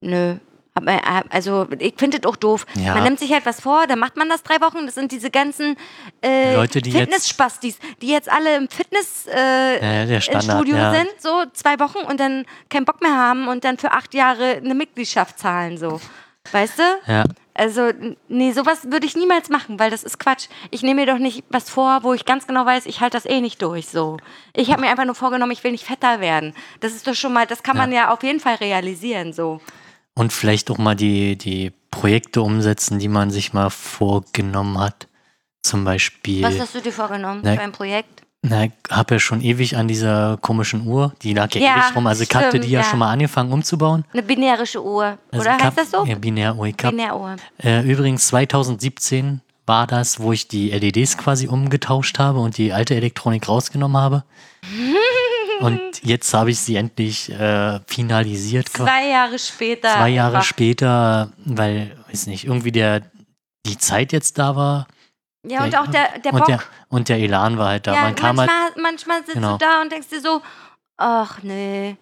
[SPEAKER 2] Nö, Aber äh, also ich finde das auch doof.
[SPEAKER 1] Ja.
[SPEAKER 2] Man nimmt sich halt was vor, dann macht man das drei Wochen. Das sind diese ganzen äh,
[SPEAKER 1] Leute, die jetzt-
[SPEAKER 2] Fitnessspasti's, die jetzt alle im Fitness
[SPEAKER 1] Ja,
[SPEAKER 2] äh,
[SPEAKER 1] ja, der
[SPEAKER 2] im
[SPEAKER 1] Standard,
[SPEAKER 2] Studio
[SPEAKER 1] ja.
[SPEAKER 2] sind, so zwei Wochen und dann keinen Bock mehr haben und dann für acht Jahre eine Mitgliedschaft zahlen, so. Weißt du?
[SPEAKER 1] Ja.
[SPEAKER 2] Also, n- nee, sowas würde ich niemals machen, weil das ist Quatsch. Ich nehme mir doch nicht was vor, wo ich ganz genau weiß, ich halte das eh nicht durch. So. Ich habe mir einfach nur vorgenommen, ich will nicht fetter werden. Das ist doch schon mal, das kann man ja auf jeden Fall realisieren. So.
[SPEAKER 1] Und vielleicht auch mal die, die Projekte umsetzen, die man sich mal vorgenommen hat. Zum Beispiel.
[SPEAKER 2] Was hast du dir vorgenommen
[SPEAKER 1] Nee.
[SPEAKER 2] für ein Projekt?
[SPEAKER 1] Na, ich habe ja schon ewig an dieser komischen Uhr, die lag ja,
[SPEAKER 2] Ja,
[SPEAKER 1] ewig rum, also ich hatte
[SPEAKER 2] stimmt,
[SPEAKER 1] die ja,
[SPEAKER 2] ja.
[SPEAKER 1] schon mal angefangen umzubauen.
[SPEAKER 2] Eine binärische Uhr.
[SPEAKER 1] Also
[SPEAKER 2] Oder
[SPEAKER 1] ich hab-
[SPEAKER 2] heißt das so?
[SPEAKER 1] Ja, Binäruhr. Ich hab,
[SPEAKER 2] Binäruhr.
[SPEAKER 1] äh, übrigens 2017 war das, wo ich die LEDs quasi umgetauscht habe und die alte Elektronik rausgenommen
[SPEAKER 2] [LAUGHS]
[SPEAKER 1] habe. und jetzt habe ich sie endlich äh, finalisiert. quasi.
[SPEAKER 2] Zwei Jahre später.
[SPEAKER 1] zwei Jahre
[SPEAKER 2] einfach.
[SPEAKER 1] später, weil, weiß nicht, irgendwie der die Zeit jetzt da war.
[SPEAKER 2] Ja, und auch der, der
[SPEAKER 1] und
[SPEAKER 2] Bock.
[SPEAKER 1] der, und der Elan war halt da.
[SPEAKER 2] ja,
[SPEAKER 1] Man kam halt,
[SPEAKER 2] manchmal, manchmal sitzt
[SPEAKER 1] Genau.
[SPEAKER 2] du da und denkst dir so, ach nee.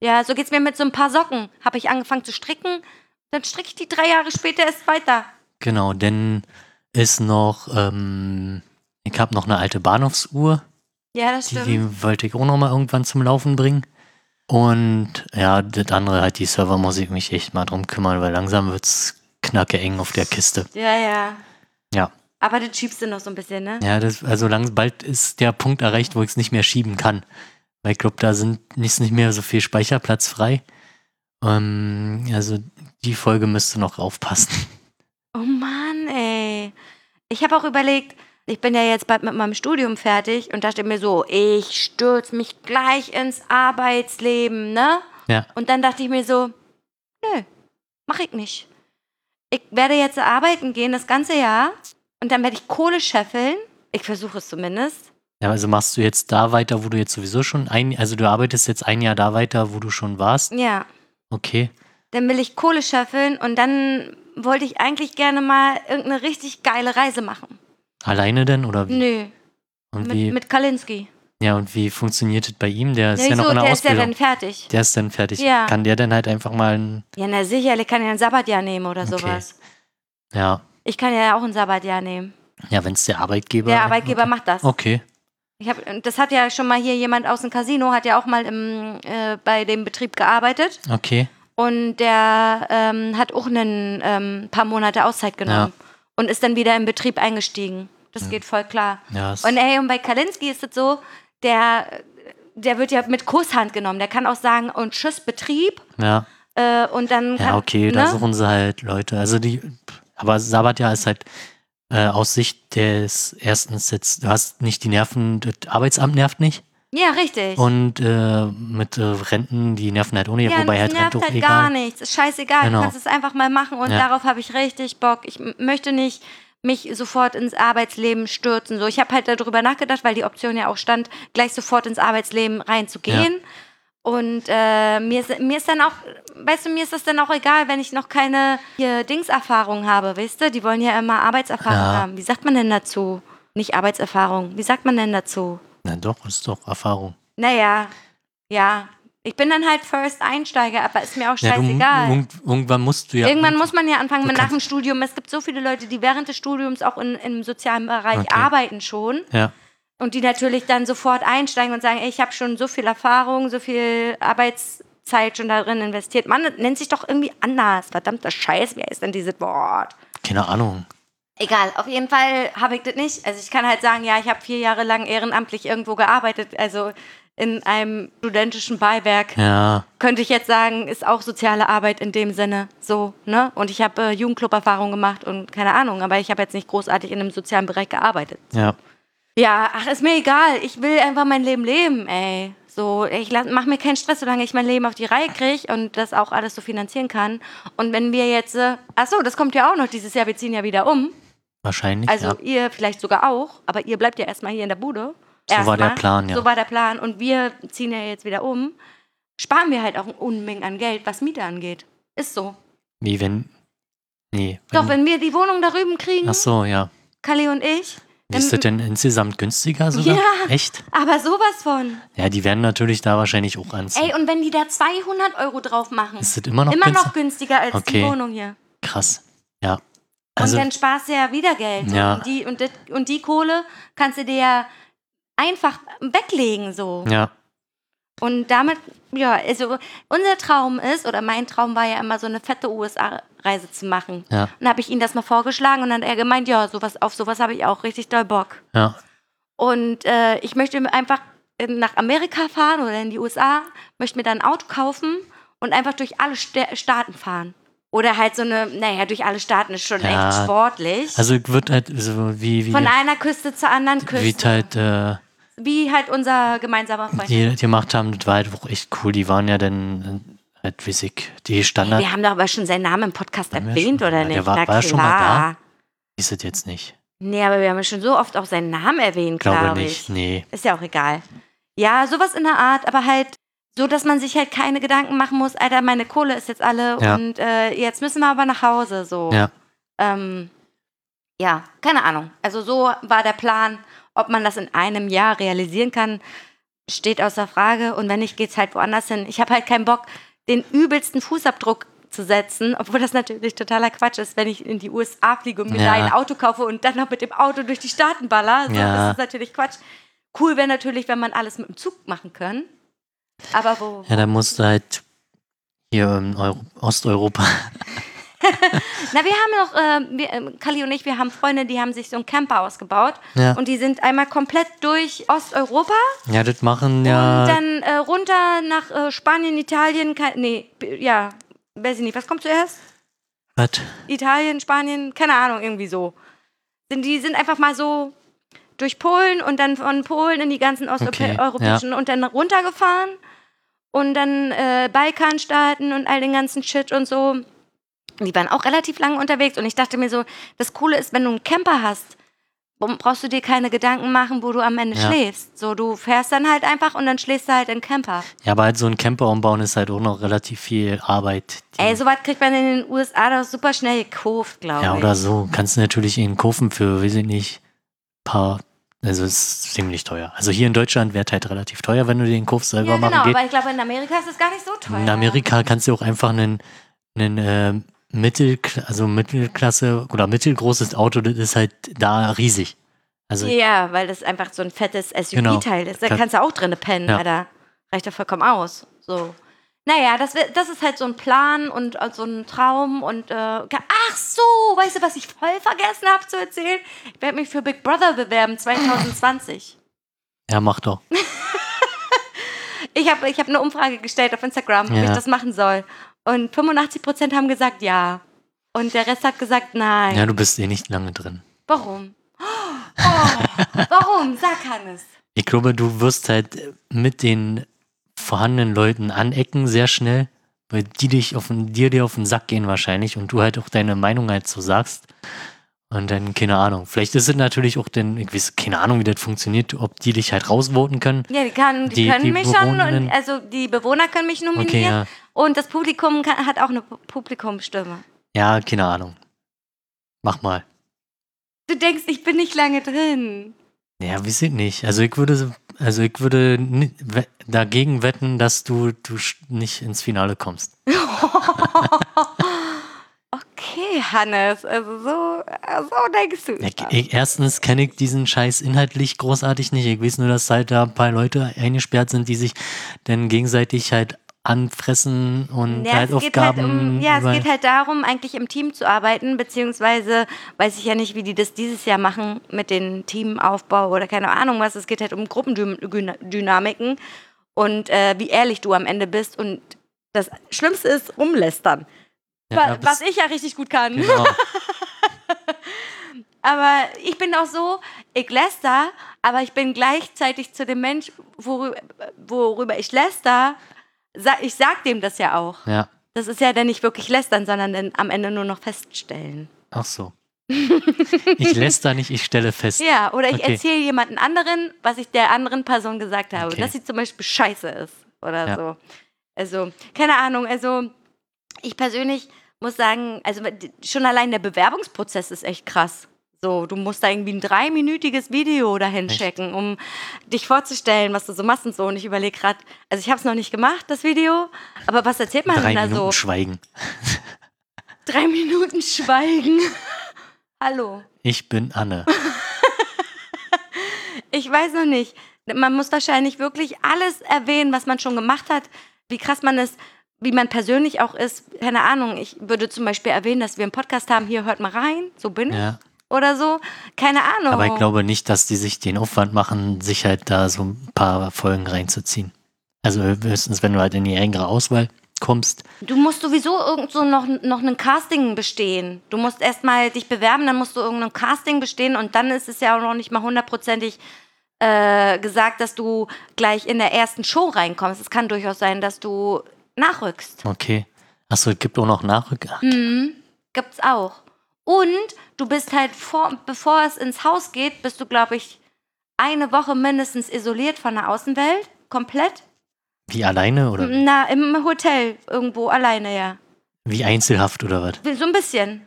[SPEAKER 2] Ja, so geht's mir mit so ein paar Socken. Habe ich angefangen zu stricken, dann stricke ich die drei Jahre später erst weiter.
[SPEAKER 1] genau, denn ist noch, ähm, ich habe noch eine alte Bahnhofsuhr,
[SPEAKER 2] Ja, das
[SPEAKER 1] die,
[SPEAKER 2] stimmt.
[SPEAKER 1] die wollte ich auch noch mal irgendwann zum Laufen bringen. Und ja, das andere halt, die Server muss ich mich echt mal drum kümmern, weil langsam wird's knacke eng auf der Kiste.
[SPEAKER 2] ja, ja.
[SPEAKER 1] Ja.
[SPEAKER 2] Aber das schiebst du noch so ein bisschen, ne?
[SPEAKER 1] Ja, das, also lang, bald ist der Punkt erreicht, wo ich es nicht mehr schieben kann. Weil ich glaube, da sind nicht, nicht mehr so viel Speicherplatz frei. Ähm, also die Folge müsste noch aufpassen.
[SPEAKER 2] Oh Mann, ey. Ich habe auch überlegt, ich bin ja jetzt bald mit meinem Studium fertig und dachte mir so, ich stürze mich gleich ins Arbeitsleben, ne?
[SPEAKER 1] Ja.
[SPEAKER 2] Und dann dachte ich mir so, nö, mach ich nicht. Ich werde jetzt arbeiten gehen das ganze Jahr und dann werde ich Kohle scheffeln. Ich versuche es zumindest.
[SPEAKER 1] Ja, also machst du jetzt da weiter, wo du jetzt sowieso schon ein, also du arbeitest jetzt ein Jahr da weiter, wo du schon warst.
[SPEAKER 2] Ja.
[SPEAKER 1] Okay.
[SPEAKER 2] Dann will ich Kohle scheffeln und dann wollte ich eigentlich gerne mal irgendeine richtig geile Reise machen.
[SPEAKER 1] Alleine denn oder wie?
[SPEAKER 2] Nö,
[SPEAKER 1] und wie
[SPEAKER 2] mit, mit Kalinski.
[SPEAKER 1] ja und wie funktioniert das bei ihm? Der ist
[SPEAKER 2] Ja,
[SPEAKER 1] ja, noch
[SPEAKER 2] wieso?
[SPEAKER 1] in der,
[SPEAKER 2] der ist ja
[SPEAKER 1] Ausbildung.
[SPEAKER 2] dann fertig.
[SPEAKER 1] der ist dann fertig.
[SPEAKER 2] Ja.
[SPEAKER 1] Kann der dann halt einfach mal ein,
[SPEAKER 2] Ja, na sicherlich kann ich ein Sabbatjahr nehmen oder
[SPEAKER 1] Okay.
[SPEAKER 2] sowas.
[SPEAKER 1] ja,
[SPEAKER 2] Ich kann ja auch ein Sabbatjahr nehmen.
[SPEAKER 1] ja, wenn es der Arbeitgeber
[SPEAKER 2] Der Arbeitgeber macht das.
[SPEAKER 1] Okay.
[SPEAKER 2] Ich hab, und das hat ja schon mal hier jemand aus dem Casino, hat ja auch mal im, äh, bei dem Betrieb gearbeitet
[SPEAKER 1] Okay.
[SPEAKER 2] und der ähm, hat auch einen ähm, paar Monate Auszeit genommen und ist dann wieder im Betrieb eingestiegen. Das geht voll klar.
[SPEAKER 1] Ja, ist-
[SPEAKER 2] Und ey, und bei Kalinski ist es so, der, der wird ja mit Kusshand genommen. Der kann auch sagen, und tschüss Betrieb
[SPEAKER 1] Ja.
[SPEAKER 2] äh, und dann kann,
[SPEAKER 1] Ja, okay,
[SPEAKER 2] ne?
[SPEAKER 1] da suchen sie halt Leute. Also die, aber Sabbatjahr ist halt äh, aus Sicht des erstens jetzt, du hast nicht die Nerven, das Arbeitsamt nervt nicht.
[SPEAKER 2] Ja, richtig.
[SPEAKER 1] Und äh, mit äh, Renten, die nerven halt ohne,
[SPEAKER 2] Ja,
[SPEAKER 1] wobei
[SPEAKER 2] das
[SPEAKER 1] halt
[SPEAKER 2] nervt
[SPEAKER 1] Rente auch
[SPEAKER 2] halt gar
[SPEAKER 1] egal.
[SPEAKER 2] nichts. Ist scheißegal.
[SPEAKER 1] Genau.
[SPEAKER 2] Du kannst es einfach mal machen und
[SPEAKER 1] Ja.
[SPEAKER 2] darauf habe ich richtig Bock. Ich m- möchte nicht mich sofort ins Arbeitsleben stürzen. So, ich habe halt darüber nachgedacht, weil die Option ja auch stand, gleich sofort ins Arbeitsleben reinzugehen. Und äh, mir, ist, mir ist dann auch, weißt du, mir ist das dann auch egal, wenn ich noch keine hier Dingserfahrung habe, weißt du? Die wollen ja immer Arbeitserfahrung
[SPEAKER 1] Ja.
[SPEAKER 2] haben. Wie sagt man denn dazu? Nicht Arbeitserfahrung. Wie sagt man denn dazu?
[SPEAKER 1] Na doch, ist doch Erfahrung.
[SPEAKER 2] Naja, ja. Ich bin dann halt First Einsteiger, aber ist mir auch
[SPEAKER 1] Ja, du,
[SPEAKER 2] scheißegal.
[SPEAKER 1] irgend- irgendwann musst du ja.
[SPEAKER 2] Irgendwann muss man ja anfangen mit nach
[SPEAKER 1] kannst-
[SPEAKER 2] dem Studium. Es gibt so viele Leute, die während des Studiums auch in, im sozialen Bereich
[SPEAKER 1] Okay.
[SPEAKER 2] arbeiten schon
[SPEAKER 1] Ja,
[SPEAKER 2] und die natürlich dann sofort einsteigen und sagen, ey, ich habe schon so viel Erfahrung, so viel Arbeitszeit schon darin investiert. Mann, das nennt sich doch irgendwie anders. Verdammter Scheiß, wie heißt denn dieses Wort?
[SPEAKER 1] keine Ahnung.
[SPEAKER 2] Egal, auf jeden Fall habe ich das nicht. Also ich kann halt sagen, ja, ich habe vier Jahre lang ehrenamtlich irgendwo gearbeitet, also in einem studentischen Beiwerk
[SPEAKER 1] Ja,
[SPEAKER 2] könnte ich jetzt sagen, ist auch soziale Arbeit in dem Sinne so, ne? Und ich habe äh, Jugendclub-Erfahrung gemacht und keine Ahnung, aber ich habe jetzt nicht großartig in einem sozialen Bereich gearbeitet.
[SPEAKER 1] ja.
[SPEAKER 2] Ja, ach, ist mir egal. Ich will einfach mein Leben leben, ey. So, ich lass, mach mir keinen Stress, solange ich mein Leben auf die Reihe kriege und das auch alles so finanzieren kann. Und wenn wir jetzt, äh, ach so, das kommt ja auch noch dieses Jahr, wir ziehen ja wieder um.
[SPEAKER 1] Wahrscheinlich.
[SPEAKER 2] Also
[SPEAKER 1] ja.
[SPEAKER 2] ihr vielleicht sogar auch, aber ihr bleibt ja erstmal hier in der Bude.
[SPEAKER 1] So war der
[SPEAKER 2] Erstmal.
[SPEAKER 1] Plan, ja.
[SPEAKER 2] So war der Plan. Und wir ziehen ja jetzt wieder um. Sparen wir halt auch Unmengen an Geld, was Miete angeht. Ist so.
[SPEAKER 1] Wie wenn. Nee. Mhm.
[SPEAKER 2] Doch, wenn wir die Wohnung da drüben kriegen,
[SPEAKER 1] ach so, ja.
[SPEAKER 2] Kalle und ich,
[SPEAKER 1] Ist das denn insgesamt günstiger sogar?
[SPEAKER 2] Ja.
[SPEAKER 1] Echt?
[SPEAKER 2] Aber sowas von.
[SPEAKER 1] Ja, die werden natürlich da wahrscheinlich auch anziehen.
[SPEAKER 2] Ey, und wenn die da 200 Euro drauf machen,
[SPEAKER 1] Ist das immer noch
[SPEAKER 2] immer noch
[SPEAKER 1] günstiger?
[SPEAKER 2] günstiger als
[SPEAKER 1] Okay.
[SPEAKER 2] die Wohnung hier.
[SPEAKER 1] Krass. Ja.
[SPEAKER 2] Und
[SPEAKER 1] Also,
[SPEAKER 2] dann sparst du ja wieder Geld.
[SPEAKER 1] Ja.
[SPEAKER 2] Und, die, und, das- und die Kohle kannst du dir ja einfach weglegen so.
[SPEAKER 1] ja.
[SPEAKER 2] Und damit, ja, also unser Traum ist, oder mein Traum war ja immer so eine fette USA-Reise zu machen.
[SPEAKER 1] Ja.
[SPEAKER 2] Und dann habe ich ihm das mal vorgeschlagen und dann hat er gemeint, ja, sowas, auf sowas habe ich auch richtig doll Bock.
[SPEAKER 1] Ja.
[SPEAKER 2] Und äh, ich möchte einfach äh, nach Amerika fahren oder in die USA, möchte mir dann ein Auto kaufen und einfach durch alle Sta- Staaten fahren. Oder halt so eine, naja, durch alle Staaten ist schon
[SPEAKER 1] Ja.
[SPEAKER 2] echt sportlich.
[SPEAKER 1] Also wird halt so wie, wie,
[SPEAKER 2] Von einer Küste zur anderen
[SPEAKER 1] wie
[SPEAKER 2] Küste.
[SPEAKER 1] halt äh,
[SPEAKER 2] Wie halt unser gemeinsamer Freund.
[SPEAKER 1] die das gemacht haben, das war halt auch echt cool. Die waren ja dann äh, halt wissig. Die Standard
[SPEAKER 2] Wir haben doch aber schon seinen Namen im Podcast
[SPEAKER 1] Ne? Haben wir
[SPEAKER 2] erwähnt,
[SPEAKER 1] schon?
[SPEAKER 2] oder
[SPEAKER 1] Ja,
[SPEAKER 2] nicht?
[SPEAKER 1] der war-
[SPEAKER 2] Na
[SPEAKER 1] war er schon mal
[SPEAKER 2] klar.
[SPEAKER 1] ist es jetzt nicht.
[SPEAKER 2] Nee, aber wir haben schon so oft auch seinen Namen erwähnt,
[SPEAKER 1] Glaube
[SPEAKER 2] glaube
[SPEAKER 1] nicht.
[SPEAKER 2] ich.
[SPEAKER 1] Nee.
[SPEAKER 2] Ist ja auch egal. Ja, sowas in der Art, aber halt so, dass man sich halt keine Gedanken machen muss, Alter, meine Kohle ist jetzt alle
[SPEAKER 1] Ja.
[SPEAKER 2] und äh, jetzt müssen wir aber nach Hause, so.
[SPEAKER 1] Ja.
[SPEAKER 2] Ähm, ja, keine Ahnung. Also so war der Plan. Ob man das in einem Jahr realisieren kann, steht außer Frage. Und wenn nicht, geht's halt woanders hin. Ich habe halt keinen Bock, den übelsten Fußabdruck zu setzen, obwohl das natürlich totaler Quatsch ist, wenn ich in die USA fliege und mir
[SPEAKER 1] Ja.
[SPEAKER 2] da ein Auto kaufe und dann noch mit dem Auto durch die Staaten baller. So,
[SPEAKER 1] Ja.
[SPEAKER 2] Das ist natürlich Quatsch. Cool wäre natürlich, wenn man alles mit dem Zug machen kann. Aber wo?
[SPEAKER 1] Ja, dann musst du halt hier in Euro Osteuropa. [LAUGHS]
[SPEAKER 2] Na, wir haben noch, äh, wir, ähm, Kali und ich, wir haben Freunde, die haben sich so einen Camper ausgebaut.
[SPEAKER 1] Ja.
[SPEAKER 2] Und die sind einmal komplett durch Osteuropa
[SPEAKER 1] Ja, das machen
[SPEAKER 2] und
[SPEAKER 1] ja.
[SPEAKER 2] dann äh, runter nach äh, Spanien, Italien, Ka nee, b- ja, weiß ich nicht, was kommt zuerst?
[SPEAKER 1] Was?
[SPEAKER 2] Italien, Spanien, keine Ahnung, irgendwie so. Sind, die sind einfach mal so durch Polen und dann von Polen in die ganzen
[SPEAKER 1] Okay,
[SPEAKER 2] osteuropäischen europäischen und dann runtergefahren und dann äh, Balkanstaaten und all den ganzen Shit und so. Die waren auch relativ lange unterwegs und ich dachte mir so, das Coole ist, wenn du einen Camper hast, warum brauchst du dir keine Gedanken machen, wo du am Ende
[SPEAKER 1] Ja.
[SPEAKER 2] schläfst. So, du fährst dann halt einfach und dann schläfst du halt im Camper.
[SPEAKER 1] Ja, aber halt so ein Camper umbauen ist halt auch noch relativ viel Arbeit. Die,
[SPEAKER 2] Ey, sowas kriegt man in den USA doch super schnell gekauft, glaube
[SPEAKER 1] ja,
[SPEAKER 2] ich.
[SPEAKER 1] oder so. Kannst du natürlich in Kurven für, weiß ich nicht, paar. Also ist ziemlich teuer. Also hier in Deutschland wäre halt relativ teuer, wenn du den Kurf selber
[SPEAKER 2] Ja, genau,
[SPEAKER 1] machen geht.
[SPEAKER 2] aber ich glaube, in Amerika ist das gar nicht so teuer.
[SPEAKER 1] In Amerika kannst du auch einfach einen, einen äh, Mittel, also Mittelklasse oder mittelgroßes Auto, das ist halt da riesig. Also
[SPEAKER 2] Ja, weil das einfach so ein fettes
[SPEAKER 1] Genau.
[SPEAKER 2] SUV-Teil ist. Da
[SPEAKER 1] Kann-
[SPEAKER 2] kannst du auch drinne pennen,
[SPEAKER 1] Ja.
[SPEAKER 2] Alter. Reicht ja vollkommen aus. So. Naja, das, wär- das ist halt so ein Plan und äh, so ein Traum und äh, ka- ach so, weißt du, was ich voll vergessen habe zu erzählen? Ich werde mich für Big Brother bewerben 2020.
[SPEAKER 1] ja, mach doch.
[SPEAKER 2] Ich habe ich hab eine Umfrage gestellt auf Instagram, ob
[SPEAKER 1] Ja.
[SPEAKER 2] ich das machen soll. Und 85% haben gesagt ja. Und der Rest hat gesagt nein.
[SPEAKER 1] Ja, du bist eh nicht lange drin.
[SPEAKER 2] Warum? [GASPS] Oh, warum? Sag Hannes.
[SPEAKER 1] Ich glaube, du wirst halt mit den vorhandenen Leuten anecken sehr schnell, weil die dich auf den, dir dir auf den Sack gehen wahrscheinlich und du halt auch deine Meinung halt so sagst. Und dann, keine Ahnung. Vielleicht ist es natürlich auch denn, ich weiß, keine Ahnung, wie das funktioniert, ob die dich halt rausvoten können.
[SPEAKER 2] Ja, die, kann, die,
[SPEAKER 1] Die-
[SPEAKER 2] können
[SPEAKER 1] die
[SPEAKER 2] mich schon, und,
[SPEAKER 1] Bewohnerinnen-
[SPEAKER 2] also die Bewohner können mich nominieren
[SPEAKER 1] Okay, Mm, ja.
[SPEAKER 2] und das Publikum kann, hat auch eine Pu- Publikumsstimme.
[SPEAKER 1] Ja, keine Ahnung. Mach mal.
[SPEAKER 2] Du denkst, ich bin nicht lange drin.
[SPEAKER 1] Ja, weiß ich nicht. Also ich würde, also ich würde ni- we- dagegen wetten, dass du, du sch- nicht ins Finale kommst.
[SPEAKER 2] Okay, Hannes, also so, so denkst du.
[SPEAKER 1] Ich, ich, erstens kenne ich diesen Scheiß inhaltlich großartig nicht. Ich weiß nur, dass halt da ein paar Leute eingesperrt sind, die sich dann gegenseitig halt anfressen und
[SPEAKER 2] Ja,
[SPEAKER 1] halt
[SPEAKER 2] es geht halt
[SPEAKER 1] Aufgaben.
[SPEAKER 2] um, ja, es
[SPEAKER 1] über-
[SPEAKER 2] geht halt darum, eigentlich im Team zu arbeiten, beziehungsweise weiß ich ja nicht, wie die das dieses Jahr machen mit den Teamaufbau oder keine Ahnung was. Es geht halt um Gruppendynamiken und äh, wie ehrlich du am Ende bist. Und das Schlimmste ist rumlästern,
[SPEAKER 1] Ja,
[SPEAKER 2] wa-
[SPEAKER 1] bis-
[SPEAKER 2] was ich ja richtig gut kann.
[SPEAKER 1] genau.
[SPEAKER 2] Aber ich bin auch so, ich läster, aber ich bin gleichzeitig zu dem Mensch, worüber, worüber ich läster, sa- ich sag dem das ja auch.
[SPEAKER 1] Ja,
[SPEAKER 2] Das ist ja dann nicht wirklich lästern, sondern dann am Ende nur noch feststellen.
[SPEAKER 1] ach so.
[SPEAKER 2] [LAUGHS]
[SPEAKER 1] Ich lässt da nicht, ich stelle fest.
[SPEAKER 2] Ja, oder ich
[SPEAKER 1] Okay.
[SPEAKER 2] erzähle jemanden anderen, was ich der anderen Person gesagt habe,
[SPEAKER 1] Okay.
[SPEAKER 2] dass sie zum Beispiel scheiße ist oder
[SPEAKER 1] Ja.
[SPEAKER 2] so. Also, keine Ahnung, also ich persönlich muss sagen, also schon allein der Bewerbungsprozess ist echt krass. So, du musst da irgendwie ein dreiminütiges Video dahin
[SPEAKER 1] Echt?
[SPEAKER 2] schicken, um dich vorzustellen, was du so machst und so. Und ich überlege gerade, also ich habe es noch nicht gemacht, das Video, aber was erzählt man
[SPEAKER 1] Drei
[SPEAKER 2] denn da
[SPEAKER 1] Minuten
[SPEAKER 2] so?
[SPEAKER 1] Schweigen.
[SPEAKER 2] Drei Minuten Schweigen. Hallo.
[SPEAKER 1] Ich bin Anne.
[SPEAKER 2] Ich weiß noch nicht. Man muss wahrscheinlich wirklich alles erwähnen, was man schon gemacht hat, wie krass man ist, wie man persönlich auch ist. Keine Ahnung. Ich würde zum Beispiel erwähnen, dass wir einen Podcast haben. Hier hört mal rein. So bin ich.
[SPEAKER 1] Ja.
[SPEAKER 2] Oder so. Keine Ahnung.
[SPEAKER 1] Aber ich glaube nicht, dass die sich den Aufwand machen, sich halt da so ein paar Folgen reinzuziehen. Also höchstens, wenn du halt in die engere Auswahl kommst.
[SPEAKER 2] Du musst sowieso irgend so noch, noch ein Casting bestehen. Du musst erstmal dich bewerben, dann musst du irgendein Casting bestehen und dann ist es ja auch noch nicht mal hundertprozentig äh, gesagt, dass du gleich in der ersten Show reinkommst. Es kann durchaus sein, dass du nachrückst.
[SPEAKER 1] Okay. Achso, es gibt auch noch Nachrück.
[SPEAKER 2] Mhm.
[SPEAKER 1] Ach,
[SPEAKER 2] Gibt's auch. Und du bist halt vor, bevor es ins Haus geht, bist du, glaube ich, eine Woche mindestens isoliert von der Außenwelt. Komplett.
[SPEAKER 1] Wie alleine oder
[SPEAKER 2] Na, im Hotel irgendwo alleine, ja.
[SPEAKER 1] wie einzelhaft oder was?
[SPEAKER 2] So ein bisschen.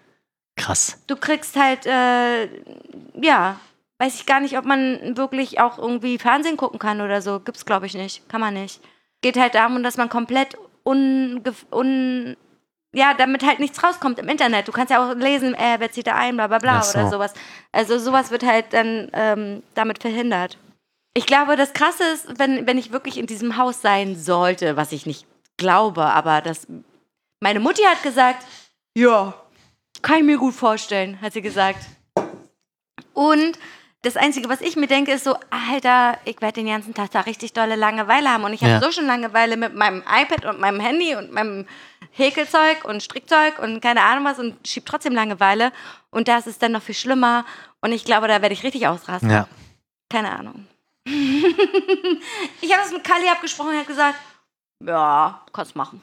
[SPEAKER 1] Krass.
[SPEAKER 2] du kriegst halt, äh, ja, weiß ich gar nicht, ob man wirklich auch irgendwie Fernsehen gucken kann oder so. Gibt's, glaube ich, nicht. Kann man nicht. Geht halt darum, dass man komplett unge un ja, damit halt nichts rauskommt im Internet. Du kannst ja auch lesen, äh, wer zieht da ein, bla bla bla
[SPEAKER 1] Ach so.
[SPEAKER 2] oder sowas. Also sowas wird halt dann ähm, damit verhindert. Ich glaube, das Krasse ist, wenn, wenn ich wirklich in diesem Haus sein sollte, was ich nicht glaube, aber das. Meine Mutti hat gesagt, ja, kann ich mir gut vorstellen, hat sie gesagt. Und das Einzige, was ich mir denke, ist so, Alter, ich werde den ganzen Tag da richtig dolle Langeweile haben. Und ich habe
[SPEAKER 1] Ja.
[SPEAKER 2] so schon Langeweile mit meinem iPad und meinem Handy und meinem Häkelzeug und Strickzeug und keine Ahnung was und schieb trotzdem Langeweile. Und da ist es dann noch viel schlimmer. Und ich glaube, da werde ich richtig ausrasten.
[SPEAKER 1] Ja.
[SPEAKER 2] Keine Ahnung. [LAUGHS] ich habe das mit Kali abgesprochen und er hat gesagt, ja, kannst machen.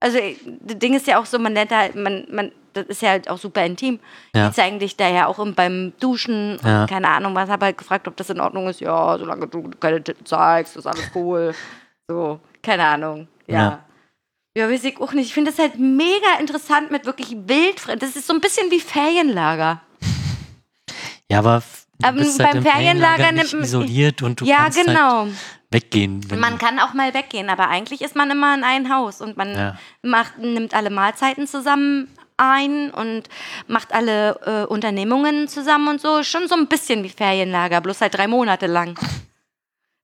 [SPEAKER 2] Also, ich- das Ding ist ja auch so, man lernt halt, man, man, das ist ja halt auch super intim.
[SPEAKER 1] Ja.
[SPEAKER 2] Die zeigen dich da ja auch im- beim Duschen
[SPEAKER 1] Ja.
[SPEAKER 2] und keine Ahnung was. Habe halt gefragt, ob das in Ordnung ist. Ja, solange du keine Titten zeigst, ist alles
[SPEAKER 1] [LAUGHS]
[SPEAKER 2] cool. so, keine Ahnung. Ja. Ja, weiß ich auch nicht. Ich finde das halt mega interessant mit wirklich Wildfremden. Das ist so ein bisschen wie Ferienlager.
[SPEAKER 1] Ja, aber f- du
[SPEAKER 2] Aber
[SPEAKER 1] bist
[SPEAKER 2] beim
[SPEAKER 1] halt im
[SPEAKER 2] Ferienlager
[SPEAKER 1] Ferienlager
[SPEAKER 2] nimmt
[SPEAKER 1] nicht
[SPEAKER 2] man-
[SPEAKER 1] isoliert und du
[SPEAKER 2] ja,
[SPEAKER 1] kannst halt
[SPEAKER 2] genau.
[SPEAKER 1] weggehen. Wenn,
[SPEAKER 2] Man kann auch mal weggehen, aber eigentlich ist man immer in ein Haus und man
[SPEAKER 1] Ja.
[SPEAKER 2] macht, nimmt alle Mahlzeiten zusammen ein und macht alle äh, Unternehmungen zusammen und so. Schon so ein bisschen wie Ferienlager, bloß halt drei Monate lang.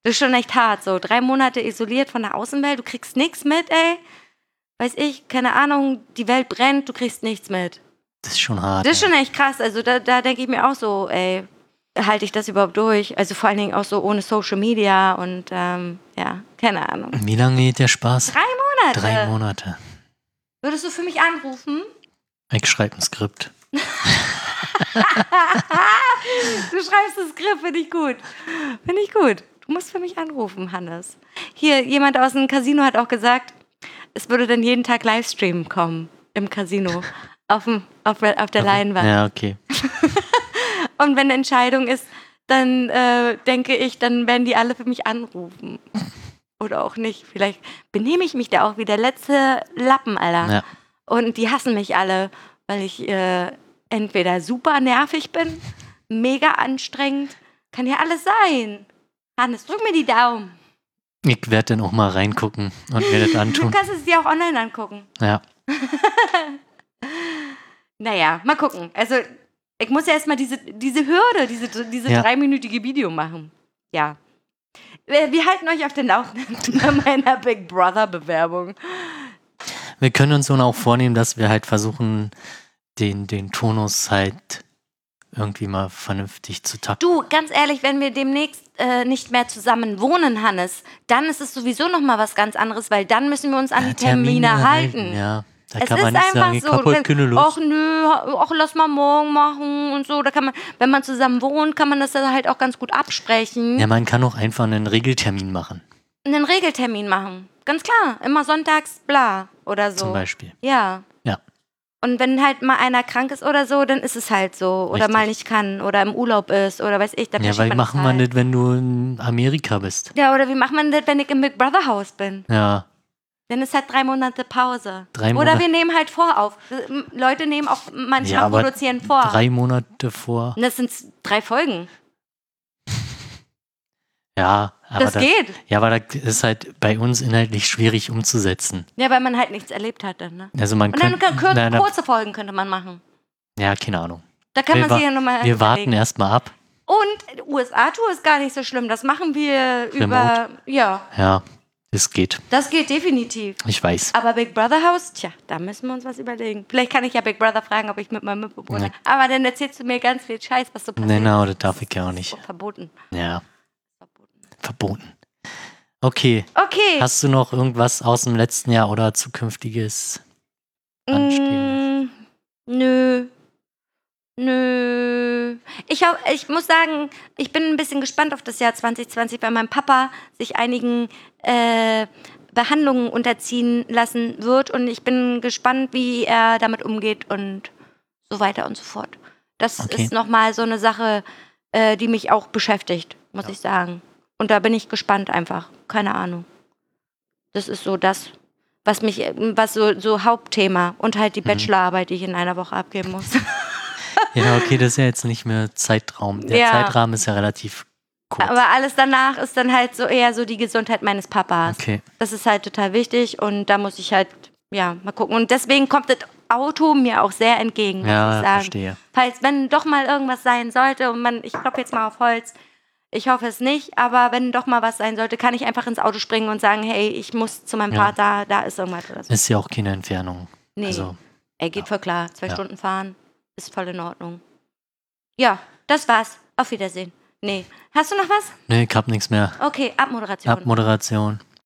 [SPEAKER 2] Das ist schon echt hart, so drei Monate isoliert von der Außenwelt, du kriegst nichts mit, ey. Weiß ich, keine Ahnung, die Welt brennt, du kriegst nichts mit.
[SPEAKER 1] das ist schon hart.
[SPEAKER 2] Das ist
[SPEAKER 1] ja.
[SPEAKER 2] schon echt krass. Also da, da denke ich mir auch so, ey, halte ich das überhaupt durch? Also vor allen Dingen auch so ohne Social Media und ähm, ja, keine Ahnung.
[SPEAKER 1] Wie lange geht der Spaß?
[SPEAKER 2] Drei Monate.
[SPEAKER 1] Drei Monate.
[SPEAKER 2] Würdest du für mich anrufen?
[SPEAKER 1] Ich schreibe ein Skript.
[SPEAKER 2] Du schreibst das Griff, finde ich gut. Finde ich gut. Du musst für mich anrufen, Hannes. Hier, jemand aus dem Casino hat auch gesagt, es würde dann jeden Tag Livestream kommen im Casino. Auf, dem, auf, der- auf der Leinwand.
[SPEAKER 1] Ja, okay.
[SPEAKER 2] Und wenn eine Entscheidung ist, dann äh, denke ich, dann werden die alle für mich anrufen. Oder auch nicht. Vielleicht benehme ich mich da auch wie der letzte Lappen, Alter.
[SPEAKER 1] Ja.
[SPEAKER 2] Und die hassen mich alle, weil ich äh, entweder super nervig bin, mega anstrengend. Kann ja alles sein. Hannes, drück mir die Daumen.
[SPEAKER 1] Ich werde dann auch mal reingucken und mir
[SPEAKER 2] [LAUGHS]
[SPEAKER 1] das
[SPEAKER 2] Du
[SPEAKER 1] antun.
[SPEAKER 2] kannst es dir auch online angucken.
[SPEAKER 1] Ja.
[SPEAKER 2] Naja, mal gucken. Also, ich muss ja erstmal diese, diese Hürde, diese, diese
[SPEAKER 1] Ja.
[SPEAKER 2] dreiminütige Video machen. Ja. Wir, wir halten euch auf den Laufenden bei meiner Big Brother-Bewerbung.
[SPEAKER 1] Wir können uns nun auch vornehmen, dass wir halt versuchen, den, den Tonus halt irgendwie mal vernünftig zu takten.
[SPEAKER 2] Du, ganz ehrlich, wenn wir demnächst äh, nicht mehr zusammen wohnen, Hannes, dann ist es sowieso nochmal was ganz anderes, weil dann müssen wir uns an die Termine, halten.
[SPEAKER 1] Ja, da
[SPEAKER 2] Es
[SPEAKER 1] kann
[SPEAKER 2] ist
[SPEAKER 1] man nicht
[SPEAKER 2] einfach
[SPEAKER 1] sagen, ich
[SPEAKER 2] so.
[SPEAKER 1] hab heute keine
[SPEAKER 2] Och
[SPEAKER 1] Lust.
[SPEAKER 2] nö, ach lass mal morgen machen und so. Da kann man, wenn man zusammen wohnt, kann man das dann halt auch ganz gut absprechen.
[SPEAKER 1] Ja, man kann auch einfach einen Regeltermin machen,
[SPEAKER 2] einen Regeltermin machen. Ganz klar. Immer sonntags, bla. Oder so.
[SPEAKER 1] zum Beispiel.
[SPEAKER 2] Ja.
[SPEAKER 1] Ja.
[SPEAKER 2] Und wenn halt mal einer krank ist oder so, dann ist es halt so. Oder
[SPEAKER 1] Richtig.
[SPEAKER 2] mal nicht kann. Oder im Urlaub ist. Oder weiß ich. Dann
[SPEAKER 1] Ja,
[SPEAKER 2] verschiebt
[SPEAKER 1] weil machen wir
[SPEAKER 2] halt.
[SPEAKER 1] das, wenn du in Amerika bist?
[SPEAKER 2] Ja, oder wie macht man das, wenn ich im Big Brother Haus bin?
[SPEAKER 1] Ja.
[SPEAKER 2] Denn es hat drei Monate Pause.
[SPEAKER 1] Drei
[SPEAKER 2] Oder
[SPEAKER 1] Monate.
[SPEAKER 2] wir nehmen halt vor auf. M- Leute nehmen auch manchmal produzieren vor.
[SPEAKER 1] Drei Monate vor.
[SPEAKER 2] Und das sind drei Folgen.
[SPEAKER 1] Ja, aber
[SPEAKER 2] das
[SPEAKER 1] da-
[SPEAKER 2] geht.
[SPEAKER 1] Ja, aber das ist halt bei uns inhaltlich schwierig umzusetzen.
[SPEAKER 2] Ja, weil man halt nichts erlebt hat dann. Ne?
[SPEAKER 1] Also man
[SPEAKER 2] Und dann
[SPEAKER 1] könnte.
[SPEAKER 2] kann, kur
[SPEAKER 1] nein,
[SPEAKER 2] kurze Folgen könnte man machen.
[SPEAKER 1] ja, keine Ahnung.
[SPEAKER 2] Da kann
[SPEAKER 1] Wir
[SPEAKER 2] man sich
[SPEAKER 1] wa-
[SPEAKER 2] ja nochmal.
[SPEAKER 1] Wir warten erstmal ab.
[SPEAKER 2] Und USA-Tour ist gar nicht so schlimm. Das machen wir über. Ja,
[SPEAKER 1] Ja, es geht.
[SPEAKER 2] das geht definitiv.
[SPEAKER 1] Ich weiß.
[SPEAKER 2] Aber Big Brother Haus, tja, da müssen wir uns was überlegen. Vielleicht kann ich ja Big Brother fragen, ob ich mit meinem Mitbewohner.
[SPEAKER 1] Nee.
[SPEAKER 2] Aber dann erzählst du mir ganz viel Scheiß, was so passiert.
[SPEAKER 1] Nee, na, das darf ich ja auch nicht.
[SPEAKER 2] Verboten.
[SPEAKER 1] Ja,
[SPEAKER 2] Verboten.
[SPEAKER 1] verboten. Okay.
[SPEAKER 2] Okay.
[SPEAKER 1] Hast du noch irgendwas aus dem letzten Jahr oder zukünftiges? Anstehendes?
[SPEAKER 2] Mm, nö. Nö. Ich, hau- ich muss sagen, ich bin ein bisschen gespannt auf das Jahr 2020, weil mein Papa sich einigen äh, Behandlungen unterziehen lassen wird und ich bin gespannt, wie er damit umgeht und so weiter und so fort. Das
[SPEAKER 1] Okay.
[SPEAKER 2] ist nochmal so eine Sache, äh, die mich auch beschäftigt, muss
[SPEAKER 1] Ja.
[SPEAKER 2] ich sagen. Und da bin ich gespannt einfach. Keine Ahnung. Das ist so das, was mich, äh, was so, so Hauptthema und halt die
[SPEAKER 1] Mhm.
[SPEAKER 2] Bachelorarbeit, die ich in einer Woche
[SPEAKER 1] [LAUGHS]
[SPEAKER 2] abgeben muss.
[SPEAKER 1] Ja, okay, das ist ja jetzt nicht mehr Zeitraum. Der
[SPEAKER 2] Ja.
[SPEAKER 1] Zeitrahmen ist ja relativ kurz.
[SPEAKER 2] Aber alles danach ist dann halt so eher so die Gesundheit meines Papas.
[SPEAKER 1] okay.
[SPEAKER 2] Das ist halt total wichtig und da muss ich halt, ja, mal gucken. Und deswegen kommt das Auto mir auch sehr entgegen, muss
[SPEAKER 1] Ja,
[SPEAKER 2] ich sagen.
[SPEAKER 1] verstehe.
[SPEAKER 2] Falls, wenn doch mal irgendwas sein sollte und man, ich klopfe jetzt mal auf Holz, ich hoffe es nicht, aber wenn doch mal was sein sollte, kann ich einfach ins Auto springen und sagen, hey, ich muss zu meinem
[SPEAKER 1] Ja.
[SPEAKER 2] Vater, da ist irgendwas oder so.
[SPEAKER 1] Ist ja auch keine Entfernung.
[SPEAKER 2] Nee.
[SPEAKER 1] Also,
[SPEAKER 2] Ey, geht
[SPEAKER 1] Ja.
[SPEAKER 2] voll klar. Zwei
[SPEAKER 1] Ja.
[SPEAKER 2] Stunden fahren ist voll in Ordnung. Ja, das war's. Auf Wiedersehen. Nee. Hast du noch was?
[SPEAKER 1] nee, ne, ich hab nichts mehr.
[SPEAKER 2] Okay, Abmoderation.
[SPEAKER 1] Abmoderation.